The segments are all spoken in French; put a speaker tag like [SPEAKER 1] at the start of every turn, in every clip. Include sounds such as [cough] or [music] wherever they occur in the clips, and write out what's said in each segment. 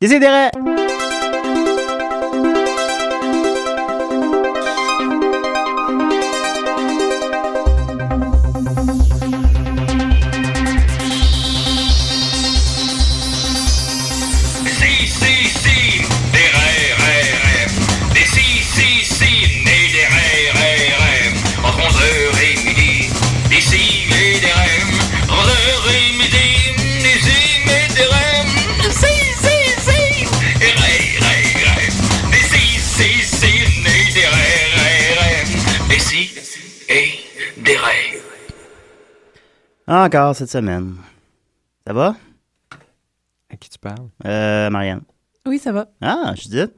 [SPEAKER 1] Décidérez
[SPEAKER 2] Si, si, si, des RRM. Des si, si, si, nés des RRM. Entre 11h et midi, des si et des REM. Entre 11h et midi, des si et des REM. Si, si, si, des RRM. Des si, si, si, nés des RRM. Des si et des RRM.
[SPEAKER 1] Encore cette semaine. Ça va?
[SPEAKER 3] À qui tu parles?
[SPEAKER 1] Euh, Marianne.
[SPEAKER 4] Oui, ça va.
[SPEAKER 1] Ah, Judith.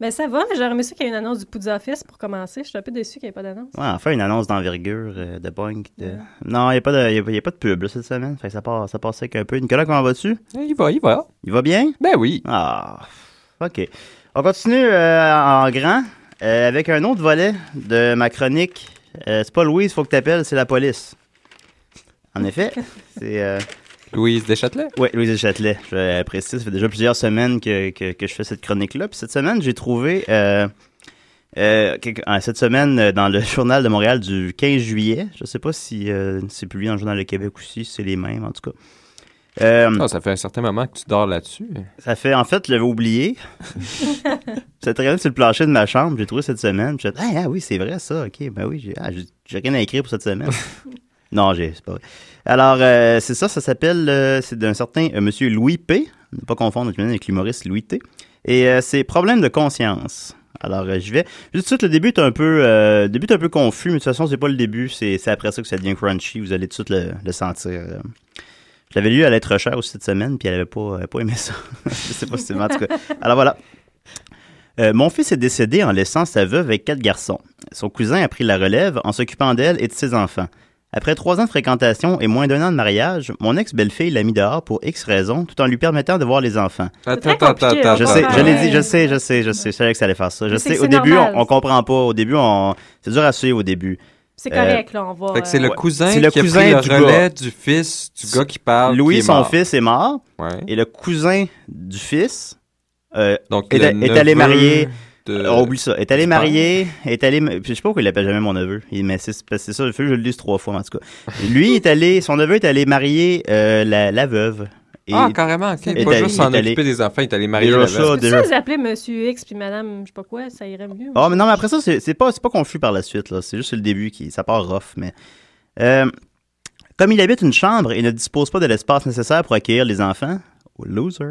[SPEAKER 4] Ben, ça va, mais j'aurais aimé ça qu'il y ait une annonce du Poud's Office pour commencer. Je suis un peu déçu qu'il n'y ait pas d'annonce.
[SPEAKER 1] Ouais, enfin, une annonce d'envergure euh, de Boink. de- Non, il n'y a, pas de- y a- y a pas de pub là, cette semaine. Fait que ça part, ça part sec un peu. Nicolas, comment vas-tu?
[SPEAKER 3] Eh, Il va, il va.
[SPEAKER 1] Il va bien?
[SPEAKER 3] Ben oui.
[SPEAKER 1] Ah, OK. On continue euh, en grand euh, avec un autre volet de ma chronique. Euh, c'est pas Louise, faut que t'appelles, c'est la police. En
[SPEAKER 4] [laughs]
[SPEAKER 1] effet, c'est... euh,
[SPEAKER 3] Louise Deschâtelet.
[SPEAKER 1] Oui, Louise et Châtelet, je le précise. Ça fait déjà plusieurs semaines que, que, que je fais cette chronique-là. Puis cette semaine, j'ai trouvé. euh, euh, quelque- ah, cette semaine, euh, dans le [laughs] Journal de Montréal du 15 juillet, je ne sais pas si euh, c'est publié dans le Journal de Québec aussi, si c'est les mêmes en tout cas. Euh,
[SPEAKER 4] Hmm.
[SPEAKER 3] Non, Ah, ça fait un certain moment que tu dors là-dessus.
[SPEAKER 1] ça fait, en fait, je l'avais oublié. ça traînait sur le plancher de ma chambre, j'ai trouvé cette semaine. Puis J'ai dit, ah, ah oui, c'est vrai ça, ok, ben oui, j'ai ah, j'ai- j'ai rien à écrire pour cette semaine. non, j'ai, c'est pas vrai. Alors, euh, c'est ça, ça s'appelle, euh, c'est d'un certain euh, monsieur Louis P. Ne pas confondre évidemment, avec l'humoriste Louis T. Et euh, c'est problème de conscience. Alors, euh, je vais. Juste tout de suite, le début est un peu, euh, le début est un peu confus, mais de toute façon, c'est pas le début, c'est c'est après ça que ça devient crunchy. Vous allez tout de suite le, le sentir. euh. Je l'avais lu à l'être chère aussi cette semaine, puis elle avait pas, elle a pas aimé ça. je sais pas si c'est en tout cas. Alors voilà. Euh, mon fils est décédé en laissant sa veuve avec quatre garçons. Son cousin a pris la relève en s'occupant d'elle et de ses enfants. Après trois ans de fréquentation et moins d'un an de mariage, mon ex-belle-fille l'a mis dehors pour X raisons, tout en lui permettant de voir les enfants.
[SPEAKER 4] très compliqué,
[SPEAKER 1] Je
[SPEAKER 4] Ah,
[SPEAKER 1] sais, je l'ai
[SPEAKER 4] ouais.
[SPEAKER 1] dit, je sais, je sais, je sais. Je savais que ça allait faire ça. Je
[SPEAKER 4] Mais c'est
[SPEAKER 1] sais,
[SPEAKER 4] que
[SPEAKER 1] au
[SPEAKER 4] c'est
[SPEAKER 1] début,
[SPEAKER 4] normal.
[SPEAKER 1] on, on comprend pas. Au début, on, c'est dur à suivre au début.
[SPEAKER 4] C'est
[SPEAKER 1] Euh,
[SPEAKER 4] correct, là, on va.
[SPEAKER 3] Fait que c'est
[SPEAKER 4] euh,
[SPEAKER 3] le
[SPEAKER 1] Ouais.
[SPEAKER 3] cousin
[SPEAKER 1] C'est le
[SPEAKER 3] qui
[SPEAKER 1] cousin
[SPEAKER 3] a pris le
[SPEAKER 1] du gars.
[SPEAKER 3] relais du fils du gars qui parle. qui
[SPEAKER 1] Louis,
[SPEAKER 3] est
[SPEAKER 1] son
[SPEAKER 3] Ah, mort.
[SPEAKER 1] fils, est mort,
[SPEAKER 3] Ouais.
[SPEAKER 1] et le cousin du fils, euh,
[SPEAKER 3] Donc,
[SPEAKER 1] est-
[SPEAKER 3] le
[SPEAKER 1] est allé
[SPEAKER 3] neveu
[SPEAKER 1] marier-
[SPEAKER 3] de-
[SPEAKER 1] Oh, oublie ça. Est allé
[SPEAKER 3] du père.
[SPEAKER 1] marier, est allé. puis Je sais pas pourquoi il l'appelle jamais mon neveu. Il- Mais c'est parce que c'est ça, il faut que je le lise trois fois en tout cas. Lui est allé, son neveu est allé marier euh, la, la veuve. Et
[SPEAKER 3] Ah, carrément. ok.
[SPEAKER 1] est
[SPEAKER 3] Pas
[SPEAKER 1] allé-
[SPEAKER 3] juste s'en
[SPEAKER 1] est allé-
[SPEAKER 3] occuper des enfants, il est allé marier
[SPEAKER 1] déjà
[SPEAKER 3] la
[SPEAKER 1] ça,
[SPEAKER 3] veuve.
[SPEAKER 4] Peux-tu
[SPEAKER 1] déjà.
[SPEAKER 4] les appeler Monsieur X puis Madame, je sais pas quoi, ça irait mieux.
[SPEAKER 1] Ah, mais non, mais après ça, c'est c'est pas, c'est pas confus par la suite. là. C'est juste le début qui. Ça part rough, mais. Euh, comme il habite une chambre et ne dispose pas de l'espace nécessaire pour accueillir les enfants, oh, loser,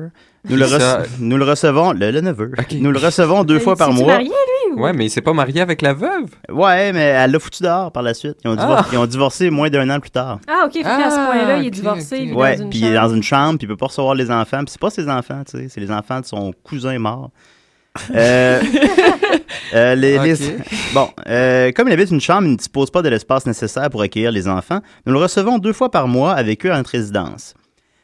[SPEAKER 1] nous le,
[SPEAKER 3] C'est ça.
[SPEAKER 1] rece- nous le recevons, le, le neveu,
[SPEAKER 3] Ok.
[SPEAKER 1] nous le
[SPEAKER 3] [laughs]
[SPEAKER 1] recevons deux
[SPEAKER 4] Mais
[SPEAKER 1] fois par
[SPEAKER 4] Ben, c'est-tu
[SPEAKER 1] mois.
[SPEAKER 4] marié, lui, ou-
[SPEAKER 3] Ouais, mais il s'est pas marié avec la veuve.
[SPEAKER 1] Ouais, mais elle l'a foutu dehors par la suite. Ils ont, divor-
[SPEAKER 3] Ah.
[SPEAKER 1] ils ont divorcé moins d'un an plus tard.
[SPEAKER 4] Ah, OK, fait qu'à ce
[SPEAKER 3] Ah,
[SPEAKER 4] point-là, il est
[SPEAKER 3] ok,
[SPEAKER 4] divorcé,
[SPEAKER 3] ok.
[SPEAKER 4] il est
[SPEAKER 1] Ouais,
[SPEAKER 4] dans une
[SPEAKER 1] puis il est dans
[SPEAKER 4] chambre.
[SPEAKER 1] une chambre, puis il peut pas recevoir les enfants. Puis c'est pas ses enfants, tu sais, c'est les enfants de son cousin mort.
[SPEAKER 4] [laughs]
[SPEAKER 1] Euh, euh, les, les-
[SPEAKER 3] Ok.
[SPEAKER 1] Bon, euh, comme il habite une chambre, il ne dispose pas de l'espace nécessaire pour accueillir les enfants. Nous le recevons deux fois par mois avec eux à notre résidence.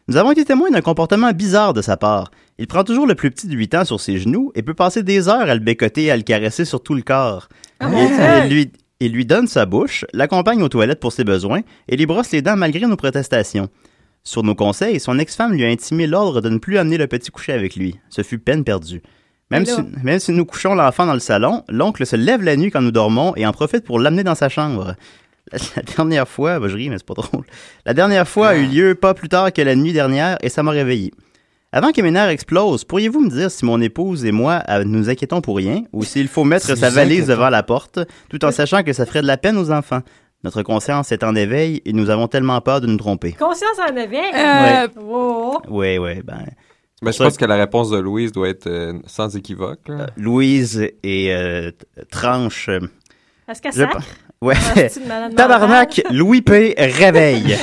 [SPEAKER 1] Nous avons été témoins d'un comportement bizarre de sa part. Il prend toujours le plus petit de 8 ans sur ses genoux et peut passer des heures à le bécoter et à le caresser sur tout le corps.
[SPEAKER 4] Ah,
[SPEAKER 1] Il-
[SPEAKER 4] mon Dieu!
[SPEAKER 1] il, lui, il lui donne sa bouche, l'accompagne aux toilettes pour ses besoins et lui brosse les dents malgré nos protestations. Sur nos conseils, son ex-femme lui a intimé l'ordre de ne plus amener le petit coucher avec lui. Ce fut peine perdue. Même
[SPEAKER 4] Mais
[SPEAKER 1] si,
[SPEAKER 4] là-
[SPEAKER 1] même si nous couchons l'enfant dans le salon, l'oncle se lève la nuit quand nous dormons et en profite pour l'amener dans sa chambre. [laughs] La, la dernière fois, bah, je ris, mais c'est pas drôle. La dernière fois a eu lieu pas plus tard que la nuit dernière et ça m'a réveillé. Avant que mes nerfs explosent, pourriez-vous me dire si mon épouse et moi euh, nous inquiétons pour rien ou s'il faut mettre
[SPEAKER 3] Si
[SPEAKER 1] sa
[SPEAKER 3] nous
[SPEAKER 1] valise
[SPEAKER 3] inquiétons.
[SPEAKER 1] devant la porte tout en sachant que ça ferait de la peine aux enfants? Notre conscience est en éveil et nous avons tellement peur de nous tromper.
[SPEAKER 4] Conscience en éveil.
[SPEAKER 1] Euh,
[SPEAKER 4] Wow.
[SPEAKER 1] Oui, oui, ben.
[SPEAKER 3] Mais je pense que la réponse de Louise doit être euh, sans équivoque. là.
[SPEAKER 1] Louise et euh, Tranche. euh,
[SPEAKER 4] Est-ce qu'elle
[SPEAKER 1] Je
[SPEAKER 4] sacre?
[SPEAKER 1] pense- Ouais.
[SPEAKER 4] Asti de malade
[SPEAKER 1] [laughs]
[SPEAKER 4] mentale.
[SPEAKER 1] Tabarnak, Louis P. Réveille.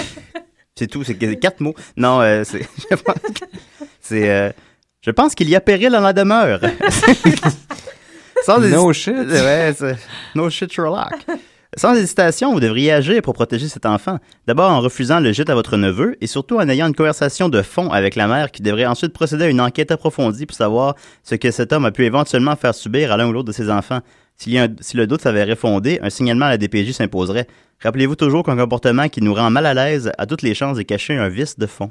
[SPEAKER 1] c'est tout, c'est qu- quatre mots. Non, euh, c'est. [laughs] Je pense que- c'est, euh, je pense qu'il y a péril en la demeure. [laughs] Sans hési-
[SPEAKER 3] No shit.
[SPEAKER 1] Ouais, Ah, c'est- no shit, Sherlock. Sans hésitation, vous devriez agir pour protéger cet enfant. D'abord en refusant le gîte à votre neveu et surtout en ayant une conversation de fond avec la mère qui devrait ensuite procéder à une enquête approfondie pour savoir ce que cet homme a pu éventuellement faire subir à l'un ou l'autre de ses enfants. S'il y a un- si le doute s'avérait fondé, un signalement à la DPJ s'imposerait. Rappelez-vous toujours qu'un comportement qui nous rend mal à l'aise a toutes les chances de cacher un vice de fond.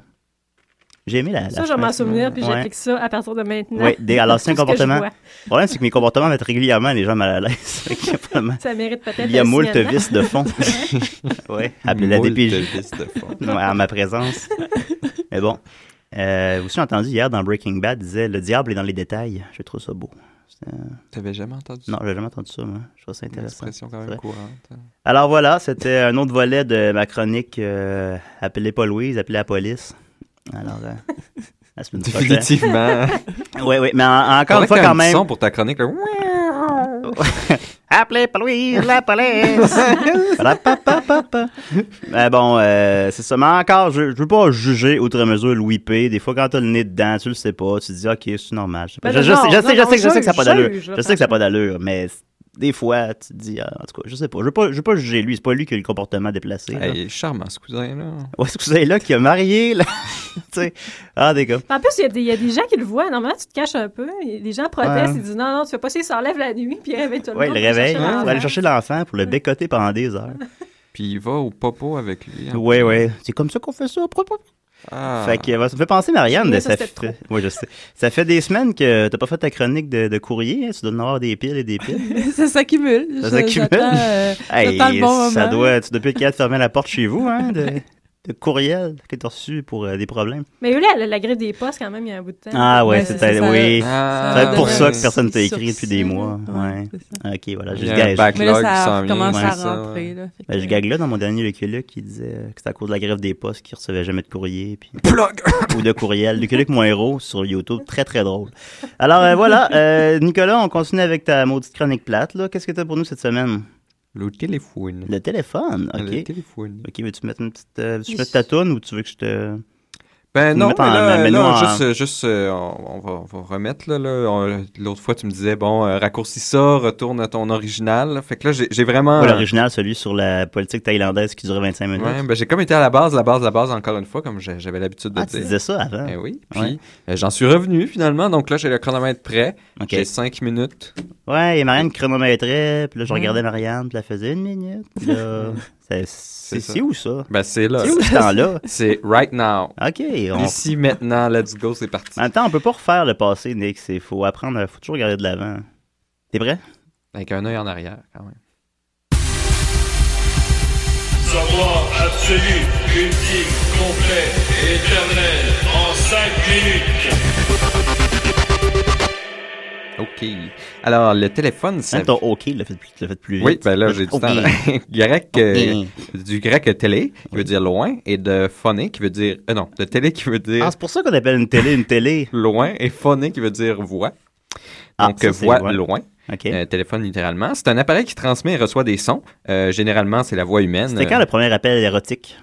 [SPEAKER 1] J'ai aimé la.
[SPEAKER 4] Ça,
[SPEAKER 1] la
[SPEAKER 4] je vais m'en
[SPEAKER 1] phrase.
[SPEAKER 4] souvenir, puis
[SPEAKER 1] Ouais.
[SPEAKER 4] j'applique ça à partir de maintenant.
[SPEAKER 1] Oui, des- alors, c'est un
[SPEAKER 4] Tout ce que je
[SPEAKER 1] comportement.
[SPEAKER 4] vois.
[SPEAKER 1] Le problème, c'est que mes comportements mettent régulièrement les gens mal à l'aise. [laughs] Fait que, probablement,
[SPEAKER 4] Ça mérite peut-être.
[SPEAKER 1] Il y a
[SPEAKER 4] un
[SPEAKER 1] moult
[SPEAKER 4] signalement.
[SPEAKER 1] vices de fond. [laughs] oui, appelez la
[SPEAKER 3] Moult
[SPEAKER 1] DPJ
[SPEAKER 3] liste de
[SPEAKER 1] [laughs]
[SPEAKER 3] fonds.
[SPEAKER 1] ouais, en ma présence. Mais bon. Euh, aussi, j'ai entendu hier dans Breaking Bad, disait Le diable est dans les détails. Je trouve ça beau. C'est, euh,
[SPEAKER 3] T'avais jamais entendu ça?
[SPEAKER 1] Non, j'ai jamais entendu ça, moi. Je trouve ça
[SPEAKER 3] une
[SPEAKER 1] intéressant.
[SPEAKER 3] expression quand
[SPEAKER 1] C'est
[SPEAKER 3] même
[SPEAKER 1] vrai.
[SPEAKER 3] courante. hein.
[SPEAKER 1] Alors voilà, c'était un autre volet de ma chronique euh, Appelez pas Louise, appelez la police. Alors, euh, la
[SPEAKER 3] [laughs]
[SPEAKER 1] semaine prochaine.
[SPEAKER 3] Définitivement.
[SPEAKER 1] [laughs] Oui, oui, mais en- encore une
[SPEAKER 3] Faudrait que
[SPEAKER 1] fois,
[SPEAKER 3] t'aies un
[SPEAKER 1] quand
[SPEAKER 3] petit
[SPEAKER 1] même.
[SPEAKER 3] son pour ta chronique. là.
[SPEAKER 1] Appelez pas Louise, la [laughs] police! Rapapapapa. Mais bon, euh, c'est ça. Mais encore, je, je veux pas juger outre mesure Louis P. Des fois, quand t'as le nez dedans, tu le sais pas. Tu te dis, OK, c'est normal. Je sais, pas.
[SPEAKER 4] Ben
[SPEAKER 1] Je- je
[SPEAKER 4] non,
[SPEAKER 1] sais- je
[SPEAKER 4] non,
[SPEAKER 1] sais- je
[SPEAKER 4] non,
[SPEAKER 1] sais- je sais que ça n'a pas
[SPEAKER 4] juge,
[SPEAKER 1] d'allure.
[SPEAKER 4] juge,
[SPEAKER 1] Je sais que ça n'a pas d'allure, mais c- des fois, tu te dis, ah, en tout cas, je sais pas. Je veux pas, je veux pas juger lui. C'est pas lui qui a eu le comportement déplacé. là.
[SPEAKER 3] Hey, il est charmant, ce cousin-là.
[SPEAKER 1] Ouais, c'est que vous avez là qui a marié, là. [laughs] tu sais. Ah, des gars.
[SPEAKER 4] En plus, il y, a des- il y a des gens qui le voient. Normalement, tu te caches un peu. Il- Les gens protestent.
[SPEAKER 1] Ouais.
[SPEAKER 4] Ils disent non, non, tu fais pas ça. Ils s'enlèvent la nuit, puis ils réveillent tout le
[SPEAKER 1] Ouais, il
[SPEAKER 4] monde.
[SPEAKER 1] le réveille. hein,
[SPEAKER 4] pour chercher
[SPEAKER 1] Il
[SPEAKER 4] l'enfant.
[SPEAKER 1] va aller chercher l'enfant pour le bécoter pendant des heures.
[SPEAKER 3] Puis il va au popo avec lui. hein.
[SPEAKER 1] Ouais, ouais. C'est comme ça qu'on fait ça, propre.
[SPEAKER 3] Ah.
[SPEAKER 1] Fait que, euh, ça me fait penser, Marianne,
[SPEAKER 4] Oui,
[SPEAKER 1] de
[SPEAKER 4] ça,
[SPEAKER 1] ça
[SPEAKER 4] c'était
[SPEAKER 1] fait... Oui, je sais. Ça fait des semaines que t'as pas fait ta chronique de, de courrier. hein. Tu dois en avoir des piles et des piles.
[SPEAKER 5] [laughs] ça s'accumule.
[SPEAKER 1] Ça
[SPEAKER 5] Je-
[SPEAKER 1] s'accumule.
[SPEAKER 5] j'attends, euh,
[SPEAKER 1] Hey,
[SPEAKER 5] j'attends le bon
[SPEAKER 1] ça
[SPEAKER 5] moment.
[SPEAKER 1] doit... Tu dois plus être capable de fermer la porte chez vous, hein, de, de courriel que t'as reçu pour euh, des problèmes.
[SPEAKER 4] Mais eux, la, la grève des postes, quand même, il y a un bout de temps.
[SPEAKER 1] Ah ouais,
[SPEAKER 5] Ben,
[SPEAKER 1] c'est
[SPEAKER 5] c'est ça.
[SPEAKER 1] Oui. Ça
[SPEAKER 3] Ah,
[SPEAKER 1] va être pour
[SPEAKER 5] donne
[SPEAKER 1] ça
[SPEAKER 5] un
[SPEAKER 1] que personne t'a
[SPEAKER 5] petit
[SPEAKER 1] écrit depuis
[SPEAKER 5] sourcil,
[SPEAKER 1] des
[SPEAKER 5] là.
[SPEAKER 1] mois, ouais.
[SPEAKER 5] c'est ça.
[SPEAKER 1] OK, voilà. Je
[SPEAKER 3] Il y a un
[SPEAKER 1] gage.
[SPEAKER 3] bac-
[SPEAKER 5] Mais là,
[SPEAKER 3] Blog qui
[SPEAKER 5] ça
[SPEAKER 3] s'en vient,
[SPEAKER 5] commence
[SPEAKER 1] ouais.
[SPEAKER 5] à
[SPEAKER 3] Ça, ouais.
[SPEAKER 5] rentrer. Là, Fait
[SPEAKER 1] Ben, je
[SPEAKER 5] que-
[SPEAKER 1] gague là dans mon dernier Lucky-Luc qui disait euh, que c'est à cause de la grève des postes qu'il recevait jamais de courrier puis
[SPEAKER 3] Plug!
[SPEAKER 1] ou de courriel. Lucky Luke mon héros sur YouTube, très très drôle. Alors euh, voilà, euh, Nicolas, on continue avec ta maudite chronique plate là. Qu'est-ce que t'as pour nous cette semaine
[SPEAKER 3] Le téléphone.
[SPEAKER 1] Le téléphone, ok.
[SPEAKER 3] Le téléphone.
[SPEAKER 1] Ok, veux-tu mettre une petite, euh, veux-tu mettre ta toune ou tu veux que je te
[SPEAKER 3] Ben
[SPEAKER 1] Faut
[SPEAKER 3] non,
[SPEAKER 1] mettre en- hein.
[SPEAKER 3] mais là,
[SPEAKER 1] mais
[SPEAKER 3] là,
[SPEAKER 1] non, en-
[SPEAKER 3] juste, euh, juste euh, on, on va, on va remettre. là, là. On- L'autre fois, tu me disais, bon, euh, raccourcis ça, retourne à ton original. Fait que là, j'ai j'ai vraiment...
[SPEAKER 1] Ou l'original, celui sur la politique thaïlandaise qui durait 25 minutes.
[SPEAKER 3] Ah. Ouais, ben, j'ai comme été à la base, la base, la base, encore une fois, comme j'ai- j'avais l'habitude de
[SPEAKER 1] ah, tu
[SPEAKER 3] dire.
[SPEAKER 1] disais ça avant.
[SPEAKER 3] Eh oui, puis
[SPEAKER 1] Ouais.
[SPEAKER 3] euh, j'en suis revenu finalement, donc là j'ai le chronomètre prêt,
[SPEAKER 1] Ok.
[SPEAKER 3] j'ai 5 minutes.
[SPEAKER 1] Ouais, et Marianne chronométrait, puis là je regardais Marianne, puis elle faisait une minute. puis
[SPEAKER 3] [laughs]
[SPEAKER 1] là, c'est- c'est
[SPEAKER 3] ça.
[SPEAKER 1] c'est où ça
[SPEAKER 3] Ben c'est là,
[SPEAKER 1] C'est où ce temps-là
[SPEAKER 3] c'est right now.
[SPEAKER 1] Ok, on
[SPEAKER 3] Ici, maintenant, let's go, c'est parti.
[SPEAKER 1] En même temps, on peut pas refaire le passé, Nick. Il faut apprendre, faut toujours regarder de l'avant. T'es prêt?
[SPEAKER 3] Avec un œil en arrière quand même.
[SPEAKER 2] Savoir absolu, ultime, complet, éternel, en 5 minutes.
[SPEAKER 3] OK. Alors le téléphone,
[SPEAKER 1] Même
[SPEAKER 3] c'est...
[SPEAKER 1] ton OK, le fait, plus- le fait plus vite.
[SPEAKER 3] Oui, ben là j'ai du
[SPEAKER 1] OK.
[SPEAKER 3] temps. là. [laughs] grec, euh,
[SPEAKER 1] OK.
[SPEAKER 3] du grec télé, qui veut dire loin, et de phoné, qui veut dire... euh, non, de télé qui veut dire
[SPEAKER 1] Ah, c'est pour ça qu'on appelle une télé une télé.
[SPEAKER 3] loin, et phoné qui veut dire voix.
[SPEAKER 1] Ah,
[SPEAKER 3] Donc
[SPEAKER 1] ça, c'est
[SPEAKER 3] voix
[SPEAKER 1] loin.
[SPEAKER 3] loin.
[SPEAKER 1] OK.
[SPEAKER 3] Euh, téléphone littéralement. C'est un appareil qui transmet et reçoit des sons. Euh, généralement, c'est la voix humaine.
[SPEAKER 1] C'était quand le premier appel érotique?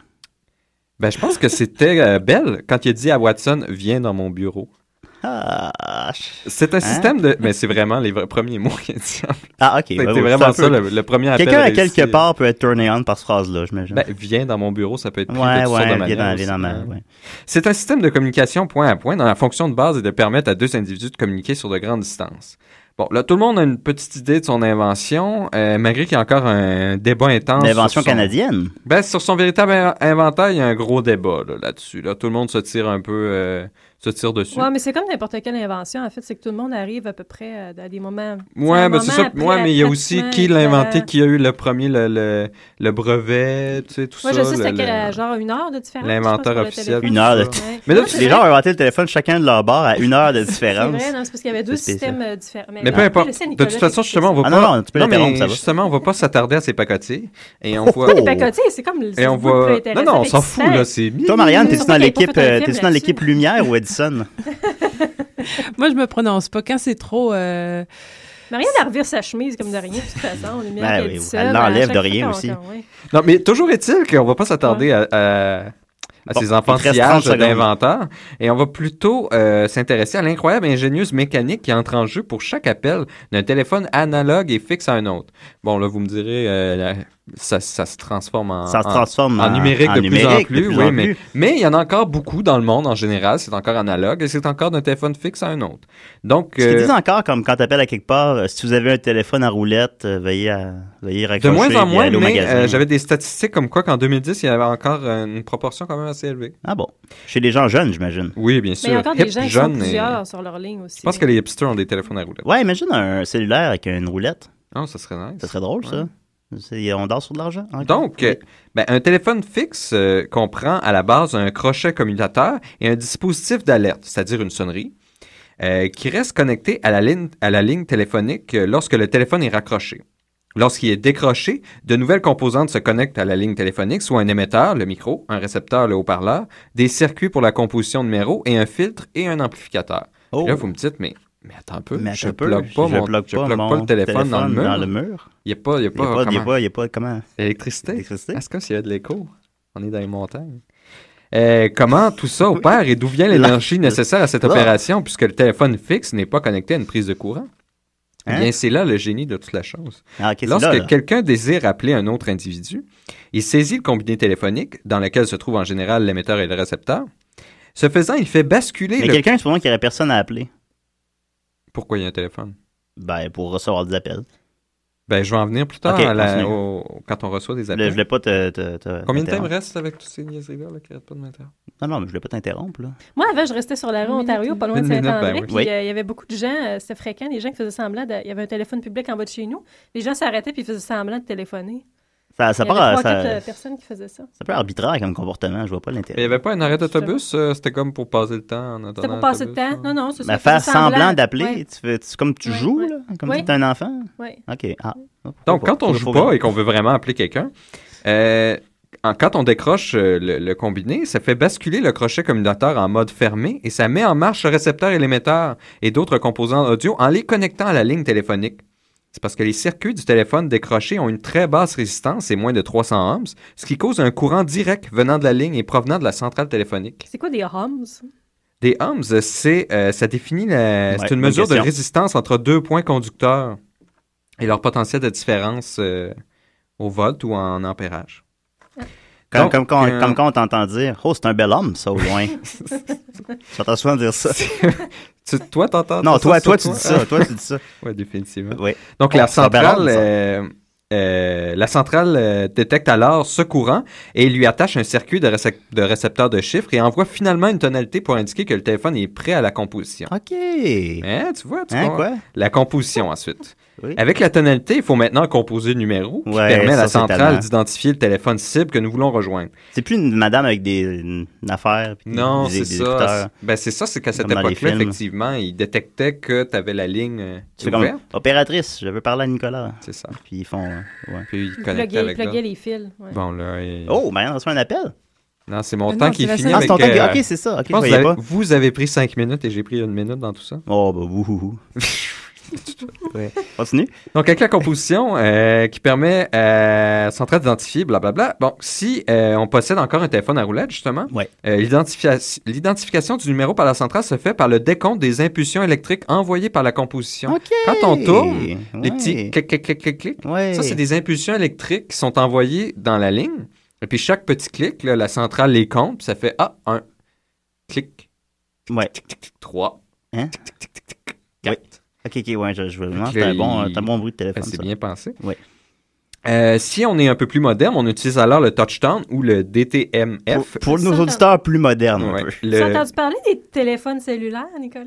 [SPEAKER 3] Ben, je pense que c'était euh, Bell quand il a dit à Watson Viens dans mon bureau.
[SPEAKER 1] Ah, je-
[SPEAKER 3] C'est un
[SPEAKER 1] Hein?
[SPEAKER 3] système de. Mais c'est vraiment les vra- premiers mots qu'il a dit.
[SPEAKER 1] ah OK.
[SPEAKER 3] C'était
[SPEAKER 1] ben oui, c'est
[SPEAKER 3] vraiment
[SPEAKER 1] un
[SPEAKER 3] ça,
[SPEAKER 1] peu-
[SPEAKER 3] le, le premier appel.
[SPEAKER 1] Quelqu'un à
[SPEAKER 3] réussi.
[SPEAKER 1] quelque part peut être turné on par cette phrase-là, j'imagine.
[SPEAKER 3] Ben, viens dans mon bureau, ça peut être pris de
[SPEAKER 1] ouais,
[SPEAKER 3] toutes sortes de
[SPEAKER 1] ouais, viens dans,
[SPEAKER 3] manières
[SPEAKER 1] viens dans ma...
[SPEAKER 3] aussi. hein.
[SPEAKER 1] ouais.
[SPEAKER 3] C'est un système de communication point à point dont la fonction de base est de permettre à deux individus de communiquer sur de grandes distances. Bon, là, tout le monde a une petite idée de son invention, euh, malgré qu'il y a encore un débat intense.
[SPEAKER 1] L'invention
[SPEAKER 3] sur son-
[SPEAKER 1] canadienne?
[SPEAKER 3] Ben, sur son véritable in- inventaire, il y a un gros débat là, là-dessus. Là, Tout le monde se tire un peu euh, se tire dessus.
[SPEAKER 4] Ouais, mais c'est comme n'importe quelle invention, en fait. C'est que tout le monde arrive à peu près euh, à des moments.
[SPEAKER 3] Ouais,
[SPEAKER 4] un
[SPEAKER 3] ben c'est
[SPEAKER 4] moment
[SPEAKER 3] ça.
[SPEAKER 4] après,
[SPEAKER 3] Ouais, mais il y a aussi
[SPEAKER 4] pratiquement,
[SPEAKER 3] qui l'a
[SPEAKER 4] euh,
[SPEAKER 3] inventé, qui a eu le premier, le, le, le brevet, tu sais, tout
[SPEAKER 4] Moi,
[SPEAKER 3] ça.
[SPEAKER 4] je sais,
[SPEAKER 3] le-
[SPEAKER 4] c'était
[SPEAKER 3] le-
[SPEAKER 4] quel- euh, genre une heure de différence.
[SPEAKER 3] l'inventeur
[SPEAKER 4] je pense, pour le
[SPEAKER 3] officiel.
[SPEAKER 4] téléphone.
[SPEAKER 1] Une heure de-
[SPEAKER 4] Ouais.
[SPEAKER 3] Mais là,
[SPEAKER 4] Non,
[SPEAKER 3] tu-
[SPEAKER 4] c'est
[SPEAKER 1] Les
[SPEAKER 4] vrai.
[SPEAKER 1] gens ont inventé le téléphone chacun de leur bord à une heure de
[SPEAKER 4] C'est vrai,
[SPEAKER 1] différence.
[SPEAKER 4] non, c'est parce qu'il y avait deux
[SPEAKER 1] C'est
[SPEAKER 4] systèmes euh, différents. Mais
[SPEAKER 3] Mais
[SPEAKER 4] on
[SPEAKER 3] peu
[SPEAKER 4] peut
[SPEAKER 3] importe.
[SPEAKER 4] laisser
[SPEAKER 3] De
[SPEAKER 4] Nicolas
[SPEAKER 3] toute façon,
[SPEAKER 4] expliquer
[SPEAKER 3] justement, on va
[SPEAKER 1] Ah
[SPEAKER 3] pas.
[SPEAKER 1] non, non, tu peux l'interrompre,
[SPEAKER 3] mais
[SPEAKER 1] ça va. Oh,
[SPEAKER 3] justement, on va pas s'attarder à ces pacotiers. Et on voit.
[SPEAKER 4] ça. Les pacotiers, c'est comme le. c'est
[SPEAKER 3] Et on
[SPEAKER 4] le bout le
[SPEAKER 3] voit.
[SPEAKER 4] plus
[SPEAKER 3] Non,
[SPEAKER 4] intéressant,
[SPEAKER 3] non, on s'en fout,
[SPEAKER 4] excitant.
[SPEAKER 3] là. C'est mi-
[SPEAKER 1] Toi, Marianne, t'es-tu
[SPEAKER 4] Surtout
[SPEAKER 1] dans
[SPEAKER 4] qu'il y a pas
[SPEAKER 1] l'équipe
[SPEAKER 4] fait un
[SPEAKER 1] euh,
[SPEAKER 4] film
[SPEAKER 1] t'es-tu dans
[SPEAKER 4] là-dessus.
[SPEAKER 1] l'équipe Lumière ou Edison?
[SPEAKER 5] euh, Moi, je me prononce pas. Quand c'est trop. euh,
[SPEAKER 4] Marianne, elle revire sa chemise comme de rien, de toute façon. Lumière,
[SPEAKER 1] Ben
[SPEAKER 4] qu'elle
[SPEAKER 1] oui,
[SPEAKER 4] dit
[SPEAKER 1] elle
[SPEAKER 4] ça,
[SPEAKER 1] l'enlève
[SPEAKER 4] à chaque
[SPEAKER 1] de rien
[SPEAKER 4] fois qu'on-
[SPEAKER 1] aussi.
[SPEAKER 4] qu'on- ouais.
[SPEAKER 3] Non, mais toujours est-il qu'on va pas s'attarder à, à, à
[SPEAKER 1] Bon,
[SPEAKER 3] ces
[SPEAKER 1] il te reste 30
[SPEAKER 3] enfantillages
[SPEAKER 1] secondes.
[SPEAKER 3] d'inventeurs et on va plutôt euh, s'intéresser à l'incroyable ingénieuse mécanique qui entre en jeu pour chaque appel d'un téléphone analogue et fixe à un autre. Bon, là, vous me direz, euh, la- ça, ça se transforme en,
[SPEAKER 1] Ça se
[SPEAKER 3] en-
[SPEAKER 1] transforme
[SPEAKER 3] en numérique de plus en
[SPEAKER 1] numérique
[SPEAKER 3] plus, oui, mais, mais il y en a encore beaucoup dans le monde en général. C'est encore analogue et c'est encore d'un téléphone fixe à un autre. Donc,
[SPEAKER 1] Ce qu'ils
[SPEAKER 3] euh,
[SPEAKER 1] disent encore, comme quand t'appelles à quelque part, euh, si vous avez un téléphone à roulette, euh, veuillez, à, veuillez
[SPEAKER 3] de
[SPEAKER 1] raccrocher
[SPEAKER 3] moins en
[SPEAKER 1] puis
[SPEAKER 3] moins,
[SPEAKER 1] aller au
[SPEAKER 3] mais
[SPEAKER 1] magasin.
[SPEAKER 3] euh, j'avais des statistiques comme quoi qu'en 2010, il y avait encore euh, une proportion quand même assez élevée.
[SPEAKER 1] Ah bon? Chez les gens jeunes, j'imagine.
[SPEAKER 3] Oui, bien
[SPEAKER 4] Mais
[SPEAKER 3] sûr.
[SPEAKER 4] il y a encore
[SPEAKER 3] Hip,
[SPEAKER 4] des gens qui sont
[SPEAKER 3] jeunes et-
[SPEAKER 4] plusieurs sur leur ligne aussi.
[SPEAKER 3] Je pense que les hipsters ont des téléphones à roulettes.
[SPEAKER 1] Ouais, imagine un cellulaire avec une roulette.
[SPEAKER 3] Non, ça serait nice.
[SPEAKER 1] Ça serait drôle, ça. C'est- On dort sur de l'argent. encore.
[SPEAKER 3] Donc, euh, ben, un téléphone fixe euh, comprend à la base un crochet commutateur et un dispositif d'alerte, c'est-à-dire une sonnerie, euh, qui reste connecté à la ligne, à la ligne téléphonique euh, lorsque le téléphone est raccroché. Lorsqu'il est décroché, de nouvelles composantes se connectent à la ligne téléphonique, soit un émetteur, le micro, un récepteur, le haut-parleur, des circuits pour la composition de numéros et un filtre et un amplificateur. Puis
[SPEAKER 1] Oh.
[SPEAKER 3] euh, Là, vous me dites, mais, mais attends un peu,
[SPEAKER 1] Mais
[SPEAKER 3] je
[SPEAKER 1] attends
[SPEAKER 3] ne
[SPEAKER 1] un peu,
[SPEAKER 3] plug pas,
[SPEAKER 1] je
[SPEAKER 3] mon-
[SPEAKER 1] plug
[SPEAKER 3] je
[SPEAKER 1] pas
[SPEAKER 3] plug pas
[SPEAKER 1] mon
[SPEAKER 3] le téléphone, dans le mur.
[SPEAKER 1] mur.
[SPEAKER 3] Il n'y a pas, il y a
[SPEAKER 1] Il n'y
[SPEAKER 3] pas,
[SPEAKER 1] a pas- il y a
[SPEAKER 3] comment-
[SPEAKER 1] pas- il y a pas comment?
[SPEAKER 3] L'électricité.
[SPEAKER 1] L'électricité?
[SPEAKER 3] Est-ce que s'il y a de l'écho? On est dans les montagnes. Euh, comment
[SPEAKER 1] [laughs]
[SPEAKER 3] tout ça opère et d'où vient l'énergie nécessaire à cette
[SPEAKER 1] Là.
[SPEAKER 3] opération puisque le téléphone fixe n'est pas connecté à une prise de courant? Eh
[SPEAKER 1] Hein?
[SPEAKER 3] Bien, c'est là le génie de toute la chose.
[SPEAKER 1] Ah, ok, c'est là,
[SPEAKER 3] Lorsque
[SPEAKER 1] là.
[SPEAKER 3] quelqu'un désire appeler un autre individu, il saisit le combiné téléphonique dans lequel se trouvent en général l'émetteur et le récepteur. Ce faisant, il fait basculer
[SPEAKER 1] Mais
[SPEAKER 3] le...
[SPEAKER 1] quelqu'un, c'est pour moi qu'il n'y aurait personne à appeler.
[SPEAKER 3] Pourquoi il y a un téléphone?
[SPEAKER 1] Ben, pour recevoir des appels.
[SPEAKER 3] Ben, je vais en venir plus tard
[SPEAKER 1] Ok,
[SPEAKER 3] à la-
[SPEAKER 1] continue.
[SPEAKER 3] au- quand on reçoit des
[SPEAKER 1] Là, je
[SPEAKER 3] appels.
[SPEAKER 1] voulais pas te. te- te-
[SPEAKER 3] Combien de temps il me
[SPEAKER 1] t'interrompre.
[SPEAKER 3] reste avec tous ces niaiseries-là là, qui arrêtent pas de m'interrompre?
[SPEAKER 1] Non, non, mais je voulais pas t'interrompre, là.
[SPEAKER 4] Moi, avant, je restais sur la rue
[SPEAKER 5] Une
[SPEAKER 4] Ontario,
[SPEAKER 5] minute,
[SPEAKER 4] pas loin de
[SPEAKER 3] une minute,
[SPEAKER 4] Saint-André.
[SPEAKER 3] ben oui.
[SPEAKER 4] Puis euh,
[SPEAKER 1] Oui.
[SPEAKER 4] il y avait beaucoup de gens, euh, c'était fréquent, les gens qui faisaient semblant. de- Il y avait un téléphone public en bas de chez nous. Les gens s'arrêtaient puis ils faisaient semblant de téléphoner.
[SPEAKER 1] Ça, ça,
[SPEAKER 4] il y
[SPEAKER 1] part à-
[SPEAKER 4] avait trois,
[SPEAKER 1] ça-
[SPEAKER 4] quatre euh, personnes qui faisaient ça.
[SPEAKER 1] ça peut être arbitraire comme comportement, je vois pas
[SPEAKER 3] Mais Il
[SPEAKER 1] l'intérêt.
[SPEAKER 3] n'y avait pas un arrêt d'autobus, euh, c'était comme pour passer le temps en attendant.
[SPEAKER 4] Euh, C'était pour passer le temps.
[SPEAKER 3] l'autobus, hein?
[SPEAKER 4] Non, non, c'est ça.
[SPEAKER 1] Mais faire
[SPEAKER 4] faisait
[SPEAKER 1] semblant d'appeler,
[SPEAKER 4] Ouais,
[SPEAKER 1] tu fais- tu- comme tu
[SPEAKER 4] Ouais,
[SPEAKER 1] joues,
[SPEAKER 4] ouais.
[SPEAKER 1] là, comme
[SPEAKER 4] Ouais.
[SPEAKER 1] si t'es un enfant.
[SPEAKER 4] ouais.
[SPEAKER 1] OK. Ah.
[SPEAKER 3] Donc, quand on
[SPEAKER 1] Faut-
[SPEAKER 3] joue
[SPEAKER 1] faut-
[SPEAKER 3] pas et qu'on veut vraiment appeler quelqu'un, euh, en- quand on décroche euh, le, le combiné, ça fait basculer le crochet commutateur en mode fermé et ça met en marche le récepteur et l'émetteur et d'autres composants audio en les connectant à la ligne téléphonique. C'est parce que les circuits du téléphone décroché ont une très basse résistance et moins de 300 ohms, ce qui cause un courant direct venant de la ligne et provenant de la centrale téléphonique.
[SPEAKER 4] C'est quoi des homes?
[SPEAKER 3] Des ohms, c'est euh, ça définit la-
[SPEAKER 1] Ouais,
[SPEAKER 3] c'est une
[SPEAKER 1] bonne
[SPEAKER 3] mesure de
[SPEAKER 1] question.
[SPEAKER 3] résistance entre deux points conducteurs et leur potentiel de différence euh, au volt ou en ampérage.
[SPEAKER 1] Comme,
[SPEAKER 3] Donc,
[SPEAKER 1] comme, quand-
[SPEAKER 3] euh,
[SPEAKER 1] comme quand on t'entend dire « Oh, c'est un bel homme, ça, au
[SPEAKER 3] [laughs]
[SPEAKER 1] loin. » [laughs] J'entends souvent dire ça.
[SPEAKER 3] Tu- toi, t'entends
[SPEAKER 1] Non,
[SPEAKER 3] ça
[SPEAKER 1] toi,
[SPEAKER 3] sur
[SPEAKER 1] toi, tu dis ça. Toi, tu dis ça.
[SPEAKER 3] Oui, définitivement. [laughs]
[SPEAKER 1] Oui.
[SPEAKER 3] Donc,
[SPEAKER 1] Oh,
[SPEAKER 3] la
[SPEAKER 1] ça balance,
[SPEAKER 3] centrale,
[SPEAKER 1] ça.
[SPEAKER 3] euh, euh, la centrale euh, détecte alors ce courant et lui attache un circuit de, récep- de récepteur de chiffres et envoie finalement une tonalité pour indiquer que le téléphone est prêt à la composition.
[SPEAKER 1] OK.
[SPEAKER 3] Hein, tu vois, tu
[SPEAKER 1] Hein,
[SPEAKER 3] comprends-
[SPEAKER 1] quoi?
[SPEAKER 3] La composition ensuite.
[SPEAKER 1] Oui.
[SPEAKER 3] Avec la tonalité, il faut maintenant composer le numéro qui
[SPEAKER 1] Ouais,
[SPEAKER 3] permet à la
[SPEAKER 1] ça, c'est
[SPEAKER 3] centrale
[SPEAKER 1] tannant.
[SPEAKER 3] d'identifier le téléphone cible que nous voulons rejoindre.
[SPEAKER 1] C'est plus une madame avec des une affaire. puis
[SPEAKER 3] Non,
[SPEAKER 1] des-
[SPEAKER 3] c'est
[SPEAKER 1] des
[SPEAKER 3] ça.
[SPEAKER 1] écouteurs.
[SPEAKER 3] Ben, c'est ça, c'est qu'à cette
[SPEAKER 1] Comme dans les
[SPEAKER 3] époque-là,
[SPEAKER 1] films.
[SPEAKER 3] effectivement, ils détectaient que tu avais la ligne euh,
[SPEAKER 1] C'est
[SPEAKER 3] ouverte.
[SPEAKER 1] comme opératrice, je veux parler à Nicolas.
[SPEAKER 3] C'est ça.
[SPEAKER 1] Puis ils font. Ouais.
[SPEAKER 3] Puis ils
[SPEAKER 4] Ils
[SPEAKER 3] connectaient
[SPEAKER 4] pluguaient,
[SPEAKER 3] avec
[SPEAKER 4] pluguaient
[SPEAKER 3] l'autre.
[SPEAKER 4] les fils. ouais.
[SPEAKER 3] Bon, là. et-
[SPEAKER 1] Oh, ben, on reçoit un appel.
[SPEAKER 3] Non, c'est mon
[SPEAKER 5] Ah
[SPEAKER 3] temps
[SPEAKER 5] non,
[SPEAKER 3] qui
[SPEAKER 5] c'est la
[SPEAKER 3] finit.
[SPEAKER 5] seule-
[SPEAKER 1] Ah, c'est
[SPEAKER 3] avec,
[SPEAKER 1] ton temps.
[SPEAKER 3] euh,
[SPEAKER 1] Ok, c'est ça. Ok,
[SPEAKER 3] je
[SPEAKER 1] je
[SPEAKER 3] pense que vous
[SPEAKER 1] voyais
[SPEAKER 3] avez,
[SPEAKER 1] pas.
[SPEAKER 3] vous avez pris cinq minutes et j'ai pris une minute dans tout ça.
[SPEAKER 1] Oh, bah, bouhouhou.
[SPEAKER 3] [laughs] Ouais.
[SPEAKER 1] Continue.
[SPEAKER 3] Donc, avec la composition euh, qui permet euh, centrale d'identifier, blablabla. Bon, si euh, on possède encore un téléphone à roulette, justement,
[SPEAKER 1] Ouais.
[SPEAKER 3] euh, l'identification- l'identification du numéro par la centrale se fait par le décompte des impulsions électriques envoyées par la composition.
[SPEAKER 1] OK.
[SPEAKER 3] Quand on tourne, Les
[SPEAKER 1] Ah, Ouais.
[SPEAKER 3] petits clic, clic, clic, clic, clic.
[SPEAKER 1] Ouais.
[SPEAKER 3] Ça, c'est des impulsions électriques qui sont envoyées dans la ligne. Et puis, chaque petit clic, là, la centrale les compte, puis ça fait Ah, un, clic,
[SPEAKER 1] Ouais.
[SPEAKER 3] clic, trois,
[SPEAKER 1] Hein?
[SPEAKER 3] tic, tic, tic, tic, tic,
[SPEAKER 1] Oui.
[SPEAKER 3] quatre.
[SPEAKER 1] Ok, ok, ouais, je, je veux
[SPEAKER 3] Fait
[SPEAKER 1] vraiment.
[SPEAKER 3] que
[SPEAKER 1] C'est
[SPEAKER 3] là,
[SPEAKER 1] un, bon,
[SPEAKER 3] il-
[SPEAKER 1] c'est un bon bruit de
[SPEAKER 3] Ben,
[SPEAKER 1] téléphone.
[SPEAKER 3] c'est
[SPEAKER 1] ça.
[SPEAKER 3] bien pensé.
[SPEAKER 1] Oui.
[SPEAKER 3] Euh, si on est un peu plus moderne, on utilise alors le touchdown ou le
[SPEAKER 1] Pour,
[SPEAKER 3] DTMF.
[SPEAKER 1] pour
[SPEAKER 4] Ça,
[SPEAKER 1] nos
[SPEAKER 4] ça-
[SPEAKER 1] auditeurs plus modernes,
[SPEAKER 3] Ouais,
[SPEAKER 1] un peu.
[SPEAKER 4] Tu as
[SPEAKER 3] le-
[SPEAKER 4] entendu parler des téléphones cellulaires, Nicolas?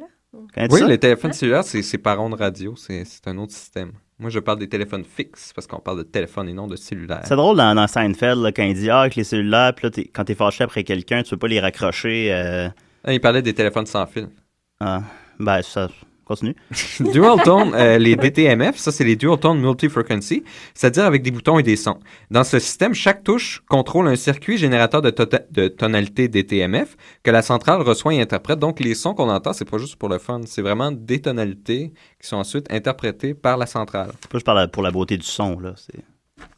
[SPEAKER 1] Connais-tu
[SPEAKER 3] Oui,
[SPEAKER 1] ça?
[SPEAKER 3] le téléphone cellulaire, c'est c'est par onde radio, c'est c'est un autre système. Moi, je parle des téléphones fixes parce qu'on parle de téléphone et non de cellulaire.
[SPEAKER 1] C'est drôle dans, dans Seinfeld là, quand il dit Ah, avec les cellulaires, puis là, t'es- quand t'es fâché après quelqu'un, tu peux pas les raccrocher. euh,
[SPEAKER 3] Ah, Il parlait des téléphones sans fil.
[SPEAKER 1] ah, ben, ça. Continue.
[SPEAKER 3] Dual tone, euh, les DTMF, ça c'est les dual tone multi-frequency, c'est-à-dire avec des boutons et des sons. Dans ce système, chaque touche contrôle un circuit générateur de, tota- de tonalité DTMF que la centrale reçoit et interprète. Donc les sons qu'on entend, c'est pas juste pour le fun, c'est vraiment des tonalités qui sont ensuite interprétées par la centrale.
[SPEAKER 1] C'est Pas juste par la- pour la beauté du son, là. C'est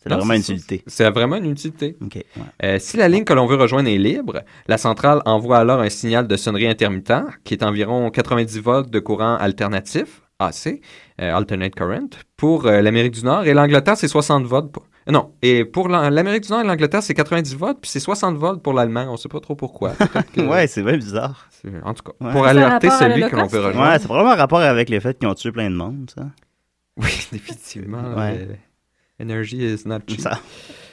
[SPEAKER 1] c'est
[SPEAKER 3] Non,
[SPEAKER 1] vraiment une
[SPEAKER 3] c'est ça.
[SPEAKER 1] utilité.
[SPEAKER 3] C'est vraiment une utilité.
[SPEAKER 1] Ok. ouais.
[SPEAKER 3] Euh, si la ligne que l'on veut rejoindre est libre, la centrale envoie alors un signal de sonnerie intermittent qui est environ 90 volts de courant alternatif, AC, euh, Alternate Current, pour euh, l'Amérique du Nord et l'Angleterre, c'est 60 volts. pour- Non. Et pour l'An- l'Amérique du Nord et l'Angleterre, c'est 90 volts, puis c'est 60 volts pour l'allemand. On sait pas trop
[SPEAKER 1] [laughs]
[SPEAKER 3] pourquoi. Peut-être que-
[SPEAKER 1] Ouais, c'est bien bizarre.
[SPEAKER 3] c'est- En tout cas,
[SPEAKER 1] Ouais.
[SPEAKER 3] pour
[SPEAKER 4] Ça a
[SPEAKER 3] alerter
[SPEAKER 4] rapport à
[SPEAKER 3] celui que l'on
[SPEAKER 4] l'Holocauste?
[SPEAKER 3] peut rejoindre.
[SPEAKER 1] Ouais, c'est probablement en rapport avec le fait qu'ils ont tué plein de monde, ça.
[SPEAKER 3] Mm. Oui, [laughs] définitivement.
[SPEAKER 1] Ouais.
[SPEAKER 3] euh, energy is not cheap.
[SPEAKER 1] Ça-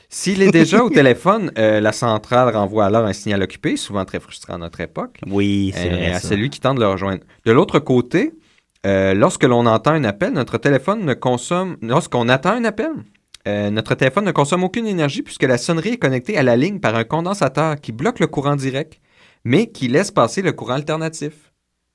[SPEAKER 3] S'il est déjà au téléphone, euh, la centrale renvoie alors un signal occupé, souvent très frustrant à notre époque,
[SPEAKER 1] Oui, c'est
[SPEAKER 3] euh,
[SPEAKER 1] vrai.
[SPEAKER 3] à
[SPEAKER 1] ça.
[SPEAKER 3] celui qui tente de le rejoindre. De l'autre côté, euh, lorsque l'on entend un appel, notre téléphone ne consomme. Lorsqu'on attend un appel, euh, notre téléphone ne consomme aucune énergie puisque la sonnerie est connectée à la ligne par un condensateur qui bloque le courant direct, mais qui laisse passer le courant alternatif.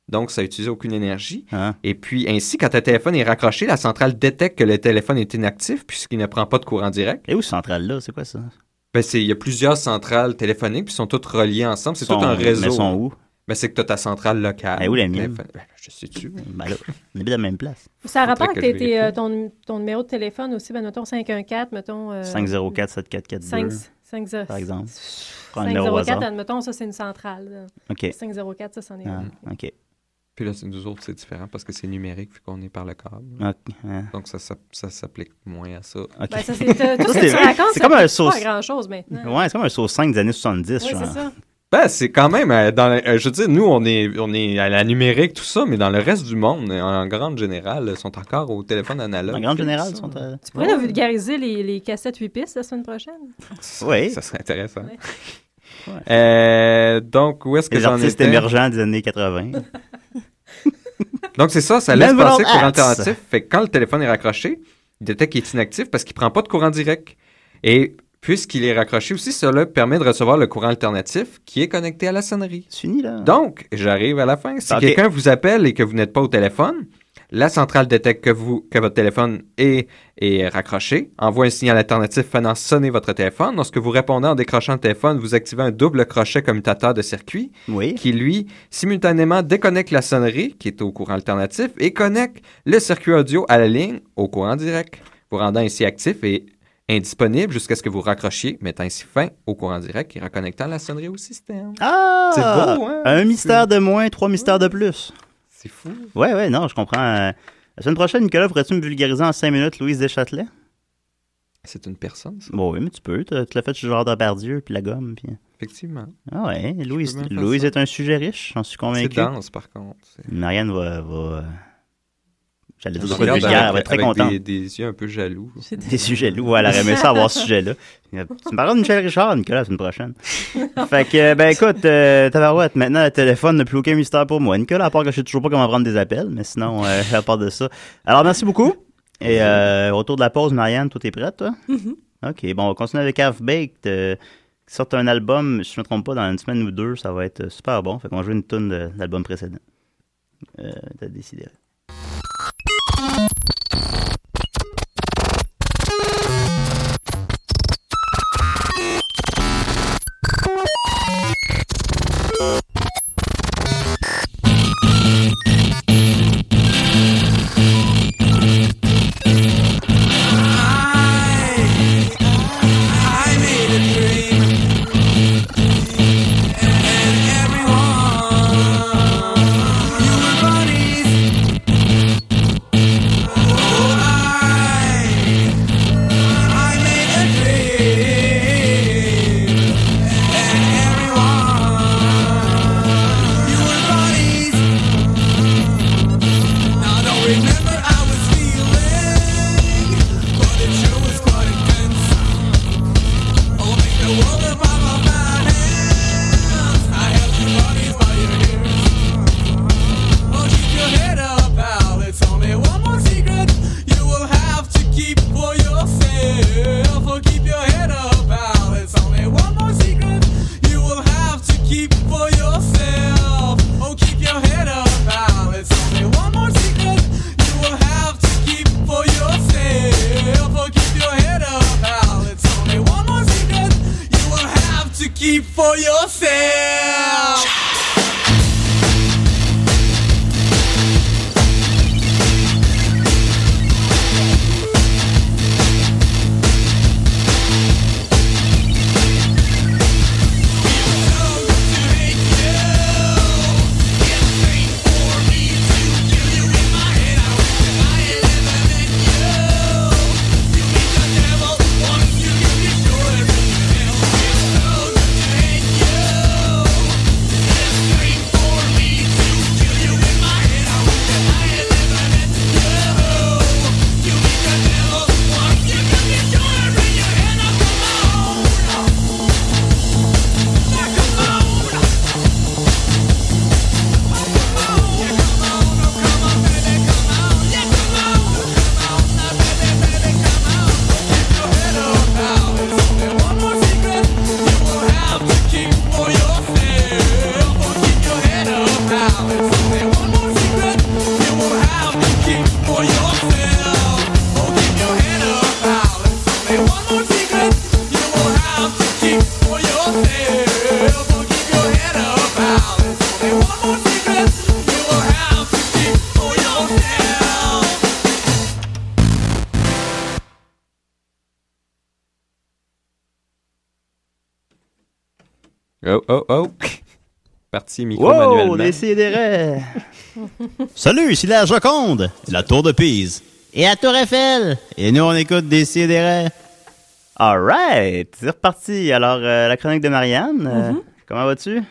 [SPEAKER 3] Donc, ça n'utilise aucune énergie.
[SPEAKER 1] Hein?
[SPEAKER 3] Et puis, ainsi, quand un téléphone est raccroché, la centrale détecte que le téléphone est inactif puisqu'il ne prend pas de courant direct.
[SPEAKER 1] Et où ce central-là? C'est quoi ça?
[SPEAKER 3] Ben, c'est- il y a plusieurs centrales téléphoniques puis sont toutes reliées ensemble. C'est tout
[SPEAKER 1] Sont-
[SPEAKER 3] un réseau.
[SPEAKER 1] Mais sont où?
[SPEAKER 3] Ben, c'est que tu as ta centrale locale.
[SPEAKER 1] Elle est où, la mienne?
[SPEAKER 3] Téléphone- Ben, je sais-tu. moi.
[SPEAKER 1] Ben là, on habite à la même place.
[SPEAKER 4] Ça a rapport
[SPEAKER 3] Faudrait
[SPEAKER 4] avec
[SPEAKER 3] que je
[SPEAKER 4] tes- tes, euh,
[SPEAKER 3] vérifie.
[SPEAKER 4] ton, ton numéro de téléphone aussi, ben, mettons 514, mettons. euh,
[SPEAKER 1] 504-7442,
[SPEAKER 4] 5, 5,
[SPEAKER 1] par exemple. Prends un numéro au
[SPEAKER 4] 504,
[SPEAKER 1] hasard.
[SPEAKER 4] admettons, ça, c'est une centrale.
[SPEAKER 1] OK.
[SPEAKER 4] 504, ça, c'en est
[SPEAKER 1] Ah,
[SPEAKER 4] un.
[SPEAKER 1] OK.
[SPEAKER 3] Puis là, c'est- nous autres, c'est différent parce que c'est numérique vu qu'on est par le câble.
[SPEAKER 1] Ok, hein,
[SPEAKER 3] Donc, ça, ça, ça s'applique moins à ça.
[SPEAKER 1] ok.
[SPEAKER 4] Ben, ça, c'est euh, tout
[SPEAKER 1] Ça,
[SPEAKER 4] ce
[SPEAKER 1] c'est-
[SPEAKER 4] que tu racontes,
[SPEAKER 1] c'est
[SPEAKER 4] c'est
[SPEAKER 1] comme
[SPEAKER 4] comme
[SPEAKER 1] un
[SPEAKER 4] pas
[SPEAKER 1] sauce-
[SPEAKER 4] à grand-chose maintenant.
[SPEAKER 1] Ouais, c'est comme un sauce 5 des années 70,
[SPEAKER 4] Oui,
[SPEAKER 1] genre.
[SPEAKER 4] c'est ça.
[SPEAKER 3] Ben, c'est quand même, euh, dans, le- euh, je veux dire, nous, on est, on est à la numérique, tout ça, mais dans le reste du monde, euh, en grande générale, euh, sont encore au téléphone analogue.
[SPEAKER 1] En grande
[SPEAKER 3] Fait que
[SPEAKER 1] générale,
[SPEAKER 3] ça,
[SPEAKER 1] sont euh, à-
[SPEAKER 4] Tu pourrais nous vulgariser les, les cassettes 8 pistes la semaine prochaine? [laughs]
[SPEAKER 3] ça-
[SPEAKER 1] Oui.
[SPEAKER 3] Ça serait intéressant.
[SPEAKER 4] Ouais.
[SPEAKER 3] Euh, donc, où est-ce que
[SPEAKER 1] les
[SPEAKER 3] j'en
[SPEAKER 1] artistes
[SPEAKER 3] étais?
[SPEAKER 1] émergents des années 80.
[SPEAKER 3] Donc, c'est ça, ça laisse
[SPEAKER 1] Level
[SPEAKER 3] passer le courant
[SPEAKER 1] X.
[SPEAKER 3] alternatif. Fait que quand le téléphone est raccroché, il détecte qu'il est inactif parce qu'il prend pas de courant direct. Et puisqu'il est raccroché aussi, cela permet de recevoir le courant alternatif qui est connecté à la sonnerie.
[SPEAKER 1] C'est fini, là.
[SPEAKER 3] Donc, j'arrive à la fin. Si
[SPEAKER 1] Ok.
[SPEAKER 3] quelqu'un vous appelle et que vous n'êtes pas au téléphone, la centrale détecte que, vous, que votre téléphone est, est raccroché, envoie un signal alternatif faisant sonner votre téléphone. Lorsque vous répondez en décrochant le téléphone, vous activez un double crochet commutateur de circuit
[SPEAKER 1] Oui.
[SPEAKER 3] qui, lui, simultanément déconnecte la sonnerie, qui est au courant alternatif, et connecte le circuit audio à la ligne au courant direct, vous rendant ainsi actif et indisponible jusqu'à ce que vous raccrochiez, mettant ainsi fin au courant direct et reconnectant la sonnerie au système.
[SPEAKER 1] Ah!
[SPEAKER 3] C'est beau, hein?
[SPEAKER 1] Un mystère de moins, trois mystères de plus.
[SPEAKER 3] C'est fou.
[SPEAKER 1] Ouais, ouais, non, je comprends. euh, La semaine prochaine, Nicolas, pourrais-tu me vulgariser en 5 minutes Louise Deschâtelet?
[SPEAKER 3] C'est une personne, ça.
[SPEAKER 1] Bon, oui, mais tu peux. t'as- Tu l'as fait sur genre d'Abardieu, puis la gomme, puis...
[SPEAKER 3] Effectivement.
[SPEAKER 1] Ah ouais, Louise,
[SPEAKER 3] même faire
[SPEAKER 1] Louise
[SPEAKER 3] ça.
[SPEAKER 1] est un sujet riche, j'en suis
[SPEAKER 3] C'est
[SPEAKER 1] convaincu.
[SPEAKER 3] dense, par contre. C'est-
[SPEAKER 1] Marianne va... va... euh, J'allais
[SPEAKER 3] Je
[SPEAKER 1] dire
[SPEAKER 3] regarde
[SPEAKER 1] quoi de vulgaire, elle va
[SPEAKER 3] avec-
[SPEAKER 1] être très
[SPEAKER 3] avec
[SPEAKER 1] contente.
[SPEAKER 3] Des, des yeux un peu jaloux.
[SPEAKER 5] C'est
[SPEAKER 1] Des sujets lourds, elle aurait aimé ça avoir ce sujet-là. Tu me parles de Michel Richard, Nicolas, la semaine prochaine. fait que, euh, ben écoute, euh, Tabarouette, maintenant le téléphone n'a plus aucun mystère pour moi. Nicolas, à part que je sais toujours pas comment prendre des appels, mais sinon, euh, à part de ça. Alors, merci beaucoup. Et euh, autour de la pause, Marianne, tout est prêt, toi? OK, bon, on va continuer avec Half Baked. euh, qui sort un album, si je me trompe pas, dans une semaine ou deux, ça va être euh, super bon. Fait qu'on va jouer une tune de, de l'album précédent. Euh, T'as décidé.
[SPEAKER 6] Remember I was feeling, but it sure was quite intense. Oh, make the world about my hands. I held your bodies by your ears. Oh, keep your head up, pal. It's only one more secret you will have to keep for yourself. Oh, keep your head up, pal. It's only one more secret you will have to keep for yourself. Oh, keep your head up, pal. It's only one more secret you will have to keep for yourself. Oh, keep your head up, pal. It's only one more secret you will have to keep for yourself. One
[SPEAKER 3] Oh, oh, oh. [laughs] Parti micro
[SPEAKER 1] Wow,
[SPEAKER 3] manuellement.
[SPEAKER 1] décidérez!
[SPEAKER 7] [laughs] Salut, ici la Joconde, la Tour de Pise.
[SPEAKER 1] Et à Tour Eiffel!
[SPEAKER 7] Et nous, on écoute Décidérez.
[SPEAKER 1] Alright! C'est reparti. Alors, euh, la chronique de Marianne, euh,
[SPEAKER 5] Mhm.
[SPEAKER 1] comment vas-tu?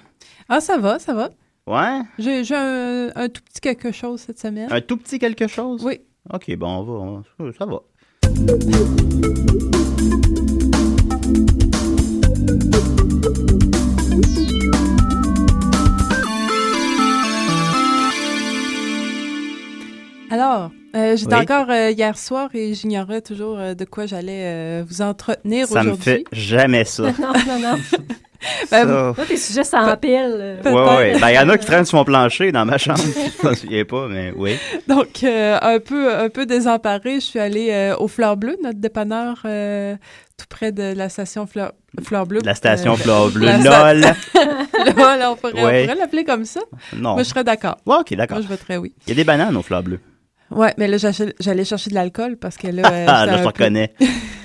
[SPEAKER 5] Ah, ça va, ça va.
[SPEAKER 1] Ouais?
[SPEAKER 5] J'ai j'ai un, un tout petit quelque chose cette semaine.
[SPEAKER 1] Un tout petit quelque chose?
[SPEAKER 5] Oui.
[SPEAKER 1] Ok, bon, on va, on va- ça va.
[SPEAKER 5] Alors, euh, j'étais
[SPEAKER 1] Oui.
[SPEAKER 5] encore euh, hier soir et j'ignorais toujours euh, de quoi j'allais euh, vous entretenir
[SPEAKER 1] Ça me fait
[SPEAKER 5] aujourd'hui.
[SPEAKER 1] jamais ça.
[SPEAKER 4] Non, non,
[SPEAKER 1] [laughs]
[SPEAKER 4] non.
[SPEAKER 5] [laughs] Ben,
[SPEAKER 1] Ça.
[SPEAKER 4] Là, tes sujets euh. s'empilent.
[SPEAKER 1] Ouais, ouais. Ben, il y en a qui traînent sur mon plancher dans ma chambre.
[SPEAKER 5] [laughs]
[SPEAKER 1] Je m'en souviens pas, mais oui.
[SPEAKER 5] Donc, euh, un peu, un peu désemparée, je suis allée euh, au Fleur Bleu, notre dépanneur euh, tout près de la station Fleur, Fleur Bleu.
[SPEAKER 1] La station
[SPEAKER 5] Euh,
[SPEAKER 1] Fleur Bleue.
[SPEAKER 5] la
[SPEAKER 1] LOL!
[SPEAKER 5] Euh, [laughs] voilà, on pourrait, on
[SPEAKER 1] Ouais.
[SPEAKER 5] pourrait l'appeler comme ça.
[SPEAKER 1] Non.
[SPEAKER 5] Moi, je serais d'accord.
[SPEAKER 1] Ouais, ok, d'accord.
[SPEAKER 5] Moi, je voterais oui.
[SPEAKER 1] Il y a des bananes aux fleurs bleues.
[SPEAKER 5] Ouais, mais là, j'ach- j'allais chercher de l'alcool parce que
[SPEAKER 1] [laughs]
[SPEAKER 5] là, euh,
[SPEAKER 1] Ah,
[SPEAKER 5] c'est
[SPEAKER 1] là, je
[SPEAKER 5] un
[SPEAKER 1] te
[SPEAKER 5] peu-
[SPEAKER 1] reconnais.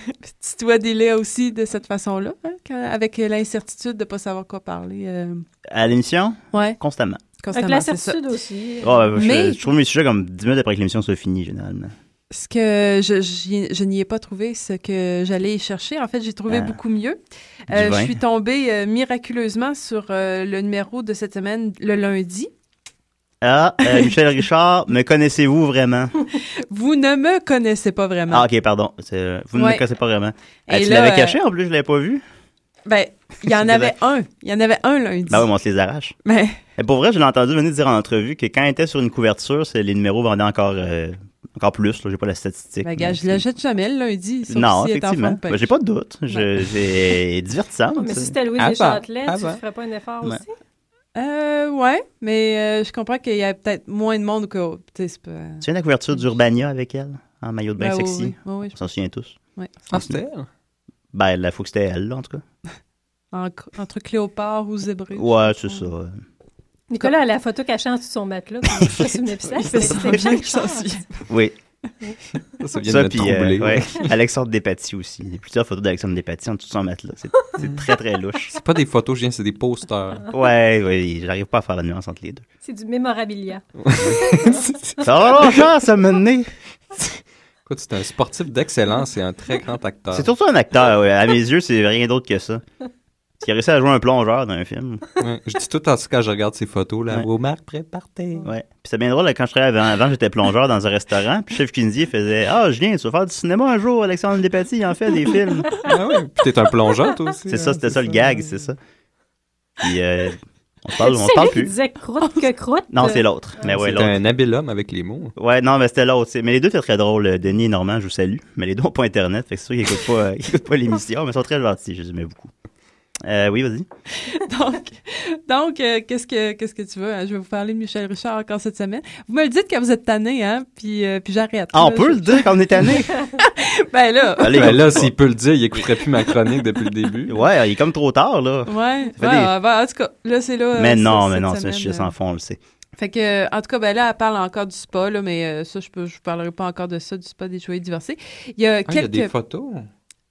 [SPEAKER 5] Petit doigt délai aussi de cette façon-là, hein, quand- avec euh, l'incertitude de ne pas savoir quoi parler. euh,
[SPEAKER 1] À l'émission,
[SPEAKER 5] ouais,
[SPEAKER 1] constamment.
[SPEAKER 4] Avec
[SPEAKER 5] constamment,
[SPEAKER 4] la
[SPEAKER 5] c'est ça.
[SPEAKER 4] certitude aussi.
[SPEAKER 1] Oh, ben, je,
[SPEAKER 5] Mais-
[SPEAKER 1] je trouve mes sujets comme 10 minutes après que l'émission soit finie, généralement.
[SPEAKER 5] Ce que je, j'y- je n'y ai pas trouvé, ce que j'allais y chercher, en fait, j'ai trouvé
[SPEAKER 1] Ah.
[SPEAKER 5] beaucoup mieux.
[SPEAKER 1] Du
[SPEAKER 5] Euh,
[SPEAKER 1] vin.
[SPEAKER 5] je suis tombée euh, miraculeusement sur euh, le numéro de cette semaine, le lundi.
[SPEAKER 1] Ah,
[SPEAKER 5] [laughs]
[SPEAKER 1] euh, Michel Richard, me connaissez-vous vraiment?
[SPEAKER 5] Vous ne me connaissez pas vraiment.
[SPEAKER 1] Ah, ok, pardon. C'est- Vous ne me
[SPEAKER 5] Ouais.
[SPEAKER 1] connaissez pas vraiment. Ah,
[SPEAKER 5] Et
[SPEAKER 1] tu
[SPEAKER 5] là,
[SPEAKER 1] l'avais
[SPEAKER 5] euh,
[SPEAKER 1] caché, en plus, je l'avais pas vu.
[SPEAKER 5] Ben, il
[SPEAKER 1] [laughs]
[SPEAKER 5] y en avait un. Il y en avait un lundi.
[SPEAKER 1] Ben oui, mais on se les arrache.
[SPEAKER 5] Mais
[SPEAKER 1] Mais pour vrai, je l'ai entendu venir dire en entrevue que quand il était sur une couverture, c'est- les numéros vendaient encore, euh, encore plus. là. J'ai pas la statistique.
[SPEAKER 5] ben,
[SPEAKER 1] mais
[SPEAKER 5] gars, je
[SPEAKER 1] c'est-
[SPEAKER 5] le jette jamais le lundi. sauf
[SPEAKER 1] Non,
[SPEAKER 5] s'il est en fond
[SPEAKER 1] effectivement.
[SPEAKER 5] de pêche.
[SPEAKER 1] Ben, J'ai pas de doute. Je- [laughs] J'ai divertissant.
[SPEAKER 4] Oh, Mais si c'était Louise
[SPEAKER 3] Ah bah,
[SPEAKER 4] Deschâtelet,
[SPEAKER 3] ah
[SPEAKER 4] tu
[SPEAKER 3] bah.
[SPEAKER 4] ferais pas un effort
[SPEAKER 1] Ouais.
[SPEAKER 4] aussi?
[SPEAKER 5] Euh, ouais, mais euh, je comprends qu'il y a peut-être moins de monde que. tu sais, c'est pas-
[SPEAKER 1] Tu viens de la couverture d'Urbania avec elle, en maillot de bain
[SPEAKER 5] Ben, oui,
[SPEAKER 1] sexy.
[SPEAKER 5] oui, oui,
[SPEAKER 1] On s'en souvient tous.
[SPEAKER 5] je- ouais.
[SPEAKER 3] Ah, c'était elle?
[SPEAKER 1] Ben, la faut que c'était elle, là, en tout cas.
[SPEAKER 5] En- entre Cléopâtre ou Zébré.
[SPEAKER 1] Ouais, c'est ça. ouais.
[SPEAKER 4] Nicolas a la photo cachée en dessous de son matelas. puis Je
[SPEAKER 3] [laughs]
[SPEAKER 4] me souviens plus ça.
[SPEAKER 5] [laughs] C'est ça,
[SPEAKER 4] Michel
[SPEAKER 5] je
[SPEAKER 4] Richard.
[SPEAKER 5] s'en souviens.
[SPEAKER 1] Oui,
[SPEAKER 3] Ça vient de
[SPEAKER 1] ça,
[SPEAKER 3] me
[SPEAKER 1] puis
[SPEAKER 3] troubler.
[SPEAKER 1] euh, ouais. Alexandre Despatie aussi. Il y a plusieurs photos d'Alexandre Despatie en dessous de son matelas. C'est- C'est très, très louche.
[SPEAKER 3] C'est pas des photos, je viens, c'est des posters.
[SPEAKER 1] Ouais, oui, j'arrive pas à faire la nuance entre les deux.
[SPEAKER 4] C'est du mémorabilia.
[SPEAKER 1] Ça va longtemps, ça m'a mené.
[SPEAKER 3] Écoute, c'est un sportif d'excellence et un très grand acteur.
[SPEAKER 1] C'est surtout un acteur, ouais. À mes yeux, c'est rien d'autre que ça. Qui a réussi à jouer un plongeur dans un film.
[SPEAKER 3] Ouais, Je dis tout en ce cas, je regarde ces photos là.
[SPEAKER 1] Ouais.
[SPEAKER 3] Vos marques, prépartez.
[SPEAKER 1] Ouais. Puis c'est bien drôle, là, quand je travaillais avant, avant, j'étais plongeur dans un restaurant. Puis Chef Kinsey faisait Ah, Julien, tu vas faire du cinéma un jour, Alexandre Despatie, il en fait des films.
[SPEAKER 3] Ah ouais, puis t'es un plongeur toi aussi.
[SPEAKER 1] C'est ça,
[SPEAKER 3] hein,
[SPEAKER 1] c'était ça, le gag, c'est ça. Puis euh, on se parle, on se
[SPEAKER 4] C'est
[SPEAKER 1] parle
[SPEAKER 4] lui qui
[SPEAKER 1] plus.
[SPEAKER 4] disait croûte que croûte.
[SPEAKER 5] Euh,
[SPEAKER 1] Non, c'est l'autre. Mais ouais,
[SPEAKER 3] C'est
[SPEAKER 1] l'autre.
[SPEAKER 3] un habile homme avec les mots.
[SPEAKER 1] Ouais, non, mais c'était l'autre. c'est- Mais les deux étaient très drôles. euh, Denis et Normand, je vous salue. Mais les deux n'ont pas Internet. Fait que c'est sûr qu'ils n'écoutent pas, euh, [laughs] ils écoutent pas l'émission, mais ils sont très gentils. Je les aimais beaucoup. Euh, oui, vas-y.
[SPEAKER 5] [laughs] Donc, donc euh, qu'est-ce que qu'est-ce que tu veux? hein? Je vais vous parler de Michel Richard encore cette semaine. Vous me le dites quand vous êtes tanné, hein? Puis, euh, puis j'arrête.
[SPEAKER 1] Ah, on
[SPEAKER 5] Là,
[SPEAKER 1] peut le dire quand on
[SPEAKER 5] [laughs]
[SPEAKER 1] est tanné.
[SPEAKER 5] je- Ben
[SPEAKER 1] [laughs]
[SPEAKER 5] là,
[SPEAKER 1] Allez,
[SPEAKER 3] Ben
[SPEAKER 1] écoute.
[SPEAKER 3] là, s'il peut le dire, il écouterait plus ma chronique depuis le début.
[SPEAKER 1] Ouais, il est comme trop tard, là.
[SPEAKER 5] ouais. ouais,
[SPEAKER 1] des-
[SPEAKER 5] ah, ben, en tout cas, là, c'est là.
[SPEAKER 1] mais
[SPEAKER 5] euh,
[SPEAKER 1] non,
[SPEAKER 5] cette
[SPEAKER 1] mais non, c'est un
[SPEAKER 5] semaine,
[SPEAKER 1] sujet
[SPEAKER 5] euh,
[SPEAKER 1] sans fond, on le sait.
[SPEAKER 5] Fait que, euh, en tout cas, ben là, elle parle encore du spa, là, mais euh, ça, je peux, je vous parlerai pas encore de ça, du spa des joyeux divorcés. Il y a
[SPEAKER 3] Ah, il y a
[SPEAKER 5] quelques.
[SPEAKER 3] des photos.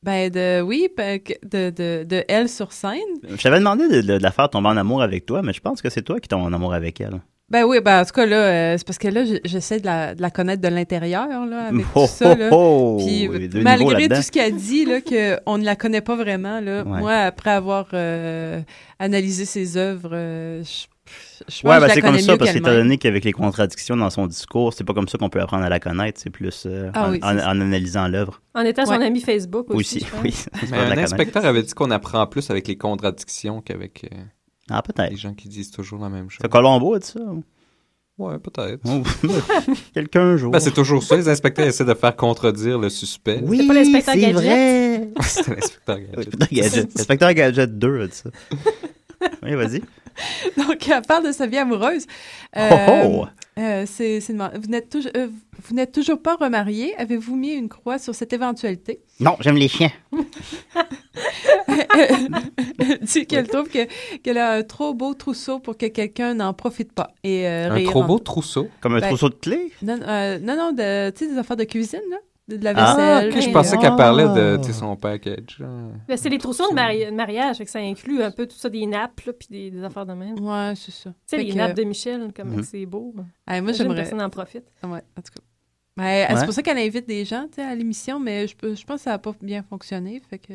[SPEAKER 5] Ben, de, oui, ben, que- de, de, de elle sur scène.
[SPEAKER 1] Je t'avais demandé de, de- de la faire tomber en amour avec toi, mais je pense que c'est toi qui tombes en amour avec elle.
[SPEAKER 5] Ben oui, ben en tout cas, là, euh, c'est parce que là, j- j'essaie de la, de la connaître de l'intérieur, là, avec
[SPEAKER 1] [laughs] Oh,
[SPEAKER 5] tout ça, là.
[SPEAKER 1] oh, oh,
[SPEAKER 5] Puis,
[SPEAKER 1] il y a deux niveaux
[SPEAKER 5] malgré
[SPEAKER 1] là-dedans.
[SPEAKER 5] tout ce qu'elle dit, là, qu'on ne la connaît pas vraiment, là,
[SPEAKER 1] Ouais.
[SPEAKER 5] moi, après avoir euh, analysé ses œuvres, euh, je, je pense
[SPEAKER 1] Ouais,
[SPEAKER 5] que
[SPEAKER 1] ben
[SPEAKER 5] je la
[SPEAKER 1] c'est comme
[SPEAKER 5] connais
[SPEAKER 1] ça,
[SPEAKER 5] mieux
[SPEAKER 1] parce que étant
[SPEAKER 5] qu'elle-même.
[SPEAKER 1] donné qu'avec les contradictions dans son discours, c'est pas comme ça qu'on peut apprendre à la connaître, c'est plus euh,
[SPEAKER 5] Ah
[SPEAKER 1] en,
[SPEAKER 5] oui, c'est
[SPEAKER 1] en-
[SPEAKER 5] ça.
[SPEAKER 1] en analysant l'œuvre.
[SPEAKER 4] En étant son
[SPEAKER 5] Ouais.
[SPEAKER 4] ami Facebook aussi.
[SPEAKER 1] Aussi,
[SPEAKER 4] je pense.
[SPEAKER 1] oui. c'est pas
[SPEAKER 3] Mais
[SPEAKER 1] de la
[SPEAKER 3] un
[SPEAKER 1] connaître.
[SPEAKER 3] inspecteur avait dit qu'on apprend plus avec les contradictions qu'avec euh,
[SPEAKER 1] Ah, peut-être.
[SPEAKER 3] les gens qui disent toujours la même chose.
[SPEAKER 1] C'est Colombo, de ça.
[SPEAKER 3] Ouais, peut-être.
[SPEAKER 1] Oh, [laughs] Quelqu'un un jour.
[SPEAKER 3] Ben, c'est toujours ça. Les inspecteurs essaient de faire contredire le suspect.
[SPEAKER 4] C'est pas l'inspecteur c'est Gadget?
[SPEAKER 5] [laughs]
[SPEAKER 1] vrai.
[SPEAKER 3] C'est l'inspecteur Gadget.
[SPEAKER 1] Inspecteur Gadget. Inspecteur Gadget 2 a dit ça. Oui, vas-y.
[SPEAKER 5] [laughs] Donc, elle parle de sa vie amoureuse.
[SPEAKER 1] Oh, oh.
[SPEAKER 5] euh, c'est- c'est demandé. vous n'êtes touj- euh, vous n'êtes toujours pas remarié. Avez-vous mis une croix sur cette éventualité? [laughs]
[SPEAKER 1] Non, j'aime les chiens.
[SPEAKER 5] Elle dit qu'elle trouve que- qu'elle a un trop beau trousseau pour que quelqu'un n'en profite pas. Et, euh,
[SPEAKER 3] Un
[SPEAKER 5] rire
[SPEAKER 3] trop
[SPEAKER 5] en-
[SPEAKER 3] beau trousseau.
[SPEAKER 1] Comme un
[SPEAKER 5] Ben-
[SPEAKER 1] trousseau de clés.
[SPEAKER 5] Non, euh, non, non, de- tu sais, des affaires de cuisine, là. de la
[SPEAKER 1] Ah,
[SPEAKER 5] vaisselle.
[SPEAKER 4] ok, je
[SPEAKER 5] puis,
[SPEAKER 3] pensais
[SPEAKER 5] euh,
[SPEAKER 3] qu'elle parlait
[SPEAKER 1] Ah.
[SPEAKER 3] de tu sais, son package. euh.
[SPEAKER 4] Ben, c'est les trousseaux de, mari- de mariage, fait que ça inclut un peu tout ça, des nappes, là, puis des, des affaires de même. Tu
[SPEAKER 5] Ouais, c'est ça.
[SPEAKER 4] sais,
[SPEAKER 5] Fait
[SPEAKER 4] les
[SPEAKER 5] que-
[SPEAKER 4] nappes de Michel, comme
[SPEAKER 1] Mhm.
[SPEAKER 4] c'est beau.
[SPEAKER 5] Ouais, moi,
[SPEAKER 4] Moi, j'aime
[SPEAKER 5] j'aimerais.
[SPEAKER 4] personne en profite.
[SPEAKER 5] Ouais, en tout cas. Ouais,
[SPEAKER 1] Ouais.
[SPEAKER 5] C'est pour ça qu'elle invite des gens tu sais, à l'émission, mais je, peux- je pense que ça n'a pas bien fonctionné. Fait que...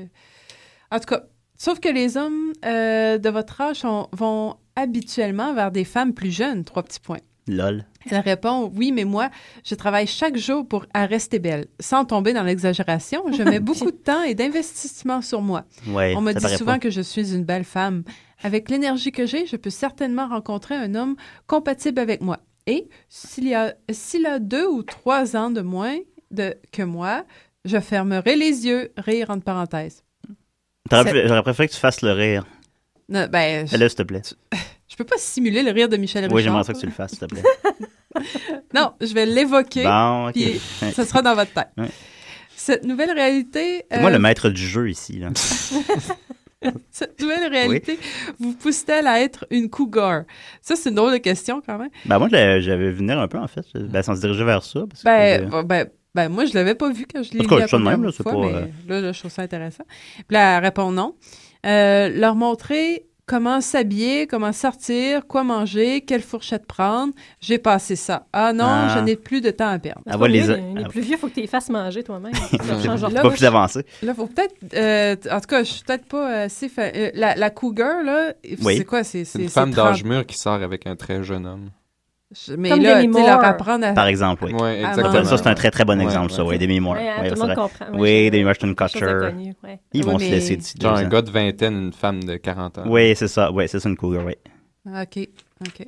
[SPEAKER 5] En tout cas, sauf que les hommes euh, de votre âge sont- vont habituellement vers des femmes plus jeunes, trois petits points.
[SPEAKER 1] Lol.
[SPEAKER 5] Elle répond Oui, mais moi, je travaille chaque jour pour à rester belle. Sans tomber dans l'exagération, je
[SPEAKER 4] [laughs]
[SPEAKER 5] mets beaucoup de temps et d'investissement sur moi.
[SPEAKER 1] Ouais,
[SPEAKER 5] On me
[SPEAKER 1] Eh, ça
[SPEAKER 5] dit
[SPEAKER 1] paraît
[SPEAKER 5] souvent
[SPEAKER 1] pas.
[SPEAKER 5] que je suis une belle femme. Avec l'énergie que j'ai, je peux certainement rencontrer un homme compatible avec moi. Et s'il y a, s'il a deux ou trois ans de moins de, que moi, je fermerai les yeux, rire entre parenthèses.
[SPEAKER 1] T'aurais pu- J'aurais préféré que tu fasses le rire.
[SPEAKER 5] Non, ben, je,
[SPEAKER 1] Fais-le, s'il te plaît.
[SPEAKER 5] je peux pas simuler le rire de Michel Richard.
[SPEAKER 1] Oui, j'aimerais ça que tu le fasses, s'il te plaît.
[SPEAKER 5] Non, je vais l'évoquer.
[SPEAKER 1] Bon, ok.
[SPEAKER 5] Puis, ça sera dans votre tête.
[SPEAKER 1] Ouais.
[SPEAKER 5] Cette nouvelle réalité.
[SPEAKER 1] C'est moi
[SPEAKER 5] euh,
[SPEAKER 1] le maître du jeu ici. Là.
[SPEAKER 5] Cette nouvelle réalité vous pousse-t-elle à être une cougar? Ça, c'est une drôle de question quand même.
[SPEAKER 1] Ben, moi, je- j'avais venir un peu, en fait. Ben, sans se diriger vers ça. parce que,
[SPEAKER 5] Ben,
[SPEAKER 1] euh,
[SPEAKER 5] bon, ben, ben, moi, je l'avais pas vu quand je l'ai
[SPEAKER 1] En tout cas,
[SPEAKER 5] lu la
[SPEAKER 1] je suis de même,
[SPEAKER 5] première
[SPEAKER 1] là, c'est
[SPEAKER 5] fois,
[SPEAKER 1] pas, euh,
[SPEAKER 5] mais là, là, je trouve ça intéressant. Puis là, elle répond non. Euh, leur montrer comment s'habiller, comment sortir, quoi manger, quelle fourchette prendre. J'ai passé ça. Ah non,
[SPEAKER 1] Ah.
[SPEAKER 5] je n'ai plus de temps à perdre.
[SPEAKER 1] Ah, voilà, les-
[SPEAKER 4] les, les
[SPEAKER 1] ah.
[SPEAKER 4] plus vieux, il faut que tu les fasses manger
[SPEAKER 1] [laughs]
[SPEAKER 4] toi-même. Ça change leur-
[SPEAKER 5] là,
[SPEAKER 1] pas
[SPEAKER 5] moi,
[SPEAKER 1] plus avancé.
[SPEAKER 5] Là, faut peut-être... euh, t- en tout cas, je suis peut-être pas assez... fa- euh, la, la cougar, là,
[SPEAKER 1] Oui.
[SPEAKER 5] c'est quoi? C'est
[SPEAKER 3] C'est une
[SPEAKER 5] c'est-
[SPEAKER 3] femme
[SPEAKER 5] c'est 30
[SPEAKER 3] d'âge mûr qui sort avec un très jeune homme.
[SPEAKER 5] Je- Mais
[SPEAKER 4] Comme
[SPEAKER 5] là,
[SPEAKER 4] Demi
[SPEAKER 5] tu sais, leur
[SPEAKER 4] Moore.
[SPEAKER 5] apprendre à...
[SPEAKER 1] Par exemple, oui.
[SPEAKER 3] Ouais,
[SPEAKER 5] Ah,
[SPEAKER 3] exactement.
[SPEAKER 1] Ça, ça, c'est un très très bon
[SPEAKER 3] Ouais,
[SPEAKER 1] exemple,
[SPEAKER 3] ouais.
[SPEAKER 1] ça, oui. Demi Moore.
[SPEAKER 4] Ouais, hein,
[SPEAKER 1] Ouais,
[SPEAKER 4] tout
[SPEAKER 1] c'est
[SPEAKER 4] le
[SPEAKER 1] vrai.
[SPEAKER 4] monde comprend. Moi,
[SPEAKER 1] Oui,
[SPEAKER 4] je-
[SPEAKER 1] Demi Moore, c'est une
[SPEAKER 4] quelque chose
[SPEAKER 1] Kutcher.
[SPEAKER 4] d'inconnu, ouais.
[SPEAKER 1] Ils vont
[SPEAKER 5] Oui,
[SPEAKER 1] se
[SPEAKER 5] mais-
[SPEAKER 1] laisser d'ici
[SPEAKER 3] Genre
[SPEAKER 1] deux
[SPEAKER 3] un
[SPEAKER 1] ans.
[SPEAKER 3] gars hein. de vingtaine, une femme de 40 ans.
[SPEAKER 1] Oui, c'est ça. Oui, c'est ça, une cougar, oui.
[SPEAKER 5] Ah, OK, OK,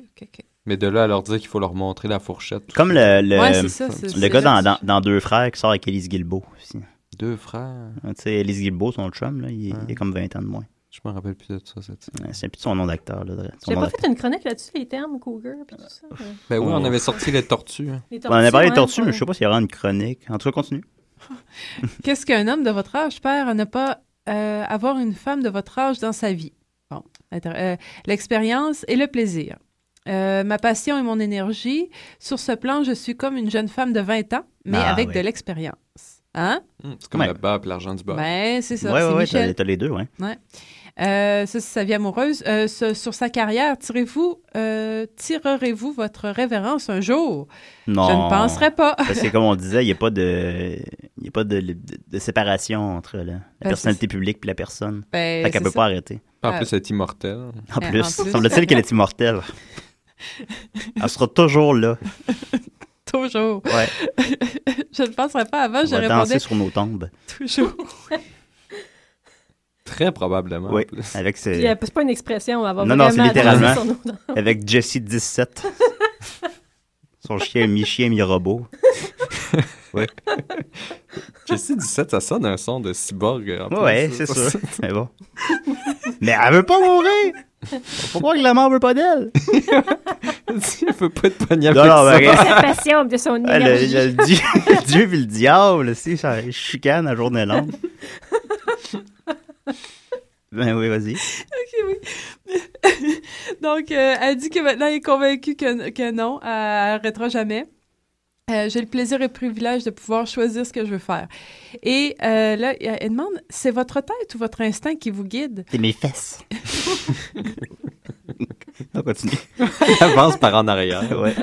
[SPEAKER 5] OK, OK.
[SPEAKER 3] Mais de là à leur dire qu'il faut leur montrer la fourchette.
[SPEAKER 1] Comme le, le,
[SPEAKER 5] ouais, c'est ça. c'est-
[SPEAKER 1] Euh, le
[SPEAKER 5] c'est
[SPEAKER 1] gars dans,
[SPEAKER 5] là-
[SPEAKER 1] dans, dans Deux Frères qui sort avec Elise Guilbeault aussi.
[SPEAKER 3] Deux frères.
[SPEAKER 1] Hein, Tu sais, Elise Guilbeault, son chum, là, il, est- il est
[SPEAKER 3] Ouais.
[SPEAKER 1] comme 20 ans de moins.
[SPEAKER 3] Je me rappelle plus de ça cette semaine.
[SPEAKER 1] Ouais, C'est plus son nom d'acteur. là, de- son
[SPEAKER 4] J'ai
[SPEAKER 1] nom
[SPEAKER 4] pas
[SPEAKER 1] d'acteur.
[SPEAKER 4] fait une chronique là-dessus, les termes, cougar, puis tout ça. euh,
[SPEAKER 3] Ben oui,
[SPEAKER 1] Oh.
[SPEAKER 3] on avait sorti les tortues. hein.
[SPEAKER 4] les
[SPEAKER 1] On en a parlé des
[SPEAKER 4] ouais,
[SPEAKER 1] tortues,
[SPEAKER 4] ouais.
[SPEAKER 1] mais je sais pas s'il y aura une chronique. En tout cas, continue.
[SPEAKER 5] Qu'est-ce qu'un homme de votre âge perd à ne pas euh, avoir une femme de votre âge dans sa vie? Bon, intér- euh, l'expérience et le plaisir. Euh, ma passion et mon énergie. Sur ce plan, je suis comme une jeune femme de 20 ans, mais
[SPEAKER 1] Ah,
[SPEAKER 5] avec
[SPEAKER 1] oui.
[SPEAKER 5] de l'expérience. Hein?
[SPEAKER 3] Hum, c'est comme
[SPEAKER 1] Ouais.
[SPEAKER 3] le bap, l'argent du bas.
[SPEAKER 5] Ben, c'est
[SPEAKER 1] Oui,
[SPEAKER 5] ça. c'est
[SPEAKER 1] oui, oui,
[SPEAKER 5] Michel.
[SPEAKER 1] t'as t'as les deux, oui.
[SPEAKER 5] Euh, ça, c'est sa vie amoureuse. Euh, ce- sur sa carrière, tirez-vous, euh, tirerez-vous votre révérence un jour?
[SPEAKER 1] Non.
[SPEAKER 5] Je ne penserais pas. [laughs]
[SPEAKER 1] Parce que comme on disait, il n'y a pas de, il y a pas de, de- de séparation entre la, la
[SPEAKER 5] c'est
[SPEAKER 1] personnalité publique et la personne.
[SPEAKER 5] Ben,
[SPEAKER 1] Fait qu'elle
[SPEAKER 5] c'est
[SPEAKER 1] peut
[SPEAKER 5] ça.
[SPEAKER 1] pas arrêter.
[SPEAKER 3] En plus, elle est immortelle.
[SPEAKER 1] En
[SPEAKER 5] Euh, en
[SPEAKER 1] plus,
[SPEAKER 5] plus.
[SPEAKER 1] semble-t-il qu'elle est immortelle.
[SPEAKER 5] [laughs]
[SPEAKER 1] Elle sera toujours là.
[SPEAKER 5] Toujours.
[SPEAKER 1] Ouais.
[SPEAKER 5] [laughs] Je ne penserais pas avant,
[SPEAKER 1] On
[SPEAKER 5] je
[SPEAKER 1] va danser
[SPEAKER 5] répondais
[SPEAKER 1] sur nos tombes.
[SPEAKER 5] toujours.
[SPEAKER 3] Très probablement. en
[SPEAKER 1] Oui.
[SPEAKER 3] plus.
[SPEAKER 1] Avec, ce-
[SPEAKER 4] Puis, euh, c'est pas une expression, on va avoir
[SPEAKER 1] Non, non, c'est
[SPEAKER 4] vraiment
[SPEAKER 1] littéralement.
[SPEAKER 4] dansé sur nos dents.
[SPEAKER 1] avec
[SPEAKER 5] [laughs]
[SPEAKER 1] Jesse 17. Son chien, mi-chien, mi-robot.
[SPEAKER 3] Jessie 17, ça sonne un son de cyborg. en plus.
[SPEAKER 1] Ouais, c'est sûr. Mais bon. Mais elle veut pas mourir! Pourquoi que la mort veut pas d'elle?
[SPEAKER 3] [laughs] Tu veux pas être pogné avec
[SPEAKER 1] Non, non,
[SPEAKER 3] ça.
[SPEAKER 1] mais
[SPEAKER 4] De sa passion,
[SPEAKER 1] [laughs]
[SPEAKER 4] de son
[SPEAKER 1] Ah, le,
[SPEAKER 4] énergie.
[SPEAKER 1] le dieu, le dieu puis le diable, aussi, ça chicane à journée longue. Ben oui, vas-y.
[SPEAKER 5] Ok, oui. [laughs] Donc, euh, elle dit que maintenant, elle est convaincue que, que non, elle n'arrêtera jamais. Euh, J'ai le plaisir et le privilège de pouvoir choisir ce que je veux faire. Et euh, là, elle elle demande, c'est votre tête ou votre instinct qui vous guide?
[SPEAKER 1] C'est mes [laughs] fesses. On continue.
[SPEAKER 3] Avance par en arrière.
[SPEAKER 1] [laughs] Ouais.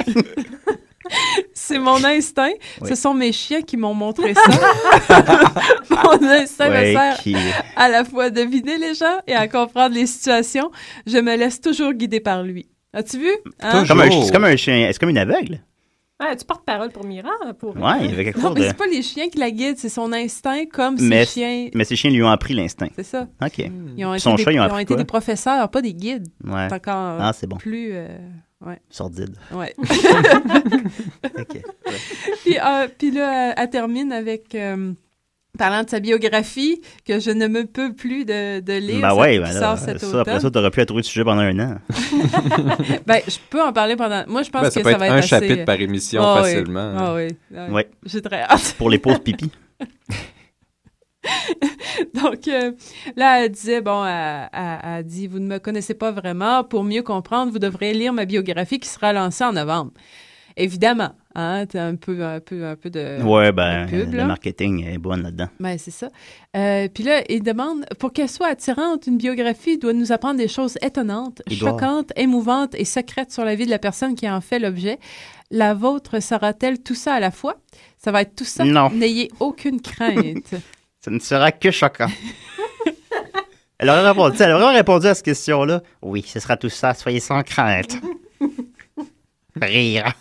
[SPEAKER 5] C'est mon instinct.
[SPEAKER 1] Oui.
[SPEAKER 5] Ce sont mes chiens qui m'ont montré ça. [laughs] mon instinct me
[SPEAKER 1] Ouais,
[SPEAKER 5] sert
[SPEAKER 1] qui-
[SPEAKER 5] à la fois à deviner les gens et à comprendre les situations. Je me laisse toujours guider par lui. As-tu vu? Hein?
[SPEAKER 1] Comme un,
[SPEAKER 3] Toujours.
[SPEAKER 1] c'est comme un chien. C'est comme une aveugle.
[SPEAKER 4] Ouais, tu portes parole pour Mira. Pour...
[SPEAKER 1] Ouais, il y avait quelque
[SPEAKER 5] Non,
[SPEAKER 1] chose
[SPEAKER 5] mais
[SPEAKER 1] de.
[SPEAKER 5] c'est pas les chiens qui la guident, c'est son instinct comme
[SPEAKER 1] Mais-
[SPEAKER 5] ses chiens.
[SPEAKER 1] Mais ces chiens lui ont appris l'instinct.
[SPEAKER 5] C'est ça.
[SPEAKER 1] OK.
[SPEAKER 5] Ils ont été,
[SPEAKER 1] Puis son
[SPEAKER 5] des,
[SPEAKER 1] chat, ils ont
[SPEAKER 5] ont
[SPEAKER 1] appris
[SPEAKER 5] été
[SPEAKER 1] quoi?
[SPEAKER 5] des professeurs, pas des guides.
[SPEAKER 1] Ouais.
[SPEAKER 5] C'est encore
[SPEAKER 1] Ah, c'est bon.
[SPEAKER 5] plus. euh,
[SPEAKER 1] Sordide.
[SPEAKER 5] ouais. [laughs]
[SPEAKER 1] OK.
[SPEAKER 5] puis, euh, puis là, elle- elle termine avec. euh, Parlant de sa biographie, que je ne me peux plus de, de lire,
[SPEAKER 1] Ben
[SPEAKER 5] ça,
[SPEAKER 1] ouais,
[SPEAKER 5] qui
[SPEAKER 1] ben là,
[SPEAKER 5] sort cet
[SPEAKER 1] ça, après ça,
[SPEAKER 5] automne.
[SPEAKER 1] t'aurais pu trouver le sujet pendant un an.
[SPEAKER 5] Ben, je peux en parler pendant... Moi, je pense
[SPEAKER 3] Ben,
[SPEAKER 5] que
[SPEAKER 3] ça peut
[SPEAKER 5] ça
[SPEAKER 3] être
[SPEAKER 5] va être
[SPEAKER 3] un
[SPEAKER 5] assez...
[SPEAKER 3] chapitre par émission
[SPEAKER 5] Ah oui.
[SPEAKER 3] facilement. hein.
[SPEAKER 5] Ah oui, ah oui.
[SPEAKER 1] Ouais.
[SPEAKER 5] J'ai très hâte. [laughs]
[SPEAKER 1] Pour les pauses pipi.
[SPEAKER 5] Donc, euh, là, elle disait, bon, elle, elle- elle dit, vous ne me connaissez pas vraiment. Pour mieux comprendre, vous devrez lire ma biographie qui sera lancée en novembre. Évidemment, hein, t'as un peu, un peu, un peu de.
[SPEAKER 1] ouais, ben,
[SPEAKER 5] la pub,
[SPEAKER 1] le
[SPEAKER 5] Euh, là.
[SPEAKER 1] marketing est bon là-dedans.
[SPEAKER 5] Ouais, Ben, c'est ça. Euh, Puis là, il demande, pour qu'elle soit attirante, une biographie doit nous apprendre des choses étonnantes,
[SPEAKER 1] Édouard.
[SPEAKER 5] choquantes, émouvantes et secrètes sur la vie de la personne qui en fait l'objet. La vôtre sera-t-elle tout ça à la fois? Ça va être tout ça.
[SPEAKER 1] Non.
[SPEAKER 5] N'ayez aucune
[SPEAKER 1] [laughs]
[SPEAKER 5] crainte. Eh,
[SPEAKER 1] Ça ne sera
[SPEAKER 5] [laughs]
[SPEAKER 1] que choquant. elle, aurait répondu, elle aurait répondu à cette question-là. Oui, ce sera tout ça, soyez
[SPEAKER 5] [laughs]
[SPEAKER 1] sans crainte. Rire.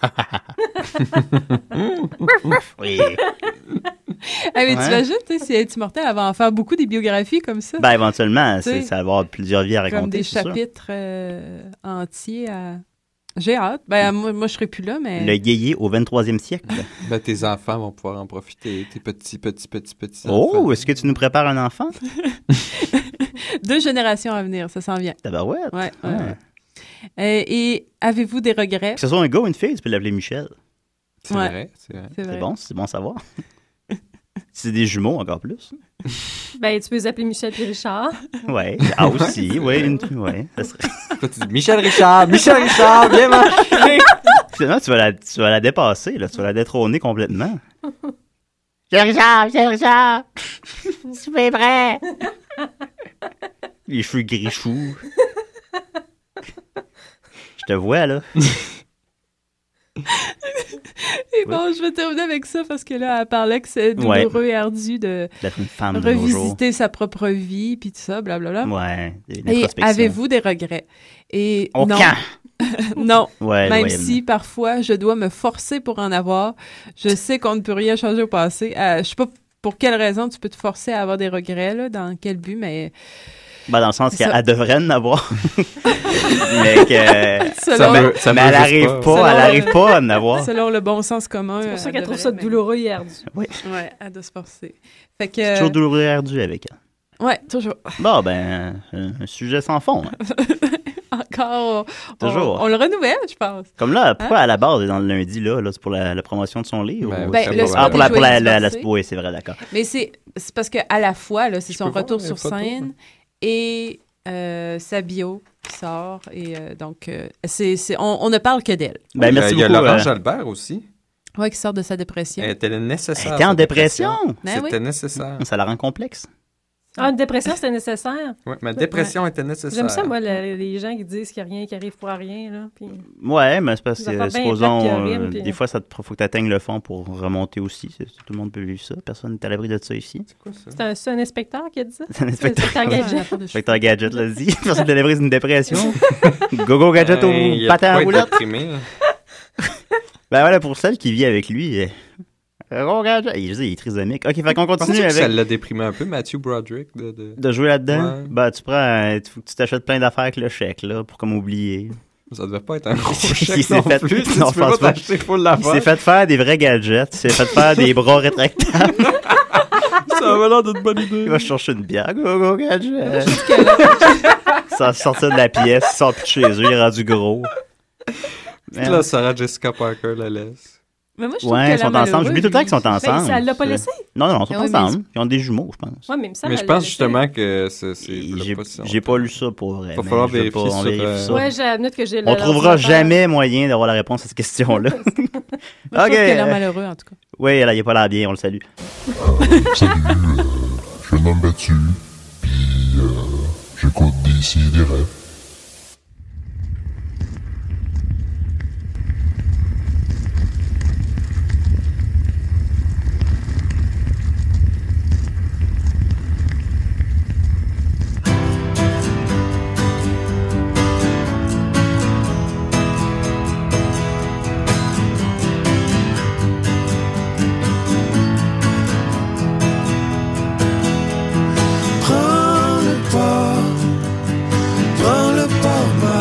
[SPEAKER 1] oui.
[SPEAKER 5] ah, mais
[SPEAKER 1] Ouais.
[SPEAKER 5] t'imagines, tu sais, si elle est immortelle, elle va en faire beaucoup des biographies comme ça.
[SPEAKER 1] Ben, éventuellement,
[SPEAKER 5] Tu sais,
[SPEAKER 1] c'est, ça va avoir plusieurs vies à raconter.
[SPEAKER 5] comme des
[SPEAKER 1] c'est sûr.
[SPEAKER 5] chapitres euh, entiers à... J'ai hâte. Ben, moi, moi, je serai plus là, mais...
[SPEAKER 1] Le yéyé au 23e siècle.
[SPEAKER 3] Ben, tes enfants vont pouvoir en profiter, tes petits, petits, petits, petits.
[SPEAKER 1] [laughs] oh,
[SPEAKER 3] enfants.
[SPEAKER 1] est-ce que tu nous prépares un enfant?
[SPEAKER 5] Deux générations à venir, ça s'en vient.
[SPEAKER 1] Tabarouette.
[SPEAKER 5] Ouais, ouais,
[SPEAKER 1] Ah.
[SPEAKER 5] ouais. Euh, et avez-vous des regrets?
[SPEAKER 1] Que ce soit un gars ou une fille, tu peux l'appeler Michel.
[SPEAKER 3] C'est
[SPEAKER 5] Ouais.
[SPEAKER 3] vrai, c'est vrai.
[SPEAKER 5] C'est
[SPEAKER 1] C'est
[SPEAKER 5] vrai.
[SPEAKER 1] bon, c'est bon à savoir.
[SPEAKER 5] [laughs]
[SPEAKER 1] c'est des jumeaux encore plus.
[SPEAKER 4] Ben, tu peux les appeler Michel puis Richard.
[SPEAKER 1] Ouais. Ah aussi, ouais, une- ouais. Ça serait-
[SPEAKER 3] Toi, tu dis Michel Richard, Michel Richard, viens manger!
[SPEAKER 1] Finalement, tu vas la, tu vas la dépasser, là. Tu vas la détrôner complètement. Michel Richard, Michel Richard! C'est vrai! Les cheveux gris choux. [laughs] Je te vois, là.
[SPEAKER 5] Et bon, je vais terminer avec ça parce que là, elle parlait que c'est
[SPEAKER 1] Ouais.
[SPEAKER 5] douloureux et ardu de
[SPEAKER 1] D'être une femme de nos jours.
[SPEAKER 5] revisiter sa propre vie, puis tout ça, blablabla.
[SPEAKER 1] Ouais. une
[SPEAKER 5] Et
[SPEAKER 1] introspection.
[SPEAKER 5] avez-vous des regrets? Et
[SPEAKER 1] Aucun!
[SPEAKER 5] non, non, [laughs]
[SPEAKER 1] Ouais,
[SPEAKER 5] même
[SPEAKER 1] ouais,
[SPEAKER 5] si parfois je dois me forcer pour en avoir, je sais qu'on ne peut rien changer au passé. Euh, je sais pas pour quelle raison tu peux te forcer à avoir des regrets, là, dans quel but, mais
[SPEAKER 1] Ben, dans le sens qu'elle
[SPEAKER 5] Ça-
[SPEAKER 1] elle devrait
[SPEAKER 5] [laughs]
[SPEAKER 1] en avoir. mais que.
[SPEAKER 5] selon,
[SPEAKER 3] me- ça
[SPEAKER 1] mais
[SPEAKER 3] me
[SPEAKER 1] elle
[SPEAKER 3] juste
[SPEAKER 1] arrive
[SPEAKER 3] pas.
[SPEAKER 1] pas,
[SPEAKER 5] Ça
[SPEAKER 1] elle
[SPEAKER 5] va.
[SPEAKER 1] arrive pas à en avoir.
[SPEAKER 5] selon le bon sens commun.
[SPEAKER 4] C'est pour ça
[SPEAKER 5] euh,
[SPEAKER 4] qu'elle trouve
[SPEAKER 5] devrait,
[SPEAKER 4] ça
[SPEAKER 5] mais-
[SPEAKER 4] douloureux et ardu.
[SPEAKER 5] Ouais, elle doit se forcer. Fait que,
[SPEAKER 1] Toujours douloureux et ardu avec elle.
[SPEAKER 5] ouais, toujours. [laughs]
[SPEAKER 1] Bon, ben, euh, un sujet sans fond. hein.
[SPEAKER 5] Encore. on-
[SPEAKER 1] Toujours.
[SPEAKER 5] On, le renouvelle, je pense.
[SPEAKER 1] Comme là,
[SPEAKER 4] Hein?
[SPEAKER 1] pourquoi à la base, elle est dans le lundi, là, là c'est pour la, la promotion de son livre?
[SPEAKER 3] Ben,
[SPEAKER 1] ou-
[SPEAKER 3] Ben, le
[SPEAKER 1] ah, pour la, pour la, la, la-
[SPEAKER 5] sport.
[SPEAKER 1] oui, c'est vrai, d'accord.
[SPEAKER 5] Mais c'est c'est parce que à la fois, là, c'est
[SPEAKER 3] Je
[SPEAKER 5] son
[SPEAKER 3] peux voir
[SPEAKER 5] retour
[SPEAKER 3] les
[SPEAKER 5] sur
[SPEAKER 3] photos,
[SPEAKER 5] scène et euh, sa bio qui sort. Et euh, donc, euh, c'est c'est- on, on ne parle que d'elle.
[SPEAKER 1] Ben, merci
[SPEAKER 3] Il y a
[SPEAKER 1] beaucoup.
[SPEAKER 3] Laurent
[SPEAKER 1] euh,
[SPEAKER 3] Jalbert aussi.
[SPEAKER 5] Ouais, qui sort de sa dépression.
[SPEAKER 3] Elle était nécessaire.
[SPEAKER 1] elle était en
[SPEAKER 3] sa
[SPEAKER 1] dépression.
[SPEAKER 5] Ben oui.
[SPEAKER 1] [laughs]
[SPEAKER 3] C'était nécessaire.
[SPEAKER 1] Ça la rend complexe.
[SPEAKER 4] Ah, une dépression, c'était nécessaire.
[SPEAKER 3] Ouais, ma dépression était nécessaire.
[SPEAKER 4] J'aime ça, moi, le- les gens qui disent qu'il n'y a rien qui arrive pour rien. Là, puis...
[SPEAKER 1] Ouais, mais c'est parce que,
[SPEAKER 4] Des affaires bien
[SPEAKER 1] supposons,
[SPEAKER 4] plates puis horribles,
[SPEAKER 1] euh,
[SPEAKER 4] puis-
[SPEAKER 1] des fois, ça te, faut que tu atteignes le fond pour remonter aussi. C'est- Tout le monde peut vivre ça. Personne n'est à l'abri de ça ici. [laughs]
[SPEAKER 3] C'est quoi ça?
[SPEAKER 4] C'est un, c'est un inspecteur qui a dit ça?
[SPEAKER 1] C'est un inspecteur.
[SPEAKER 5] Ouais,
[SPEAKER 4] Gadget.
[SPEAKER 5] la part de cheveux.
[SPEAKER 1] Inspecteur Gadget l'a dit. [laughs] Personne n'est à l'abri d'une
[SPEAKER 3] [laughs]
[SPEAKER 1] dépression. Gogo Gadget
[SPEAKER 3] Hey, Euh, il y
[SPEAKER 1] au
[SPEAKER 3] a de
[SPEAKER 1] patin
[SPEAKER 3] quoi
[SPEAKER 1] à
[SPEAKER 3] être [laughs]
[SPEAKER 1] roulettes.
[SPEAKER 3] déprimé, là.
[SPEAKER 1] Ben voilà, pour celle qui vit avec lui. euh, Gogo Gadget. Il, je dis, il est trisomique. Ok, fait qu'on continue
[SPEAKER 3] Pensez-vous que
[SPEAKER 1] avec.
[SPEAKER 3] ça l'a déprimé un peu, Matthew Broderick. De, de-
[SPEAKER 1] De jouer là-dedans?
[SPEAKER 3] Ouais.
[SPEAKER 1] Ben, tu prends. un- tu- faut que tu t'achètes plein d'affaires avec le chèque, là, pour comme oublier.
[SPEAKER 3] Ça devait pas être un gros
[SPEAKER 1] [laughs] Il
[SPEAKER 3] chèque
[SPEAKER 1] s'est
[SPEAKER 3] non
[SPEAKER 1] fait-
[SPEAKER 3] plus. tu
[SPEAKER 1] non,
[SPEAKER 3] peux
[SPEAKER 1] je pense
[SPEAKER 3] pas
[SPEAKER 1] pas.
[SPEAKER 3] t'acheter full
[SPEAKER 1] Il
[SPEAKER 3] l'affaire.
[SPEAKER 1] s'est fait faire des vrais gadgets. Il s'est fait faire des bras rétractables.
[SPEAKER 3] Ça avait l'air d'une bonne idée.
[SPEAKER 1] Il va chercher une bière. Go, go, gadget! [laughs] Sans sortir de la pièce, il sort plus de chez eux, il est rendu gros.
[SPEAKER 3] Puis Là, Sarah Jessica Parker la laisse.
[SPEAKER 5] Mais Ben, moi, je trouve
[SPEAKER 1] Ouais,
[SPEAKER 5] qu'elle
[SPEAKER 1] ils sont
[SPEAKER 5] a
[SPEAKER 1] ensemble. J'oublie tout le temps qu'ils sont ensemble.
[SPEAKER 4] ça l'a pas
[SPEAKER 1] C'est-
[SPEAKER 4] laissé?
[SPEAKER 1] Non, non, non, ils sont
[SPEAKER 5] Ah oui, mais
[SPEAKER 1] ensemble. Ils ont des jumeaux, je pense.
[SPEAKER 4] Ouais, mais il me semble
[SPEAKER 3] Mais je
[SPEAKER 4] elle l'a
[SPEAKER 3] pense
[SPEAKER 4] laissé.
[SPEAKER 3] justement que c'est. c'est- là,
[SPEAKER 1] J'ai
[SPEAKER 3] pas si
[SPEAKER 1] j'ai
[SPEAKER 3] on-
[SPEAKER 1] pas lu ça pour vrai.
[SPEAKER 3] Va
[SPEAKER 1] mais
[SPEAKER 3] falloir
[SPEAKER 1] je veux pas-
[SPEAKER 3] vérifier
[SPEAKER 1] on
[SPEAKER 3] sur,
[SPEAKER 1] vérifie
[SPEAKER 3] euh,
[SPEAKER 1] ça.
[SPEAKER 4] Ouais, j'ai la minute que j'ai
[SPEAKER 1] On trouvera
[SPEAKER 4] l'ordinateur.
[SPEAKER 1] jamais moyen d'avoir la réponse à cette question-là.
[SPEAKER 5] Moi, je trouve qu'elle a l'air
[SPEAKER 1] ok.
[SPEAKER 5] malheureux, en tout cas.
[SPEAKER 1] Oui, là, il est pas là bien, on le salue.
[SPEAKER 8] Salut, euh, je suis un homme battu, puis euh, j'écoute d'ici des rêves.
[SPEAKER 6] Prends le pas, prends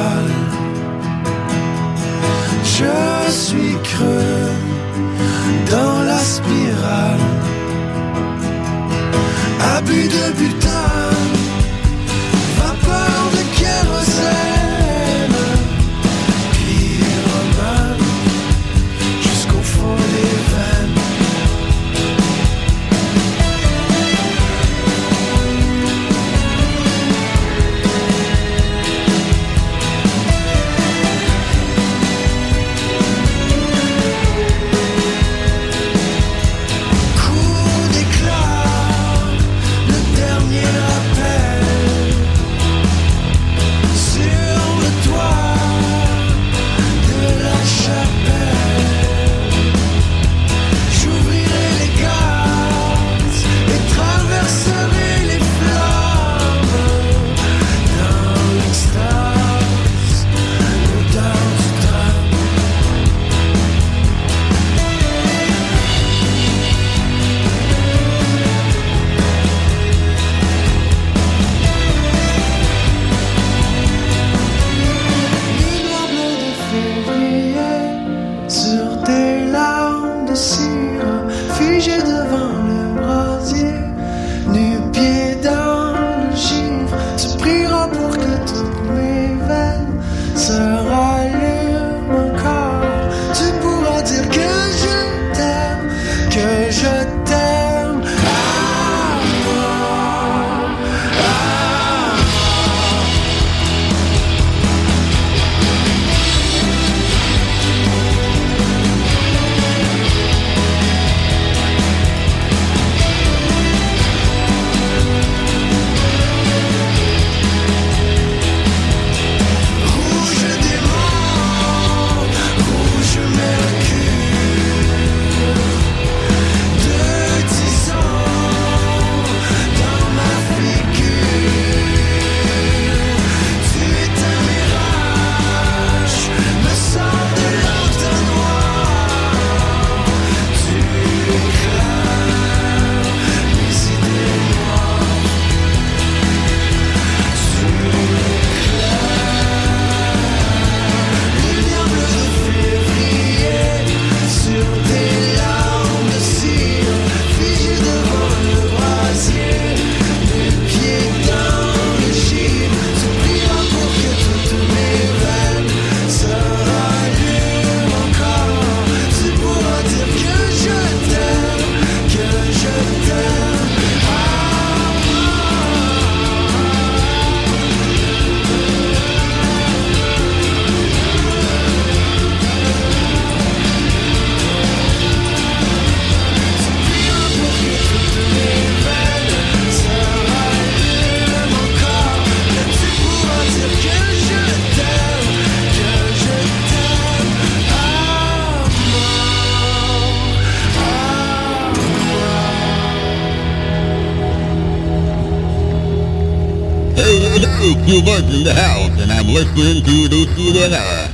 [SPEAKER 6] Gilbert in the house, and I'm listening to the Sudera.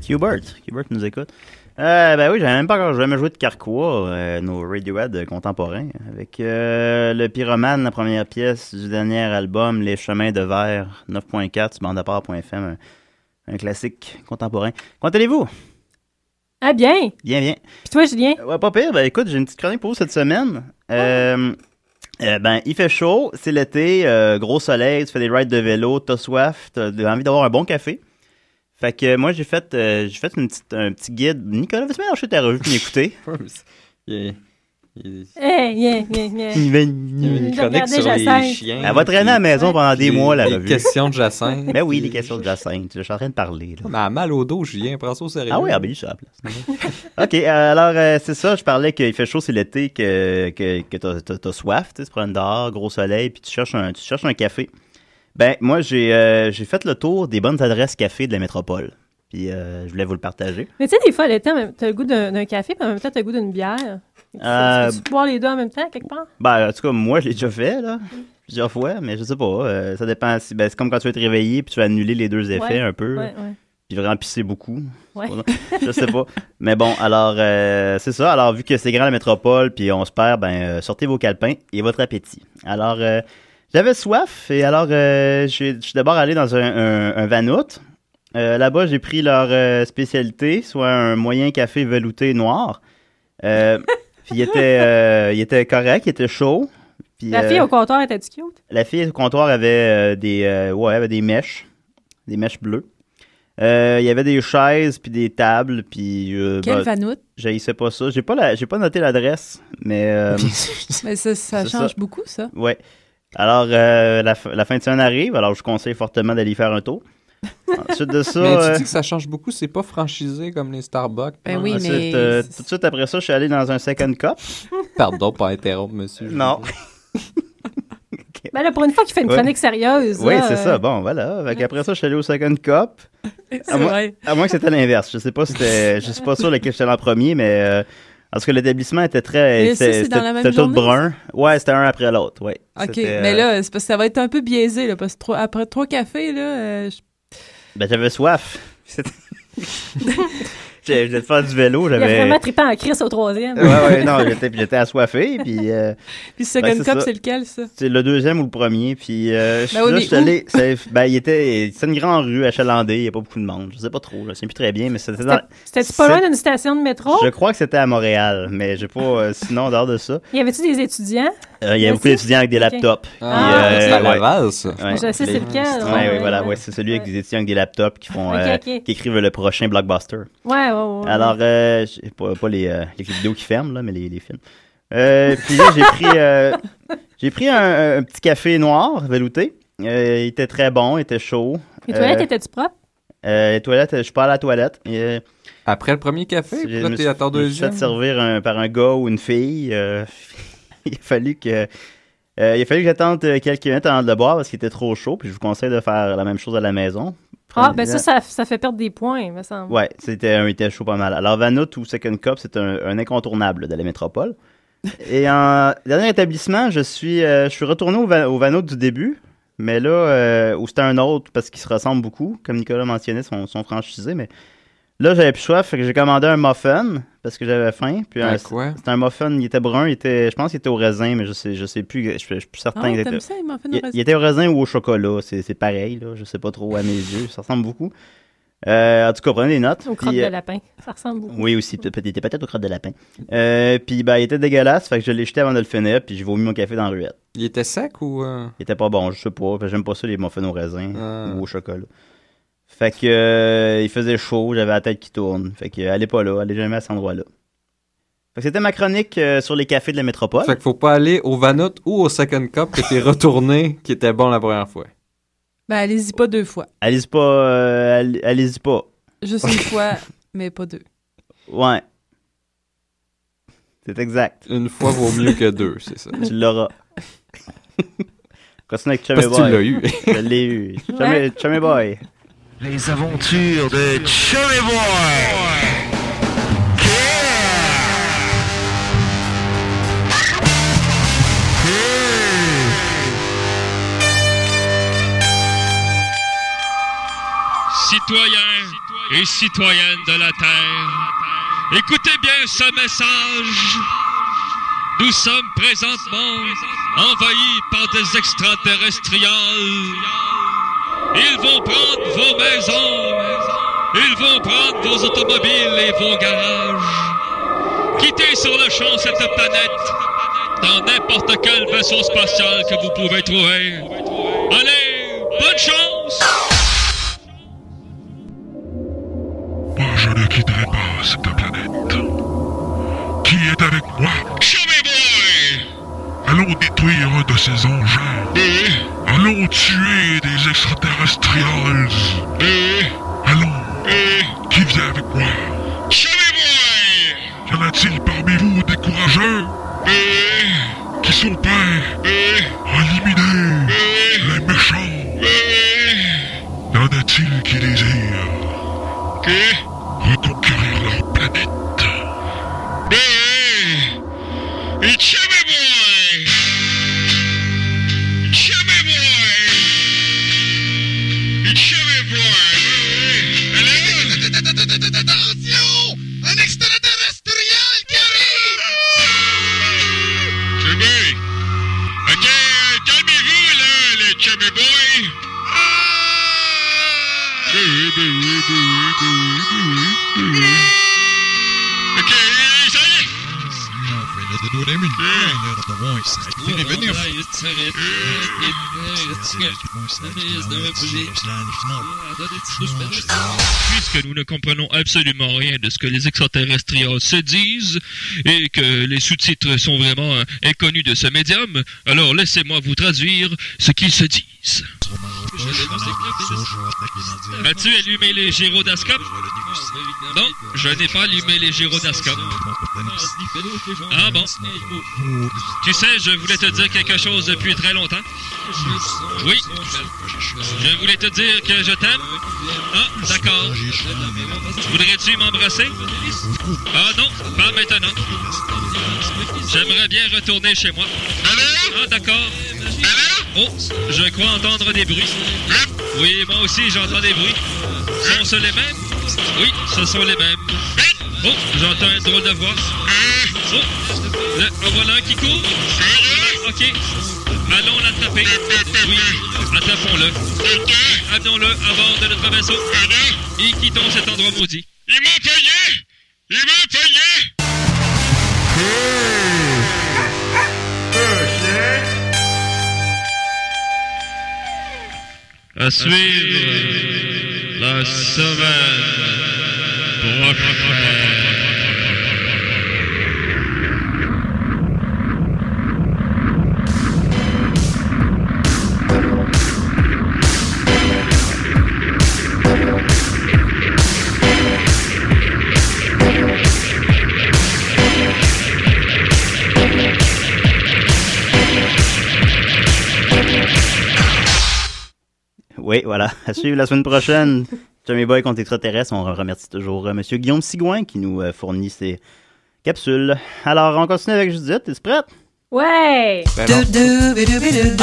[SPEAKER 1] Qbert. Qbert nous écoute. Euh, ben oui, j'avais même pas encore jamais joué de Carquois, euh, nos Radiohead contemporains, avec euh, le Pyromane, la première pièce du dernier album, Les Chemins de Verre 9.4, sur bandapart.fm, un, un classique contemporain. Comment allez-vous?
[SPEAKER 4] Ah bien!
[SPEAKER 1] Bien, bien.
[SPEAKER 4] Puis toi, Julien?
[SPEAKER 1] Ouais, pas pire. Ben écoute, j'ai une petite chronique pour vous cette semaine. Euh, euh, ben, il fait chaud, c'est l'été, euh, gros soleil, tu fais des rides de vélo, t'as soif, t'as de- envie d'avoir un bon café. Fait que euh, moi, j'ai fait, euh, j'ai fait une petite, un petit guide. Nicolas, vas-tu m'arracher ta revue pour m'écouter?
[SPEAKER 3] Il il-
[SPEAKER 4] Eh, yeah, yeah, yeah.
[SPEAKER 1] Hmm.
[SPEAKER 3] il y avait une
[SPEAKER 4] J'ai
[SPEAKER 3] chronique
[SPEAKER 4] regardé
[SPEAKER 3] sur les
[SPEAKER 4] Jacinthe.
[SPEAKER 3] chiens.
[SPEAKER 1] Elle va traîner à la maison pendant des mois, la
[SPEAKER 3] Les
[SPEAKER 1] revue.
[SPEAKER 3] questions de Jacinthe.
[SPEAKER 1] Ben oui, les questions de Jacinthe, je suis en train de parler. là.
[SPEAKER 3] Mais elle a mal au dos, Julien. Prends ça au sérieux.
[SPEAKER 1] Ah oui, ah ben, lui, sur la place. OK, euh, alors, euh, c'est ça, je parlais qu'il fait chaud, c'est l'été, que, que, que t'as, t'as- t'as soif, tu sais, tu prends une dehors, gros soleil, puis tu cherches un, tu cherches un café. Ben, moi, j'ai, euh, j'ai fait le tour des bonnes adresses café de la métropole, puis euh, je voulais vous le partager.
[SPEAKER 4] Mais tu sais, des fois, le temps, t'as le goût d'un d'un café, puis en même temps, t'as le goût d'une bière. Tu
[SPEAKER 1] Euh,
[SPEAKER 4] peux boire les deux en même temps, quelque part?
[SPEAKER 1] Ben, en tout cas, moi, je l'ai déjà fait, là, plusieurs fois, mais je sais pas, euh, ça dépend, si, ben, c'est comme quand tu veux te réveiller, puis tu vas annuler les deux effets
[SPEAKER 4] Ouais,
[SPEAKER 1] un peu,
[SPEAKER 4] Ouais, ouais.
[SPEAKER 1] puis vraiment pisser beaucoup.
[SPEAKER 4] Ouais.
[SPEAKER 1] Voilà. Je sais pas. Mais bon, alors, euh, c'est ça. Alors, vu que c'est grand la métropole, puis on se perd, ben, euh, sortez vos calepins et votre appétit. Alors, euh, j'avais soif, et alors, euh, j'ai- je suis d'abord allé dans un, un, un vanout. Euh, Là-bas, j'ai pris leur euh, spécialité, soit un moyen café velouté noir. Euh, puis il était, euh, il était correct, il était chaud. Puis,
[SPEAKER 4] La
[SPEAKER 1] euh,
[SPEAKER 4] fille au comptoir était-tu cute?
[SPEAKER 1] la fille au comptoir avait euh, des euh, ouais, avait des mèches, des mèches bleues. Euh, Il y avait des chaises puis des tables puis euh,
[SPEAKER 5] Quel
[SPEAKER 1] bah,
[SPEAKER 5] vanoute.
[SPEAKER 1] j'haïssais pas ça. J'ai pas la- j'ai pas noté l'adresse, mais
[SPEAKER 3] [laughs]
[SPEAKER 1] euh,
[SPEAKER 5] Mais ça, ça
[SPEAKER 1] C'est
[SPEAKER 5] change
[SPEAKER 1] ça.
[SPEAKER 5] beaucoup, ça.
[SPEAKER 1] ouais. Alors euh, la, f- la fin de semaine arrive, alors je vous conseille fortement d'aller y faire un tour. Ensuite de ça,
[SPEAKER 3] [laughs] [laughs] Mais
[SPEAKER 1] euh,
[SPEAKER 3] tu dis que ça change beaucoup, c'est pas franchisé comme les Starbucks. Hein?
[SPEAKER 5] Ben oui,
[SPEAKER 1] ensuite,
[SPEAKER 5] mais-
[SPEAKER 1] euh, tout de suite après ça, je suis allé dans un second cup.
[SPEAKER 3] Pardon pour interrompre, monsieur.
[SPEAKER 1] Non.
[SPEAKER 4] Ben là, pour une fois qu'il fait une
[SPEAKER 1] Ouais.
[SPEAKER 4] chronique sérieuse.
[SPEAKER 1] Oui,
[SPEAKER 4] là,
[SPEAKER 1] c'est
[SPEAKER 4] euh,
[SPEAKER 1] ça. Bon, voilà. Après ça, je suis allé au second cup.
[SPEAKER 5] C'est
[SPEAKER 1] Ah, moi-
[SPEAKER 5] vrai.
[SPEAKER 1] À moins que c'était l'inverse. Je sais pas si c'était- je suis pas sûr lequel j'étais allé en premier, mais euh, parce que l'établissement était très
[SPEAKER 5] Mais ça,
[SPEAKER 1] c'était-
[SPEAKER 5] c'est dans la même
[SPEAKER 1] c'était tout
[SPEAKER 5] journée,
[SPEAKER 1] brun. Ouais, c'était un après l'autre, ouais.
[SPEAKER 5] OK,
[SPEAKER 1] C'était, euh,
[SPEAKER 5] mais là, c'est parce que ça va être un peu biaisé, là, parce que trois- après trois cafés, là, euh, je-
[SPEAKER 1] ben,
[SPEAKER 5] [laughs]
[SPEAKER 1] j'avais soif. C'était- J'ai- Je venais de faire du vélo,
[SPEAKER 4] Il a
[SPEAKER 1] j'avais
[SPEAKER 4] vraiment trippé en crise au troisième.
[SPEAKER 1] Ouais ouais, non, j'étais puis j'étais assoiffé puis euh,
[SPEAKER 5] puis second
[SPEAKER 1] Ben, c'est
[SPEAKER 5] cup,
[SPEAKER 1] ça.
[SPEAKER 5] c'est lequel, ça?
[SPEAKER 1] c'est le deuxième ou le premier puis euh, je-
[SPEAKER 5] Ben oui,
[SPEAKER 1] là
[SPEAKER 5] mais
[SPEAKER 1] je suis
[SPEAKER 5] où?
[SPEAKER 1] allé c'est- ben il était c'est une grande rue achalandée, il y a pas beaucoup de monde, je sais pas trop, je sais plus très bien mais c'était dans-
[SPEAKER 4] C'était-tu pas loin
[SPEAKER 1] C'est-
[SPEAKER 4] d'une station de métro?
[SPEAKER 1] je crois que c'était à Montréal, mais j'ai pas euh, sinon dehors de ça,
[SPEAKER 4] Y avait-tu des étudiants?
[SPEAKER 1] euh, il y a
[SPEAKER 4] Merci.
[SPEAKER 1] beaucoup d'étudiants avec des
[SPEAKER 4] Ok.
[SPEAKER 1] laptops.
[SPEAKER 3] Ah,
[SPEAKER 1] Puis, euh,
[SPEAKER 3] c'est à
[SPEAKER 1] ouais.
[SPEAKER 3] Laval, ça.
[SPEAKER 1] Ouais.
[SPEAKER 4] Je sais
[SPEAKER 1] Les-
[SPEAKER 4] c'est
[SPEAKER 1] Ouais,
[SPEAKER 4] lequel. ouais,
[SPEAKER 1] ouais,
[SPEAKER 4] ouais,
[SPEAKER 1] voilà,
[SPEAKER 4] ouais.
[SPEAKER 1] ouais, c'est celui avec
[SPEAKER 4] Ouais.
[SPEAKER 1] des étudiants avec des laptops qui font
[SPEAKER 4] Ok,
[SPEAKER 1] euh,
[SPEAKER 4] ok.
[SPEAKER 1] qui écrivent le prochain blockbuster.
[SPEAKER 4] Ouais, ouais, ouais.
[SPEAKER 1] Alors euh, j'ai- pas, pas les, euh, les clips vidéo qui ferment là, mais les, les films. Euh, puis là j'ai pris euh, [laughs] j'ai pris un, un petit café noir velouté. Euh, il était très bon, il était chaud.
[SPEAKER 4] Les toilettes
[SPEAKER 1] euh,
[SPEAKER 4] étaient-tu propres?
[SPEAKER 1] Euh, les toilettes, je suis pas allé à la toilette. Et, euh,
[SPEAKER 3] Après le premier café,
[SPEAKER 1] je
[SPEAKER 3] puis
[SPEAKER 1] me
[SPEAKER 3] là,
[SPEAKER 1] suis-
[SPEAKER 3] t'es à ton
[SPEAKER 1] je me suis
[SPEAKER 3] deuxième.
[SPEAKER 1] fait servir un- par un gars ou une fille. euh, [laughs] il a fallu que euh, il a fallu que j'attende euh, quelques minutes avant de le boire parce qu'il était trop chaud. Puis je vous conseille de faire la même chose à la maison.
[SPEAKER 4] Ah, ben ça,
[SPEAKER 1] Prenez-en-
[SPEAKER 4] ça, ça fait perdre des points, il me semble.
[SPEAKER 1] Ouais, c'était un était chaud pas mal. Alors, Vanout ou Second Cup, c'est un, un incontournable de la métropole. Et en [laughs] dernier établissement, je suis, euh, je suis retourné au, Va- au Vanout du début, mais là, euh, où c'était un autre parce qu'ils se ressemblent beaucoup, comme Nicolas mentionnait, sont, sont franchisés, mais là, j'avais plus soif, fait que j'ai commandé un muffin parce que j'avais faim. Puis un,
[SPEAKER 3] Ah, quoi?
[SPEAKER 1] c'était un muffin, il était brun, il était, je pense qu'il était au raisin, mais je sais, je sais plus, je, suis- je suis plus certain
[SPEAKER 5] Ah,
[SPEAKER 1] exactement.
[SPEAKER 5] t'aimes ça? Il m'en fait une
[SPEAKER 1] Il, il
[SPEAKER 5] raison.
[SPEAKER 1] était au raisin ou au chocolat, c'est c'est pareil, là. je sais pas trop à mes yeux, ça ressemble beaucoup. Euh, en tout cas, prenez des notes.
[SPEAKER 4] Aux crottes
[SPEAKER 1] Puis,
[SPEAKER 4] de
[SPEAKER 1] euh,
[SPEAKER 4] lapin. Ça ressemble beaucoup.
[SPEAKER 1] oui, aussi, peut- peut- il était peut-être au crottes de lapin. Euh, puis ben, il était dégueulasse, fait que je l'ai jeté avant de le finir, puis j'ai vomi mon café dans la ruelle.
[SPEAKER 3] Il était sec ou. euh,
[SPEAKER 1] Il était pas bon, je sais pas, parce que j'aime pas ça les muffins au raisin
[SPEAKER 3] Ah.
[SPEAKER 1] ou au chocolat. Fait que euh, il faisait chaud, j'avais la tête qui tourne. Fait que euh, allez pas là, allez jamais à cet endroit-là. Fait que c'était ma chronique euh, sur les cafés de la métropole.
[SPEAKER 3] Fait qu'il faut pas aller au Vanout ou au Second Cup que t'es retourné, qui était bon la première fois.
[SPEAKER 5] Ben, allez-y pas deux fois.
[SPEAKER 1] Allez-y pas, euh, allez- allez-y pas.
[SPEAKER 5] Juste
[SPEAKER 1] [laughs]
[SPEAKER 5] une fois, mais pas deux.
[SPEAKER 1] Ouais. C'est exact.
[SPEAKER 3] Une fois vaut mieux que deux, c'est ça.
[SPEAKER 1] Tu l'auras. Continue avec Chummy
[SPEAKER 3] Parce que tu l'as
[SPEAKER 1] Boy.
[SPEAKER 3] eu.
[SPEAKER 1] Je l'ai eu. Chummy,
[SPEAKER 4] Ouais.
[SPEAKER 1] Chummy Boy.
[SPEAKER 2] Les aventures de Chummy Boy. Yeah. Yeah.
[SPEAKER 9] Citoyens et citoyennes de la Terre, écoutez bien ce message. Nous sommes présentement envahis par des extraterrestriels. Ils vont prendre vos maisons, ils vont prendre vos automobiles et vos garages. Quittez sur le champ cette planète dans n'importe quel vaisseau spatial que vous pouvez trouver. Allez, bonne chance!
[SPEAKER 2] Je ne quitterai pas cette planète. Qui est avec moi Chummy Boy Allons détruire un de ces engins. Allons tuer des extraterrestriels. Allons. Qui vient avec moi Chummy Boy Y en a-t-il parmi vous des courageux Qui sont prêts à éliminer les méchants Y en a-t-il qui désirent reconquérir leur planète. Et Chubby Boy! Chubby Boy! Chubby Boy! Allez! Attention! Un extraterrestriel qui arrive! Chubby! Ok, calmez-vous là, les Chubby Boy! Ben oui, ben oui, ben oui, ben oui, ben oui, ben oui. Ok, ça y est! Puisque nous ne comprenons absolument rien de ce que les extraterrestriels se disent et que les sous-titres sont vraiment euh, inconnus de ce médium, alors laissez-moi vous traduire ce qu'ils se disent. As-tu allumé les gyrodascopes? Non, je n'ai pas allumé les gyrodascopes. Ah bon? Tu sais, je voulais te dire quelque chose depuis très longtemps. Oui. Je voulais te dire que je t'aime. Ah, d'accord. Voudrais-tu m'embrasser? Ah non, pas maintenant. J'aimerais bien retourner chez moi. Ah d'accord. Oh, je crois entendre des bruits. Oui, moi aussi j'entends des bruits. Sont-ce les mêmes? Oui, ce sont les mêmes. Oh, j'entends un drôle de voix. Oh, le, en voilà un qui court. Ok. Allons l'attraper. Oui, attrapons-le. Amenons-le à bord de notre vaisseau. Et quittons cet endroit maudit. Ils m'ont payé! Ils m'ont payé! À suivre la semaine prochaine.
[SPEAKER 1] Oui, voilà. À suivre la semaine prochaine. Tommy Boy contre extraterrestres. On remercie toujours euh, Monsieur Guillaume Sigouin qui nous euh, fournit ses capsules. Alors, on continue avec Judith. T'es prête?
[SPEAKER 4] Ouais!
[SPEAKER 3] Ben non.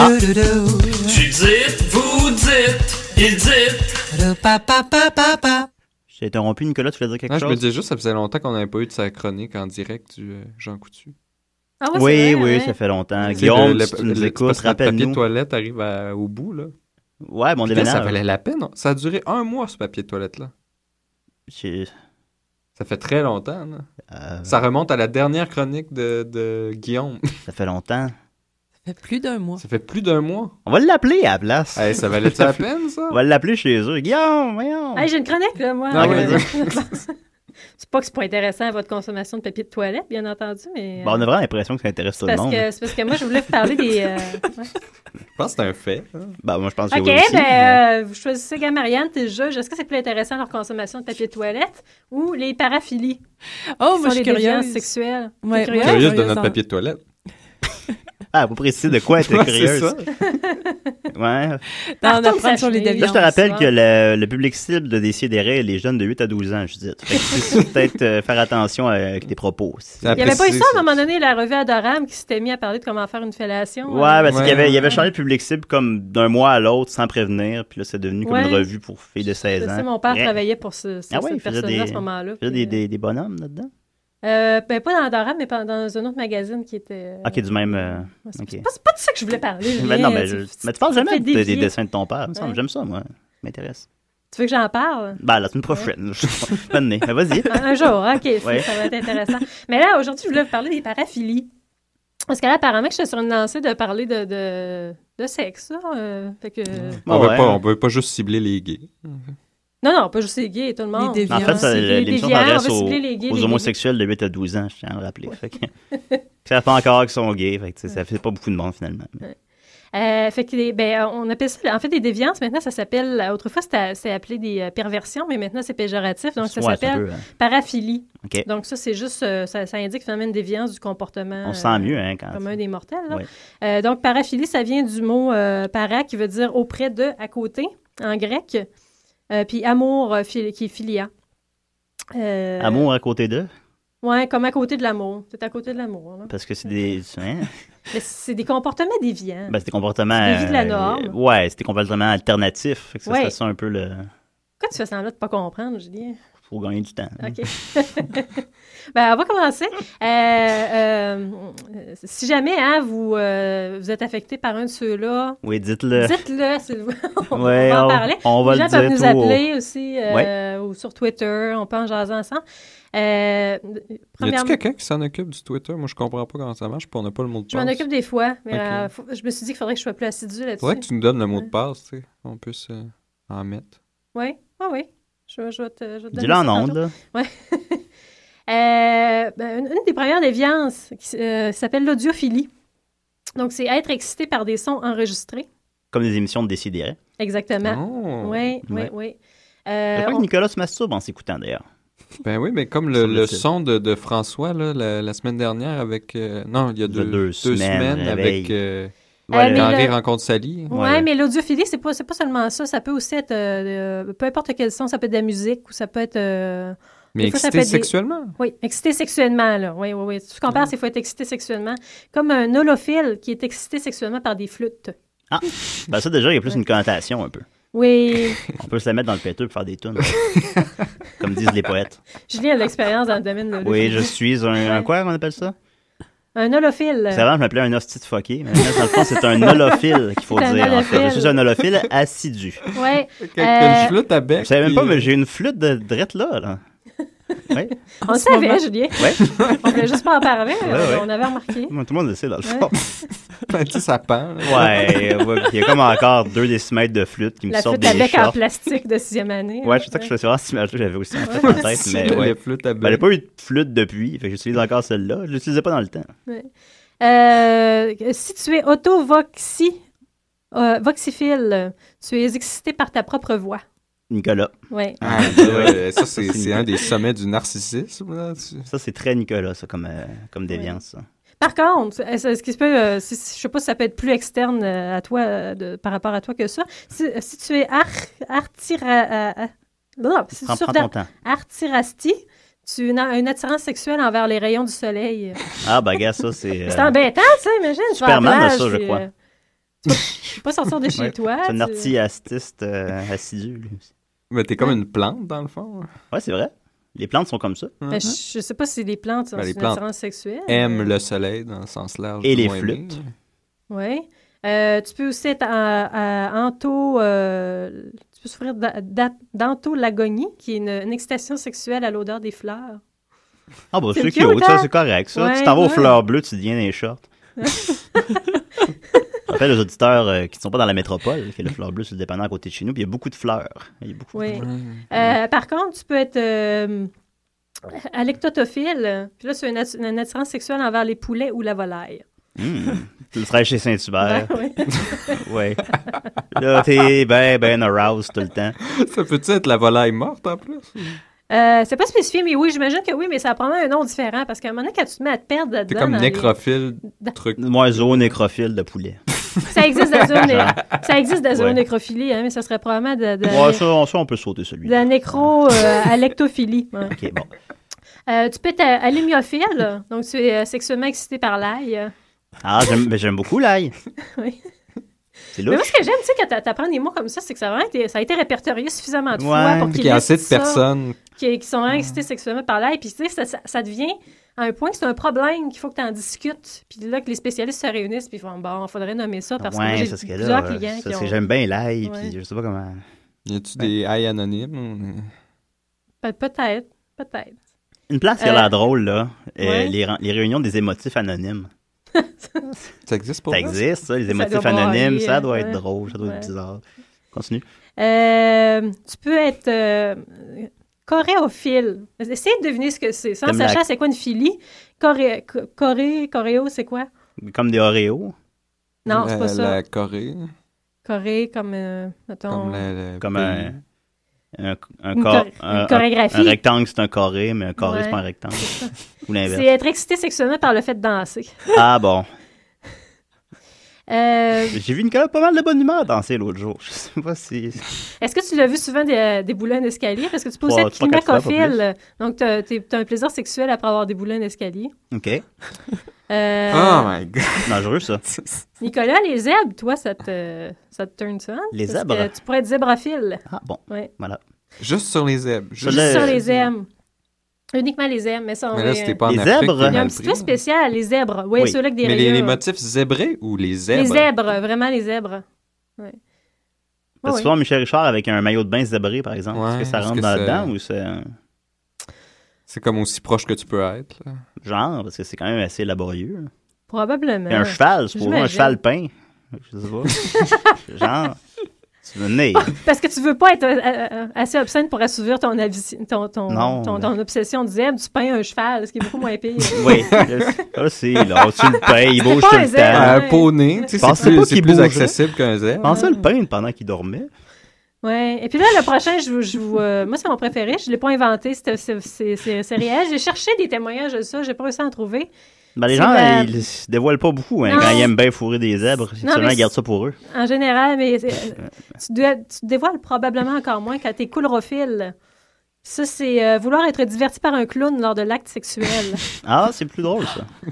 [SPEAKER 1] Je t'ai interrompu, Nicolas. Tu voulais dire quelque
[SPEAKER 3] Non, Ah, je me
[SPEAKER 1] chose?
[SPEAKER 3] disais juste, ça faisait longtemps qu'on n'avait pas eu de sa chronique en direct du euh, Jean Coutu.
[SPEAKER 4] Ah
[SPEAKER 1] oui,
[SPEAKER 4] ouais, c'est vrai,
[SPEAKER 1] oui,
[SPEAKER 4] ouais.
[SPEAKER 1] ça fait longtemps.
[SPEAKER 3] sais,
[SPEAKER 1] Guillaume,
[SPEAKER 3] le-
[SPEAKER 1] si
[SPEAKER 3] le-
[SPEAKER 1] tu nous
[SPEAKER 3] le-
[SPEAKER 1] écoutes,
[SPEAKER 3] parce que le papier
[SPEAKER 1] rappelle-nous.
[SPEAKER 3] de toilette arrive à- au bout, là.
[SPEAKER 1] Ouais, bon
[SPEAKER 3] Putain, ça
[SPEAKER 1] déménage.
[SPEAKER 3] valait la peine. hein. Ça a duré un mois, ce papier de toilette-là.
[SPEAKER 1] C'est-
[SPEAKER 3] Ça fait très longtemps, là.
[SPEAKER 1] euh,
[SPEAKER 3] Ça remonte à la dernière chronique de, de Guillaume.
[SPEAKER 1] ça fait longtemps.
[SPEAKER 5] Ça fait plus d'un mois.
[SPEAKER 3] ça fait plus d'un mois.
[SPEAKER 1] On va l'appeler à la place.
[SPEAKER 3] Hey, ça valait
[SPEAKER 1] [laughs]
[SPEAKER 3] la peine, ça?
[SPEAKER 1] On va l'appeler chez eux. Guillaume, voyons.
[SPEAKER 4] Hey, j'ai une chronique, là, moi.
[SPEAKER 3] Ah,
[SPEAKER 1] ok,
[SPEAKER 4] Euh,
[SPEAKER 1] vas-y.
[SPEAKER 4] [laughs] c'est pas que c'est pas intéressant à votre consommation de papier de toilette, bien entendu, mais. euh,
[SPEAKER 1] Bon, on a vraiment l'impression que ça intéresse tout
[SPEAKER 4] c'est
[SPEAKER 1] le
[SPEAKER 4] parce
[SPEAKER 1] monde.
[SPEAKER 4] que, c'est parce que moi, je voulais vous parler des.
[SPEAKER 1] [laughs]
[SPEAKER 4] euh, ouais.
[SPEAKER 3] Je pense que c'est un fait. hein.
[SPEAKER 1] Bah, moi, je pense que
[SPEAKER 4] OK,
[SPEAKER 1] oui aussi.
[SPEAKER 4] ben, euh, vous choisissez, gars, Marianne, tes juges. Est-ce que c'est plus intéressant leur consommation de papier de toilette ou les paraphilies,
[SPEAKER 5] Oh, moi,
[SPEAKER 4] qui sont
[SPEAKER 5] je
[SPEAKER 4] les
[SPEAKER 5] suis
[SPEAKER 4] déviances
[SPEAKER 5] curieuse.
[SPEAKER 4] sexuelles?
[SPEAKER 5] Ouais,
[SPEAKER 4] T'es curieuse?
[SPEAKER 5] ouais.
[SPEAKER 3] Curieuse de
[SPEAKER 5] curieuse,
[SPEAKER 3] notre
[SPEAKER 5] hein.
[SPEAKER 3] papier de toilette.
[SPEAKER 1] Ah, pour préciser de quoi être
[SPEAKER 3] [laughs] Ouais, c'est
[SPEAKER 1] curieuse.
[SPEAKER 3] ça.
[SPEAKER 1] Ouais.
[SPEAKER 5] D'en
[SPEAKER 4] Partons
[SPEAKER 5] apprendre sur les
[SPEAKER 4] s'acheter.
[SPEAKER 1] Là,
[SPEAKER 5] déviances.
[SPEAKER 1] je te rappelle
[SPEAKER 4] souvent.
[SPEAKER 1] que le, le public cible de Décideret est les jeunes de 8 à 12 ans, je dis. Fait que c'est peut-être euh, faire attention à- avec tes propos. aussi.
[SPEAKER 3] Ça
[SPEAKER 4] Il n'y avait pas eu
[SPEAKER 3] précisé,
[SPEAKER 4] ça à
[SPEAKER 3] ça.
[SPEAKER 4] un moment donné, la revue Adorable qui s'était mis à parler de comment faire une fellation. hein.
[SPEAKER 1] Ouais, ben, parce
[SPEAKER 3] Ouais,
[SPEAKER 1] qu'il avait, il
[SPEAKER 3] ouais.
[SPEAKER 1] avait changé le public cible comme d'un mois à l'autre sans prévenir, puis là, c'est devenu comme une
[SPEAKER 4] Ouais.
[SPEAKER 1] revue pour filles de 16 ans.
[SPEAKER 4] Ça, mon père
[SPEAKER 1] Ouais.
[SPEAKER 4] travaillait pour ce, ce-
[SPEAKER 1] Ah ouais, il
[SPEAKER 4] cette
[SPEAKER 1] faisait
[SPEAKER 4] personne-là
[SPEAKER 1] des-
[SPEAKER 4] à ce moment-là.
[SPEAKER 1] Il y a
[SPEAKER 4] puis,
[SPEAKER 1] des,
[SPEAKER 4] euh,
[SPEAKER 1] des, des bonhommes là-dedans.
[SPEAKER 4] euh, ben, pas dans Adorable, mais pas- dans un autre magazine qui était. euh,
[SPEAKER 1] Ah, qui est du même. euh,
[SPEAKER 4] ouais, c'est-
[SPEAKER 1] ok.
[SPEAKER 4] C'est pas, c'est pas de ça que je
[SPEAKER 1] [laughs]
[SPEAKER 4] voulais parler.
[SPEAKER 1] Mais
[SPEAKER 4] Julien,
[SPEAKER 1] non, mais,
[SPEAKER 4] tu-
[SPEAKER 1] je-
[SPEAKER 4] tu-
[SPEAKER 1] mais tu parles jamais
[SPEAKER 4] fais
[SPEAKER 1] des, des
[SPEAKER 4] dévier.
[SPEAKER 1] dessins de ton père. il me semble.
[SPEAKER 4] Ouais.
[SPEAKER 1] J'aime ça, moi. M'intéresse.
[SPEAKER 4] Tu veux que j'en parle?
[SPEAKER 1] Ben, la semaine prochaine. je sais pas. Venez. Ben,
[SPEAKER 4] [laughs]
[SPEAKER 1] vas-y.
[SPEAKER 4] Un un jour, OK, c'est-
[SPEAKER 1] Ouais.
[SPEAKER 4] ça va être intéressant. Mais là, aujourd'hui, je voulais vous parler des paraphilies. Parce que là, apparemment, que j'étais sur une lancée de parler de, de, de sexe. là, euh, fait que...
[SPEAKER 3] On
[SPEAKER 1] Ouais.
[SPEAKER 3] veut pas, on veut pas juste cibler les gays.
[SPEAKER 4] Non, non, pas juste les gays et tout le monde.
[SPEAKER 5] Les
[SPEAKER 1] En fait,
[SPEAKER 5] déviants.
[SPEAKER 1] ça, euh,
[SPEAKER 4] On veut cibler les
[SPEAKER 1] l'émission
[SPEAKER 4] gays, on
[SPEAKER 1] s'adresse
[SPEAKER 4] veut
[SPEAKER 1] aux,
[SPEAKER 4] cibler les gays,
[SPEAKER 1] aux
[SPEAKER 4] les
[SPEAKER 1] homosexuels de 8 à 12 ans, je tiens à le rappeler. Fait que, [laughs] qui savent pas encore qu'ils sont gays. Fait que, tu sais, ça fait pas beaucoup de monde, finalement. Mais-
[SPEAKER 4] Euh, fait que les- ben, on appelle ça, en fait, des déviances. Maintenant, ça s'appelle, autrefois, c'était c'est appelé des euh, perversions, mais maintenant, c'est péjoratif. Donc, ça
[SPEAKER 1] Ouais, c'est un
[SPEAKER 4] s'appelle
[SPEAKER 1] peu, hein.
[SPEAKER 4] paraphilie.
[SPEAKER 1] OK.
[SPEAKER 4] Donc, ça, c'est juste, euh, ça, ça indique finalement une déviance du comportement.
[SPEAKER 1] On se
[SPEAKER 4] euh,
[SPEAKER 1] sent mieux, hein, quand.
[SPEAKER 4] Comme un des mortels. là.
[SPEAKER 1] Ouais.
[SPEAKER 4] Euh, donc, paraphilie, ça vient du mot euh, para, qui veut dire auprès de, à côté, en grec. Euh, puis amour, euh, fil- qui est filia. Euh,
[SPEAKER 1] Amour à côté d'eux,
[SPEAKER 4] Ouais, comme à côté de l'amour. C'est à côté de l'amour. là.
[SPEAKER 1] parce que c'est des. hein,
[SPEAKER 4] Mais C'est des comportements déviants.
[SPEAKER 1] ben, c'est des comportements.
[SPEAKER 4] C'est des vies de la
[SPEAKER 1] euh,
[SPEAKER 4] norme.
[SPEAKER 1] ouais, c'est des comportements alternatifs. Fait que ça,
[SPEAKER 4] Ouais.
[SPEAKER 1] c'est ça un peu le.
[SPEAKER 4] Pourquoi tu fais semblant de ne pas comprendre, Julien?
[SPEAKER 1] Pour gagner du temps. hein.
[SPEAKER 4] OK. [laughs] ben, on va commencer. Euh, euh, euh, si jamais hein, vous, euh, vous êtes affecté par un de ceux-là,
[SPEAKER 1] Oui, dites-le.
[SPEAKER 4] dites-le, s'il vous plaît. on
[SPEAKER 1] Ouais,
[SPEAKER 4] va en
[SPEAKER 1] on-
[SPEAKER 4] parler.
[SPEAKER 1] on va
[SPEAKER 4] Les
[SPEAKER 1] le
[SPEAKER 4] gens peuvent
[SPEAKER 1] dire
[SPEAKER 4] nous
[SPEAKER 1] tout haut.
[SPEAKER 4] appeler aussi euh, ou sur Twitter. On peut en jaser ensemble. Euh,
[SPEAKER 3] Y a-tu
[SPEAKER 4] premièrement,
[SPEAKER 3] quelqu'un qui s'en occupe du Twitter? Moi, je comprends pas comment ça marche, puis on n'a pas le mot de
[SPEAKER 4] je
[SPEAKER 3] passe.
[SPEAKER 4] m'en occupe des fois, mais
[SPEAKER 3] Ok.
[SPEAKER 4] euh, faut- je me suis dit qu'il faudrait que je sois plus assidue là-dessus.
[SPEAKER 3] Faudrait que tu nous donnes le mot de passe, tu sais. On peut se- en mettre.
[SPEAKER 4] Oui, oui, oui. Je, vais- je vais te, je vais te donner
[SPEAKER 1] Dis-le en
[SPEAKER 4] ça tantôt.
[SPEAKER 1] ondes, là.
[SPEAKER 4] [laughs] Euh, ben, une, une des premières déviances qui euh, s'appelle l'audiophilie. Donc, c'est être excité par des sons enregistrés.
[SPEAKER 1] Comme des émissions de décidérés.
[SPEAKER 4] Exactement.
[SPEAKER 3] Oh!
[SPEAKER 4] Oui, oui,
[SPEAKER 1] Ouais.
[SPEAKER 4] oui.
[SPEAKER 1] Je
[SPEAKER 4] Euh,
[SPEAKER 1] crois
[SPEAKER 4] on-
[SPEAKER 1] que Nicolas se masturbe en s'écoutant, d'ailleurs.
[SPEAKER 3] Ben oui, mais comme le,
[SPEAKER 1] Semble-t-il.
[SPEAKER 3] le son de, de François là, la, la semaine dernière avec. euh, non, il y a
[SPEAKER 1] Il y a
[SPEAKER 3] deux,
[SPEAKER 1] deux
[SPEAKER 3] deux
[SPEAKER 1] semaines,
[SPEAKER 3] semaines,
[SPEAKER 1] réveil.
[SPEAKER 3] avec. Euh,
[SPEAKER 4] Ah, mais
[SPEAKER 1] le-
[SPEAKER 4] là-
[SPEAKER 3] Henri rencontre Sally.
[SPEAKER 4] Ouais,
[SPEAKER 1] Ouais.
[SPEAKER 4] mais l'audiophilie, c'est pas, c'est pas seulement ça. Ça peut aussi être, euh, euh, peu importe quel son, ça peut être de la musique ou ça peut être, euh,
[SPEAKER 3] Mais
[SPEAKER 4] Des fois, ça
[SPEAKER 3] excité
[SPEAKER 4] peut être des- Euh,
[SPEAKER 3] sexuellement.
[SPEAKER 4] oui, excité sexuellement, là. Oui, oui, oui. Tu compares, il faut être excité sexuellement. Comme un holophile qui est excité sexuellement par des flûtes.
[SPEAKER 1] Ben, ça, déjà, il y a plus une connotation, un peu.
[SPEAKER 4] Oui,
[SPEAKER 1] On peut se la mettre dans le péteux pour faire des
[SPEAKER 4] [laughs]
[SPEAKER 1] tunes. comme disent les poètes.
[SPEAKER 4] Julien a de l'expérience dans le domaine de Euh.
[SPEAKER 1] Oui,
[SPEAKER 4] l'holophilie.
[SPEAKER 1] je suis un. un quoi on appelle ça?
[SPEAKER 4] Un holophile.
[SPEAKER 1] Parce qu'avant, je m'appelais un hostie de fucké. Mais maintenant, dans le fond, c'est un holophile qu'il faut
[SPEAKER 4] C'est un
[SPEAKER 1] dire, en fait. Je
[SPEAKER 4] holophile.
[SPEAKER 1] suis un holophile assidu.
[SPEAKER 4] Ouais.
[SPEAKER 3] Quelqu'un
[SPEAKER 4] Euh,
[SPEAKER 3] flotte à bec.
[SPEAKER 1] Je savais même pas,
[SPEAKER 3] puis-
[SPEAKER 1] mais j'ai une flûte de drette là, là. Oui,
[SPEAKER 4] On le
[SPEAKER 5] ce
[SPEAKER 4] savait,
[SPEAKER 5] moment.
[SPEAKER 4] Julien.
[SPEAKER 1] Ouais.
[SPEAKER 4] On voulait juste pas en parler.
[SPEAKER 1] ouais.
[SPEAKER 4] On avait remarqué.
[SPEAKER 1] tout le monde le sait, dans le fond.
[SPEAKER 3] [laughs] Ben, tu sais, ça pend. là. [laughs]
[SPEAKER 1] Ouais, ouais, puis il y a comme encore deux décimètres de flûte qui me
[SPEAKER 4] La
[SPEAKER 1] sortent
[SPEAKER 4] flûte
[SPEAKER 1] des
[SPEAKER 4] avec en
[SPEAKER 1] shorts.
[SPEAKER 4] plastique de sixième année.
[SPEAKER 1] Ouais, je sais que je me suis rendu image j'avais aussi en fait en tête, mais
[SPEAKER 3] Le-
[SPEAKER 1] ouais.
[SPEAKER 3] le flotte à
[SPEAKER 1] Ben, j'ai
[SPEAKER 3] bec.
[SPEAKER 1] pas eu de flûte depuis, fait que j'utilise encore celle-là. Je l'utilisais pas dans le temps.
[SPEAKER 4] Euh, si tu es autovoxi, euh, voxophile, tu es excité par ta propre voix.
[SPEAKER 1] Nicolas.
[SPEAKER 4] Ouais.
[SPEAKER 3] Ah, ouais, ça, c'est
[SPEAKER 1] Ça, c'est
[SPEAKER 3] c'est un des sommets du narcissisme. Là. Tu-
[SPEAKER 1] Ça, c'est très Nicolas, ça, comme, euh, comme déviance, ça.
[SPEAKER 4] Par contre, est-ce ce qui se peut, euh, si- si- je sais pas si ça peut être plus externe euh, à toi, euh, de- par rapport à toi que ça. Si, euh, si tu es ar, artira- euh, euh, non, si
[SPEAKER 1] Prends,
[SPEAKER 4] tu
[SPEAKER 1] prends
[SPEAKER 4] es
[SPEAKER 1] ton temps.
[SPEAKER 4] artirasti, tu as une attirance sexuelle envers les rayons du soleil.
[SPEAKER 1] Ah, ben, gars, ça, c'est. euh,
[SPEAKER 4] [laughs] C'est embêtant, ça, imagine. je vais à la
[SPEAKER 1] Superman a
[SPEAKER 4] plage,
[SPEAKER 1] ça, je
[SPEAKER 4] puis,
[SPEAKER 1] crois.
[SPEAKER 4] euh, tu peux- tu peux pas
[SPEAKER 1] [laughs]
[SPEAKER 4] sortir de chez
[SPEAKER 1] Ouais,
[SPEAKER 4] toi.
[SPEAKER 1] c'est un
[SPEAKER 4] tu-
[SPEAKER 1] artiste euh, assidu, lui aussi.
[SPEAKER 3] Mais t'es comme une plante, dans le fond. hein.
[SPEAKER 1] Ouais, c'est vrai. Les plantes sont comme ça.
[SPEAKER 4] Ben, je, je sais pas si les plantes ont
[SPEAKER 3] Ben, les
[SPEAKER 4] une
[SPEAKER 3] plantes
[SPEAKER 4] attirance sexuelle.
[SPEAKER 3] Aime le soleil, dans le sens large.
[SPEAKER 1] Et
[SPEAKER 3] du
[SPEAKER 1] les
[SPEAKER 3] mot aimer.
[SPEAKER 1] flûtes.
[SPEAKER 4] Oui. Euh, tu peux aussi être en- en- ento... euh, tu peux souffrir d'a- d'a- d'antolagonie, qui est une, une excitation sexuelle à l'odeur des fleurs.
[SPEAKER 1] Ah, bah,
[SPEAKER 4] C'est
[SPEAKER 1] c'est
[SPEAKER 4] cute,
[SPEAKER 1] cute, ça,
[SPEAKER 4] hein?
[SPEAKER 1] c'est correct, ça. tu
[SPEAKER 4] Ouais,
[SPEAKER 1] t'en vas aux
[SPEAKER 4] ouais.
[SPEAKER 1] fleurs bleues, tu deviens des
[SPEAKER 4] [laughs]
[SPEAKER 1] shorts. Je rappelle aux auditeurs euh, qui ne sont pas dans la métropole, que le fleur bleue, c'est le dépanneur à côté de chez nous, puis il y a beaucoup de fleurs. Il y a beaucoup de
[SPEAKER 4] Oui.
[SPEAKER 1] fleurs.
[SPEAKER 4] Euh, par contre, tu peux être euh, alectotophile. Puis là, c'est une, atti- une attirance sexuelle envers les poulets ou la volaille.
[SPEAKER 1] Hmm. Tu le ferais chez
[SPEAKER 4] [laughs]
[SPEAKER 1] Saint-Hubert.
[SPEAKER 4] Ben, oui.
[SPEAKER 1] [laughs] Ouais. Là, t'es ben, ben aroused tout le temps.
[SPEAKER 3] Ça peut-tu être la volaille morte, en plus?
[SPEAKER 4] Euh, c'est pas spécifié, mais oui, j'imagine que oui, mais ça prend un nom différent parce qu'à un moment donné, quand tu te mets à te perdre
[SPEAKER 3] T'es
[SPEAKER 4] là-dedans.
[SPEAKER 3] comme
[SPEAKER 4] dans les-
[SPEAKER 3] nécrophile, truc.
[SPEAKER 1] Moi, zoo nécrophile de poulet.
[SPEAKER 4] Ça existe de la zone, ça existe de la zone
[SPEAKER 1] Ouais.
[SPEAKER 4] nécrophilie, hein, mais ça serait probablement de, de,
[SPEAKER 1] Ouais, ça, on- ça, on peut sauter celui
[SPEAKER 4] de la nécro euh, à l'ectophilie. [laughs] ouais.
[SPEAKER 1] Ok, bon.
[SPEAKER 4] Euh, tu peux être euh, alumiophile, donc tu es euh, sexuellement excité par l'ail.
[SPEAKER 1] Ah, j'aime ben, j'aime beaucoup l'ail.
[SPEAKER 4] [laughs] Oui.
[SPEAKER 1] C'est
[SPEAKER 4] Mais moi,
[SPEAKER 1] louche.
[SPEAKER 4] ce que j'aime, tu sais, quand t'a- t'apprends des mots comme ça, c'est que ça a, vraiment été, ça a été répertorié suffisamment de fois
[SPEAKER 1] Ouais.
[SPEAKER 4] pour
[SPEAKER 3] Il
[SPEAKER 4] qu'il
[SPEAKER 3] y a assez de
[SPEAKER 4] liste ça,
[SPEAKER 3] personnes.
[SPEAKER 4] Qui, qui sont vraiment excités sexuellement par l'ail. Puis, tu sais, ça, ça, ça devient à un point que c'est un problème qu'il faut que tu en discutes. Puis là, que les spécialistes se réunissent, puis ils font Bon, faudrait nommer ça parce que moi,
[SPEAKER 1] Ouais,
[SPEAKER 4] j'ai
[SPEAKER 1] ça serait
[SPEAKER 4] plusieurs
[SPEAKER 1] là.
[SPEAKER 4] clients
[SPEAKER 1] euh, Ça,
[SPEAKER 4] qui
[SPEAKER 1] c'est
[SPEAKER 4] ont.
[SPEAKER 1] j'aime bien l'ail,
[SPEAKER 4] Ouais.
[SPEAKER 1] puis je sais pas comment.
[SPEAKER 3] Y a-tu des haies anonymes?
[SPEAKER 4] Pe- Peut-être, peut-être.
[SPEAKER 1] Une place qui a
[SPEAKER 4] Euh,
[SPEAKER 1] l'air drôle, là. euh,
[SPEAKER 4] ouais.
[SPEAKER 1] les, ren- les réunions des émotifs anonymes.
[SPEAKER 3] Ça existe pour
[SPEAKER 1] Ça
[SPEAKER 3] vrai?
[SPEAKER 1] existe, ça, les émotifs
[SPEAKER 4] doit
[SPEAKER 1] anonymes.
[SPEAKER 4] brailler,
[SPEAKER 1] ça doit
[SPEAKER 4] ouais.
[SPEAKER 1] être drôle, ça doit
[SPEAKER 4] Ouais.
[SPEAKER 1] être bizarre. Continue.
[SPEAKER 4] Euh, tu peux être euh, choréophile. Essayez de deviner ce que c'est. Sans
[SPEAKER 1] Comme la-
[SPEAKER 4] sachant c'est quoi une filie. Choré, cho- choré, choréo, c'est quoi?
[SPEAKER 1] Comme des Oreos,
[SPEAKER 4] Non, c'est
[SPEAKER 3] La-
[SPEAKER 4] pas ça.
[SPEAKER 3] Euh, La Corée,
[SPEAKER 4] Choré comme, euh, mettons,
[SPEAKER 3] comme la- le
[SPEAKER 1] Comme
[SPEAKER 3] pays.
[SPEAKER 1] un- un, un,
[SPEAKER 4] Une
[SPEAKER 1] cor-
[SPEAKER 4] chor- une
[SPEAKER 1] un- un-
[SPEAKER 4] chorégraphie.
[SPEAKER 1] un rectangle, c'est un carré, mais un carré,
[SPEAKER 4] Ouais.
[SPEAKER 1] c'est pas un
[SPEAKER 4] [laughs]
[SPEAKER 1] rectangle. Ou l'inverse.
[SPEAKER 4] C'est être excité sexuellement par le fait de danser.
[SPEAKER 1] Ah bon.
[SPEAKER 4] Euh,
[SPEAKER 1] J'ai vu Nicolas pas mal de bonne humeur danser l'autre jour. Je sais pas si.
[SPEAKER 4] Est-ce que tu l'as vu souvent des, débouler un escalier? Parce que tu peux aussi
[SPEAKER 1] Trois-
[SPEAKER 4] être
[SPEAKER 1] trois, quatre fois, pas
[SPEAKER 4] climacophile. Donc, tu as un plaisir sexuel après avoir déboulé un escalier.
[SPEAKER 1] Ok.
[SPEAKER 4] Euh,
[SPEAKER 3] Oh my god!
[SPEAKER 1] Dangereux,
[SPEAKER 4] [laughs]
[SPEAKER 1] ça.
[SPEAKER 4] Nicolas, les zèbres, toi, ça te, ça te turn ça?
[SPEAKER 1] Les
[SPEAKER 4] Parce
[SPEAKER 1] zèbres.
[SPEAKER 4] que Tu pourrais être zébrophile.
[SPEAKER 1] Ah bon.
[SPEAKER 4] Ouais.
[SPEAKER 1] Voilà.
[SPEAKER 3] Juste sur les zèbres.
[SPEAKER 1] Sur
[SPEAKER 3] Juste...
[SPEAKER 1] le-
[SPEAKER 4] Juste
[SPEAKER 1] Euh,
[SPEAKER 4] sur les zèbres. Uniquement les zèbres, mais ça, on
[SPEAKER 3] Mais là,
[SPEAKER 4] est-
[SPEAKER 3] c'était pas en
[SPEAKER 1] Les
[SPEAKER 3] Afrique,
[SPEAKER 1] zèbres?
[SPEAKER 3] t'es
[SPEAKER 4] Il y a un
[SPEAKER 3] mal
[SPEAKER 4] petit
[SPEAKER 3] pris,
[SPEAKER 4] peu
[SPEAKER 3] là.
[SPEAKER 4] spécial, les zèbres. Oui,
[SPEAKER 1] Oui.
[SPEAKER 4] ceux-là avec des
[SPEAKER 3] Mais les, les
[SPEAKER 4] rayures.
[SPEAKER 3] motifs zébrés ou les zèbres?
[SPEAKER 4] Les zèbres, vraiment les zèbres. Ouais. Ouais,
[SPEAKER 1] Parce que
[SPEAKER 4] ouais.
[SPEAKER 1] souvent, Michel Richard avec un maillot de bain zébré, par exemple,
[SPEAKER 3] Ouais,
[SPEAKER 1] est-ce que ça
[SPEAKER 3] est-ce
[SPEAKER 1] rentre
[SPEAKER 3] que
[SPEAKER 1] dans
[SPEAKER 3] ça-
[SPEAKER 1] dedans ou c'est un
[SPEAKER 3] C'est comme aussi proche que tu peux être. là.
[SPEAKER 1] genre Parce que c'est quand même assez laborieux.
[SPEAKER 4] Probablement.
[SPEAKER 1] Et un cheval, c'est pour un
[SPEAKER 4] Ben J'imagine.
[SPEAKER 1] cheval peint. Je sais
[SPEAKER 4] [laughs]
[SPEAKER 1] pas. genre, tu veux venir.
[SPEAKER 4] Parce que tu veux pas être euh, euh, assez obscène pour assouvir ton, avis- ton, ton,
[SPEAKER 1] Non.
[SPEAKER 4] ton, ton obsession de zèbre. Tu peins un cheval, ce qui est beaucoup moins pire. [laughs]
[SPEAKER 1] Oui, ça c'est là, tu le peins, il bouge
[SPEAKER 4] pas
[SPEAKER 1] tout
[SPEAKER 4] un
[SPEAKER 1] le
[SPEAKER 4] zèbre.
[SPEAKER 1] temps.
[SPEAKER 4] Ah,
[SPEAKER 3] Un
[SPEAKER 4] ouais.
[SPEAKER 3] poney, tu sais,
[SPEAKER 1] Pensez
[SPEAKER 3] c'est plus,
[SPEAKER 1] Euh, pas
[SPEAKER 3] c'est
[SPEAKER 1] qu'il
[SPEAKER 3] plus
[SPEAKER 1] bougerait.
[SPEAKER 3] accessible qu'un zèbre.
[SPEAKER 1] Pensez à le peindre pendant qu'il dormait.
[SPEAKER 4] Ouais. Et puis là, le prochain, je, vous- je vous, euh, moi, c'est mon préféré. Je l'ai pas inventé. C'est c'est- c'est- c'est- c'est réel. J'ai cherché des témoignages de ça. J'ai pas réussi à en trouver.
[SPEAKER 1] Ben, les
[SPEAKER 4] C'est
[SPEAKER 1] gens,
[SPEAKER 4] la-
[SPEAKER 1] ils se dévoilent pas beaucoup hein,
[SPEAKER 4] Non.
[SPEAKER 1] quand ils aiment bien fourrer des zèbres.
[SPEAKER 4] Non,
[SPEAKER 1] Seulement,
[SPEAKER 4] mais
[SPEAKER 1] ils gardent ça pour eux.
[SPEAKER 4] En général, mais euh, tu, dois- tu te dévoiles probablement encore moins quand t'es coulrophile. Ça, c'est euh, vouloir être diverti par un clown lors de l'acte sexuel.
[SPEAKER 1] Ah, c'est plus drôle,
[SPEAKER 3] [laughs]
[SPEAKER 1] ça. Ouais,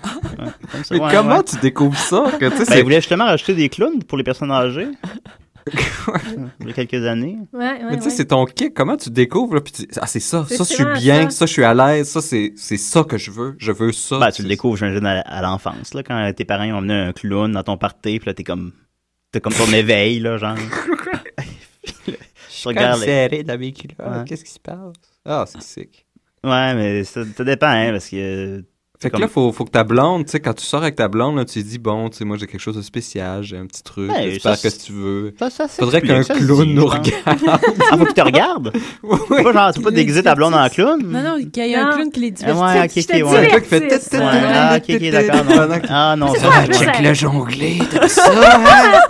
[SPEAKER 1] comme ça,
[SPEAKER 3] Mais
[SPEAKER 1] ouais,
[SPEAKER 3] comment
[SPEAKER 1] ouais.
[SPEAKER 3] tu découvres ça? Que, tu sais,
[SPEAKER 1] Ben,
[SPEAKER 3] c'est-
[SPEAKER 1] ils voulaient justement rajouter des clowns pour les personnes
[SPEAKER 3] [laughs]
[SPEAKER 1] âgées. Il y a quelques années.
[SPEAKER 4] Ouais, ouais,
[SPEAKER 3] Mais tu sais,
[SPEAKER 4] ouais.
[SPEAKER 3] c'est ton kick. Comment tu découvres? Là, puis tu- Ah, c'est ça.
[SPEAKER 4] C'est
[SPEAKER 3] Ça, je suis
[SPEAKER 4] vraiment
[SPEAKER 3] bien.
[SPEAKER 4] ça.
[SPEAKER 3] Ça, je suis à l'aise. Ça, c'est c'est ça que je veux. Je veux ça.
[SPEAKER 1] Ben, tu le
[SPEAKER 3] C'est-
[SPEAKER 1] découvres, j'imagine, à, à l'enfance, là, quand tes parents ont emmené un clown dans ton party, puis là, t'es comme, t'es comme ton éveil, là,
[SPEAKER 3] [laughs]
[SPEAKER 1] genre. Je regarde les-
[SPEAKER 3] serré dans mes culottes.
[SPEAKER 1] Ouais.
[SPEAKER 3] Qu'est-ce qui se passe? Ah, c'est sick.
[SPEAKER 1] Ouais, mais ça, ça dépend, hein, parce que...
[SPEAKER 3] Fait que
[SPEAKER 1] Comme-
[SPEAKER 3] là, faut, faut que ta blonde, tu sais, quand tu sors avec ta blonde, là, tu lui dis, bon, tu sais, moi, j'ai quelque chose de spécial, j'ai un petit truc,
[SPEAKER 1] Ouais,
[SPEAKER 3] j'espère
[SPEAKER 1] Ben, ça,
[SPEAKER 3] que tu veux.
[SPEAKER 1] Ça, ça
[SPEAKER 3] Faudrait qu'un clown
[SPEAKER 1] hein. [laughs]
[SPEAKER 3] nous regarde.
[SPEAKER 1] Ah, faut qu'il te regarde?
[SPEAKER 3] Oui,
[SPEAKER 1] C'est pas genre, tu peux pas déguiser ta blonde en clown?
[SPEAKER 5] Non, non, qu'il y a
[SPEAKER 4] Non.
[SPEAKER 5] un clown qui les
[SPEAKER 1] Ah,
[SPEAKER 5] divertit.
[SPEAKER 1] ouais, ok,
[SPEAKER 4] Je te
[SPEAKER 1] ok, ouais.
[SPEAKER 4] dirais.
[SPEAKER 3] Le gars qui fait
[SPEAKER 4] Divertisse.
[SPEAKER 3] tut, tut,
[SPEAKER 1] Ouais, ah, ok, ok, d'accord.
[SPEAKER 3] Pendant
[SPEAKER 1] non.
[SPEAKER 3] que-
[SPEAKER 1] Ah, non, ça
[SPEAKER 4] quoi,
[SPEAKER 1] va.
[SPEAKER 4] en plus,
[SPEAKER 1] check.
[SPEAKER 4] ça-
[SPEAKER 3] jonglé, t'as ça, hein?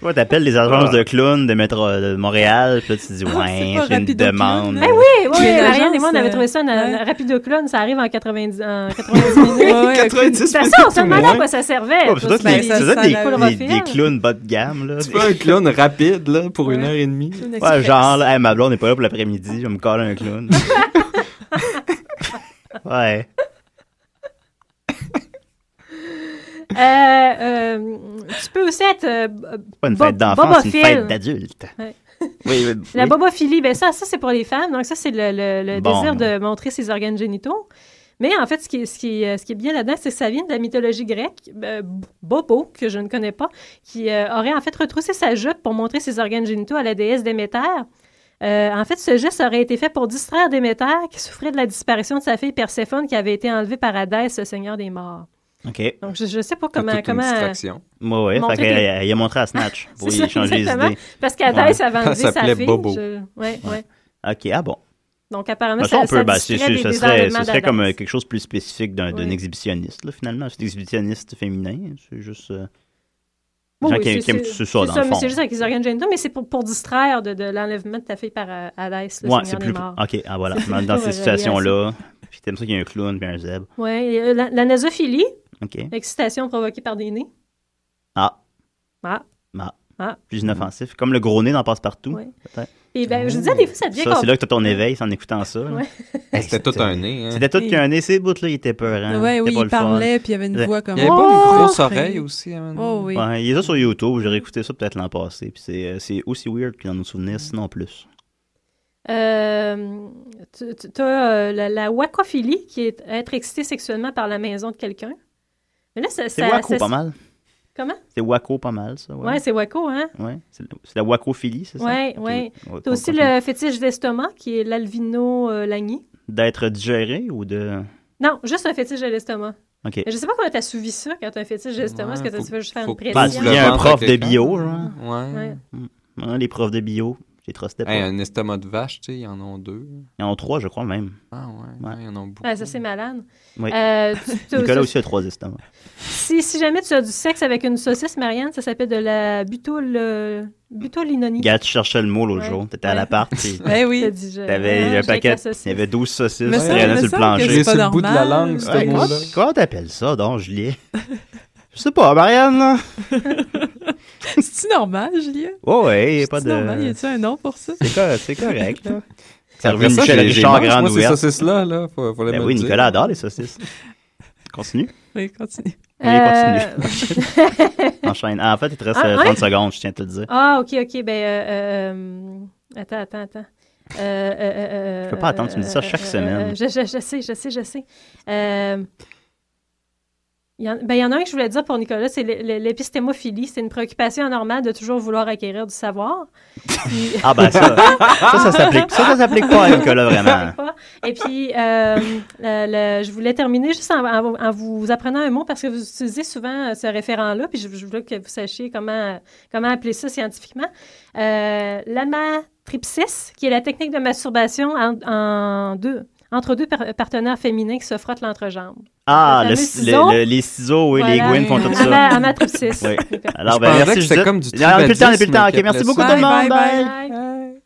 [SPEAKER 1] Toi, t'appelles les agences de clowns de, métro, de Montréal, puis là, tu dis,
[SPEAKER 5] Ah, c'est
[SPEAKER 1] ouais,
[SPEAKER 5] pas
[SPEAKER 1] j'ai une
[SPEAKER 5] Rapido Clown,
[SPEAKER 1] demande.
[SPEAKER 5] hein.
[SPEAKER 1] Ben
[SPEAKER 4] Oui, oui,
[SPEAKER 5] Il y a une
[SPEAKER 4] Marianne et moi, on
[SPEAKER 5] agence,
[SPEAKER 4] avait trouvé ça, un,
[SPEAKER 5] euh,
[SPEAKER 4] un rapido clown, ça arrive en 90,
[SPEAKER 1] [laughs]
[SPEAKER 4] en 90 minutes.
[SPEAKER 5] Ouais, ouais,
[SPEAKER 3] 90
[SPEAKER 4] De toute façon,
[SPEAKER 3] minutes
[SPEAKER 4] on se
[SPEAKER 3] ou
[SPEAKER 4] demandait
[SPEAKER 3] moins.
[SPEAKER 4] à quoi ça servait.
[SPEAKER 1] Ouais, ça doit
[SPEAKER 5] Ben,
[SPEAKER 1] être des-
[SPEAKER 5] ça-
[SPEAKER 1] ça doit être
[SPEAKER 5] ça
[SPEAKER 1] des-
[SPEAKER 4] la-
[SPEAKER 1] des- des clowns bas de gamme, là.
[SPEAKER 3] Tu fais un clown rapide, là, pour une heure et demie.
[SPEAKER 5] Clown
[SPEAKER 1] Ouais,
[SPEAKER 5] express.
[SPEAKER 1] genre, là, Hey, ma blonde n'est pas là pour l'après-midi, je vais me coller un
[SPEAKER 4] [laughs]
[SPEAKER 1] clown. ouais.
[SPEAKER 4] Euh, euh, tu peux aussi être euh,
[SPEAKER 1] C'est Pas une
[SPEAKER 4] Bo-
[SPEAKER 1] fête d'enfant, c'est une
[SPEAKER 4] bobophile.
[SPEAKER 1] fête d'adulte.
[SPEAKER 4] Ouais.
[SPEAKER 1] Oui, oui.
[SPEAKER 4] la
[SPEAKER 1] oui.
[SPEAKER 4] bobophilie. Ben ça, ça c'est pour les femmes. Donc ça, c'est le, le- le
[SPEAKER 1] Bon.
[SPEAKER 4] désir de montrer ses organes génitaux. Mais en fait, ce qui est, ce qui est- euh, ce qui est bien là-dedans, c'est que ça vient de la mythologie grecque, euh, Bobo, que je ne connais pas, qui euh, aurait en fait retroussé sa jupe pour montrer ses organes génitaux à la déesse Déméter. Euh, en fait, ce geste aurait été fait pour distraire Déméter, qui souffrait de la disparition de sa fille Perséphone, qui avait été enlevée par Hadès, le seigneur des morts.
[SPEAKER 1] OK.
[SPEAKER 4] Donc, je ne sais pas
[SPEAKER 3] C'est
[SPEAKER 4] comment... euh,
[SPEAKER 3] toute une
[SPEAKER 4] comment
[SPEAKER 3] distraction.
[SPEAKER 1] Moi, ouais.
[SPEAKER 4] Montrer
[SPEAKER 1] Fait qu'elle- elle- elle a montré à
[SPEAKER 4] [laughs]
[SPEAKER 1] Snatch pour
[SPEAKER 4] C'est ça,
[SPEAKER 1] y changer les
[SPEAKER 4] exactement.
[SPEAKER 1] idées.
[SPEAKER 4] Parce qu'Hadès
[SPEAKER 3] Ouais.
[SPEAKER 4] avait
[SPEAKER 3] Ça
[SPEAKER 1] [laughs]
[SPEAKER 4] enlevé sa
[SPEAKER 3] s'appelait
[SPEAKER 4] fille.
[SPEAKER 3] Bobo.
[SPEAKER 4] je- Ouais, ouais.
[SPEAKER 1] OK, ah bon.
[SPEAKER 4] Donc, apparemment,
[SPEAKER 1] Mais ça,
[SPEAKER 4] ça,
[SPEAKER 1] on peut,
[SPEAKER 4] ça
[SPEAKER 1] ben, c'est-
[SPEAKER 4] distrait
[SPEAKER 1] c'est-
[SPEAKER 4] des-
[SPEAKER 1] ça
[SPEAKER 4] des
[SPEAKER 1] serait, ça
[SPEAKER 4] enlèvements
[SPEAKER 1] serait comme euh,
[SPEAKER 4] d'Adam.
[SPEAKER 1] quelque chose de plus spécifique d'un d'un
[SPEAKER 4] Oui.
[SPEAKER 1] exhibitionniste, là, finalement. C'est exhibitionniste féminin. C'est juste. euh, Des gens
[SPEAKER 4] Oui,
[SPEAKER 1] qui-
[SPEAKER 4] c'est-
[SPEAKER 1] qui aiment
[SPEAKER 4] c'est-
[SPEAKER 1] tout ça,
[SPEAKER 4] c'est
[SPEAKER 1] dans le fond.
[SPEAKER 4] mais C'est juste avec les organes génitaux, mais c'est pour, pour distraire de, de l'enlèvement de ta fille par euh, Alès, le
[SPEAKER 1] Ouais, c'est
[SPEAKER 4] Seigneur
[SPEAKER 1] plus.
[SPEAKER 4] des morts.
[SPEAKER 1] Ok, ah voilà.
[SPEAKER 4] [laughs] C'est
[SPEAKER 1] Dans,
[SPEAKER 4] plus
[SPEAKER 1] dans
[SPEAKER 4] relié à
[SPEAKER 1] ces situations-là, puis t'aimes ça qu'il y a un clown puis un zèbre.
[SPEAKER 4] Ouais, et, euh, la, la nasophilie,
[SPEAKER 1] Ok.
[SPEAKER 4] l'excitation provoquée par des nez.
[SPEAKER 1] Ah.
[SPEAKER 4] Ah.
[SPEAKER 1] Ah.
[SPEAKER 4] Ah.
[SPEAKER 3] Mm.
[SPEAKER 1] Plus inoffensif. Comme le gros nez dans Passe-Partout.
[SPEAKER 4] Ouais.
[SPEAKER 1] peut-être.
[SPEAKER 4] Et ben, je disais, des fois, ça devient
[SPEAKER 1] Ça, c'est
[SPEAKER 4] compliqué.
[SPEAKER 1] là que t'as ton éveil, c'est en écoutant ça. là.
[SPEAKER 4] Ouais.
[SPEAKER 3] [laughs]
[SPEAKER 1] Hey,
[SPEAKER 3] C'était tout un nez. Hein.
[SPEAKER 1] C'était tout qu'un nez. Ces bouts-là, ils étaient peurants.
[SPEAKER 5] Ouais, oui,
[SPEAKER 1] C'était pas
[SPEAKER 5] il
[SPEAKER 1] le fun.
[SPEAKER 5] parlait, puis il y avait une
[SPEAKER 1] Ouais.
[SPEAKER 5] voix comme.
[SPEAKER 3] Il y avait
[SPEAKER 5] Oh,
[SPEAKER 3] pas une grosse
[SPEAKER 5] Freddy.
[SPEAKER 3] oreille aussi. hein,
[SPEAKER 5] Oh oui.
[SPEAKER 1] Ouais, il est ça sur YouTube. J'ai réécouté ça peut-être l'an passé. Puis c'est, euh, c'est aussi weird que dans nos souvenirs, sinon plus.
[SPEAKER 4] Euh, tu- tu- t'as euh, la, la wakophilie, qui est être excité sexuellement par la maison de quelqu'un. Mais là, ça,
[SPEAKER 1] C'est
[SPEAKER 4] ça-
[SPEAKER 1] Waco
[SPEAKER 4] ça-
[SPEAKER 1] pas mal.
[SPEAKER 4] Comment?
[SPEAKER 1] C'est Waco pas mal, ça.
[SPEAKER 4] Ouais,
[SPEAKER 1] Ouais.
[SPEAKER 4] c'est wako, hein?
[SPEAKER 1] Ouais, C'est, c'est la Wacophilie, c'est ça?
[SPEAKER 4] Ouais,
[SPEAKER 1] Ok,
[SPEAKER 4] ouais.
[SPEAKER 1] on va-
[SPEAKER 4] T'as
[SPEAKER 1] on
[SPEAKER 4] aussi
[SPEAKER 1] continue.
[SPEAKER 4] le fétiche d'estomac, qui est euh, l'alvino-lagny.
[SPEAKER 1] D'être digéré ou de.
[SPEAKER 4] Non, juste un fétiche de l'estomac.
[SPEAKER 1] Ok.
[SPEAKER 4] Mais Je sais pas comment t'as suivi ça quand t'as un fétiche d'estomac.
[SPEAKER 3] Ouais,
[SPEAKER 4] Est-ce que t'as
[SPEAKER 3] faut-
[SPEAKER 4] tu fais juste faire
[SPEAKER 3] faut
[SPEAKER 4] une
[SPEAKER 3] que tu
[SPEAKER 1] Bah,
[SPEAKER 4] pression?
[SPEAKER 1] il y a un
[SPEAKER 3] Ouvre le
[SPEAKER 1] prof
[SPEAKER 3] ventre à
[SPEAKER 1] de bio,
[SPEAKER 3] quelqu'un.
[SPEAKER 1] genre.
[SPEAKER 3] Ouais.
[SPEAKER 4] Ouais.
[SPEAKER 1] Hein, les profs de bio, je les trustais pas.
[SPEAKER 3] Hey, un estomac de vache, tu sais, ils en ont deux.
[SPEAKER 1] Ils en ont trois, je crois, même.
[SPEAKER 3] Ah
[SPEAKER 1] Ouais.
[SPEAKER 3] ouais, ouais, ils en ont beaucoup.
[SPEAKER 4] Ouais, ça, c'est malade.
[SPEAKER 1] Oui. [laughs]
[SPEAKER 4] Euh, tu- t'as
[SPEAKER 1] Nicolas
[SPEAKER 4] aussi-
[SPEAKER 1] aussi a trois estomacs.
[SPEAKER 4] Si, si jamais tu as du sexe avec une saucisse, Marianne, ça s'appelle de la butol, euh, butolinonie.
[SPEAKER 1] Gars, tu cherchais le mot l'autre
[SPEAKER 4] Ouais.
[SPEAKER 1] jour. T'étais à
[SPEAKER 4] Ouais.
[SPEAKER 1] l'appart, puis
[SPEAKER 5] Eh oui.
[SPEAKER 4] T'as dit, je-
[SPEAKER 1] t'avais
[SPEAKER 4] Ah,
[SPEAKER 1] un
[SPEAKER 4] je
[SPEAKER 1] paquet.
[SPEAKER 4] avec la saucisse.
[SPEAKER 1] Il y avait 12 saucisses
[SPEAKER 5] Mais
[SPEAKER 1] qui
[SPEAKER 5] ça,
[SPEAKER 3] il y en a
[SPEAKER 1] traînaient
[SPEAKER 5] me
[SPEAKER 1] sur le
[SPEAKER 5] semble que
[SPEAKER 1] plancher.
[SPEAKER 5] c'est
[SPEAKER 3] J'ai
[SPEAKER 5] pas
[SPEAKER 3] sur le bout de la
[SPEAKER 5] normal.
[SPEAKER 3] langue, ce
[SPEAKER 5] Ouais,
[SPEAKER 1] Ouais,
[SPEAKER 3] mot-là.
[SPEAKER 1] comment- Comment t'appelles ça, donc, Julien? Je sais pas, Marianne, là.
[SPEAKER 5] [laughs] C'est normal, Julia.
[SPEAKER 1] Oh, ouais, y a pas
[SPEAKER 5] C'est normal. Y
[SPEAKER 1] de.
[SPEAKER 5] a-t-il un nom pour ça
[SPEAKER 1] C'est cor- C'est
[SPEAKER 5] [laughs]
[SPEAKER 1] correct, là. Ça
[SPEAKER 3] Après
[SPEAKER 1] revient
[SPEAKER 3] ça,
[SPEAKER 1] Michel
[SPEAKER 3] j'ai- j'ai
[SPEAKER 1] Richard
[SPEAKER 3] mangé,
[SPEAKER 1] Grande
[SPEAKER 3] moi, ces
[SPEAKER 1] Ouverte.
[SPEAKER 3] saucisses-là, là, faut, faut les
[SPEAKER 1] Ben
[SPEAKER 3] me
[SPEAKER 1] oui,
[SPEAKER 3] le dire.
[SPEAKER 1] Nicolas adore les saucisses. Continue.
[SPEAKER 5] Oui, continue.
[SPEAKER 4] Euh,
[SPEAKER 1] Oui, continue. [laughs] Enchaîne. Ah, en fait, il te reste
[SPEAKER 4] Ah,
[SPEAKER 1] euh,
[SPEAKER 4] ouais?
[SPEAKER 1] 30 secondes, je tiens à te le dire.
[SPEAKER 4] Ah, ok, ok. Ben, euh, euh, euh, attends, attends, attends. Euh, euh, euh,
[SPEAKER 1] Je peux pas attendre, tu me dis ça chaque semaine.
[SPEAKER 4] je, je- je sais, je sais, je sais. Euh, il y en, ben, il y en a un que je voulais dire pour Nicolas, c'est l'é- l'é- l'épistémophilie. C'est une préoccupation anormale de toujours vouloir acquérir du savoir. Puis-
[SPEAKER 1] Ah, ben ça, ça, ça s'applique. Ça, ça s'applique pas à Nicolas, vraiment.
[SPEAKER 4] pas. Et puis, euh, le- le- je voulais terminer juste en, en- en vous apprenant un mot parce que vous utilisez souvent euh, ce référent-là, puis je, je voulais que vous sachiez comment, comment appeler ça scientifiquement. Euh, L'amatripsis, qui est la technique de masturbation en, en deux, entre deux par- partenaires féminins qui se frottent l'entrejambe.
[SPEAKER 1] Ah,
[SPEAKER 4] Le
[SPEAKER 1] le-
[SPEAKER 4] fameux
[SPEAKER 1] le-
[SPEAKER 4] ciseau.
[SPEAKER 1] le- les ciseaux, oui, les
[SPEAKER 4] [laughs] Voilà.
[SPEAKER 1] Gwyn font tout ça.
[SPEAKER 4] Ama- Amatripsis.
[SPEAKER 1] Oui.
[SPEAKER 4] D'accord.
[SPEAKER 1] Alors,
[SPEAKER 3] Je
[SPEAKER 1] ben, merci.
[SPEAKER 3] pensais que c'était
[SPEAKER 1] Judith.
[SPEAKER 3] comme du
[SPEAKER 1] Il y a plus le temps, il y a plus le temps.
[SPEAKER 3] tribadisme
[SPEAKER 1] Ok, merci
[SPEAKER 3] qui
[SPEAKER 1] beaucoup tout
[SPEAKER 5] appelait
[SPEAKER 1] le
[SPEAKER 5] ça. Bye,
[SPEAKER 1] monde.
[SPEAKER 5] bye,
[SPEAKER 1] Bye.
[SPEAKER 4] Bye.
[SPEAKER 3] Hey.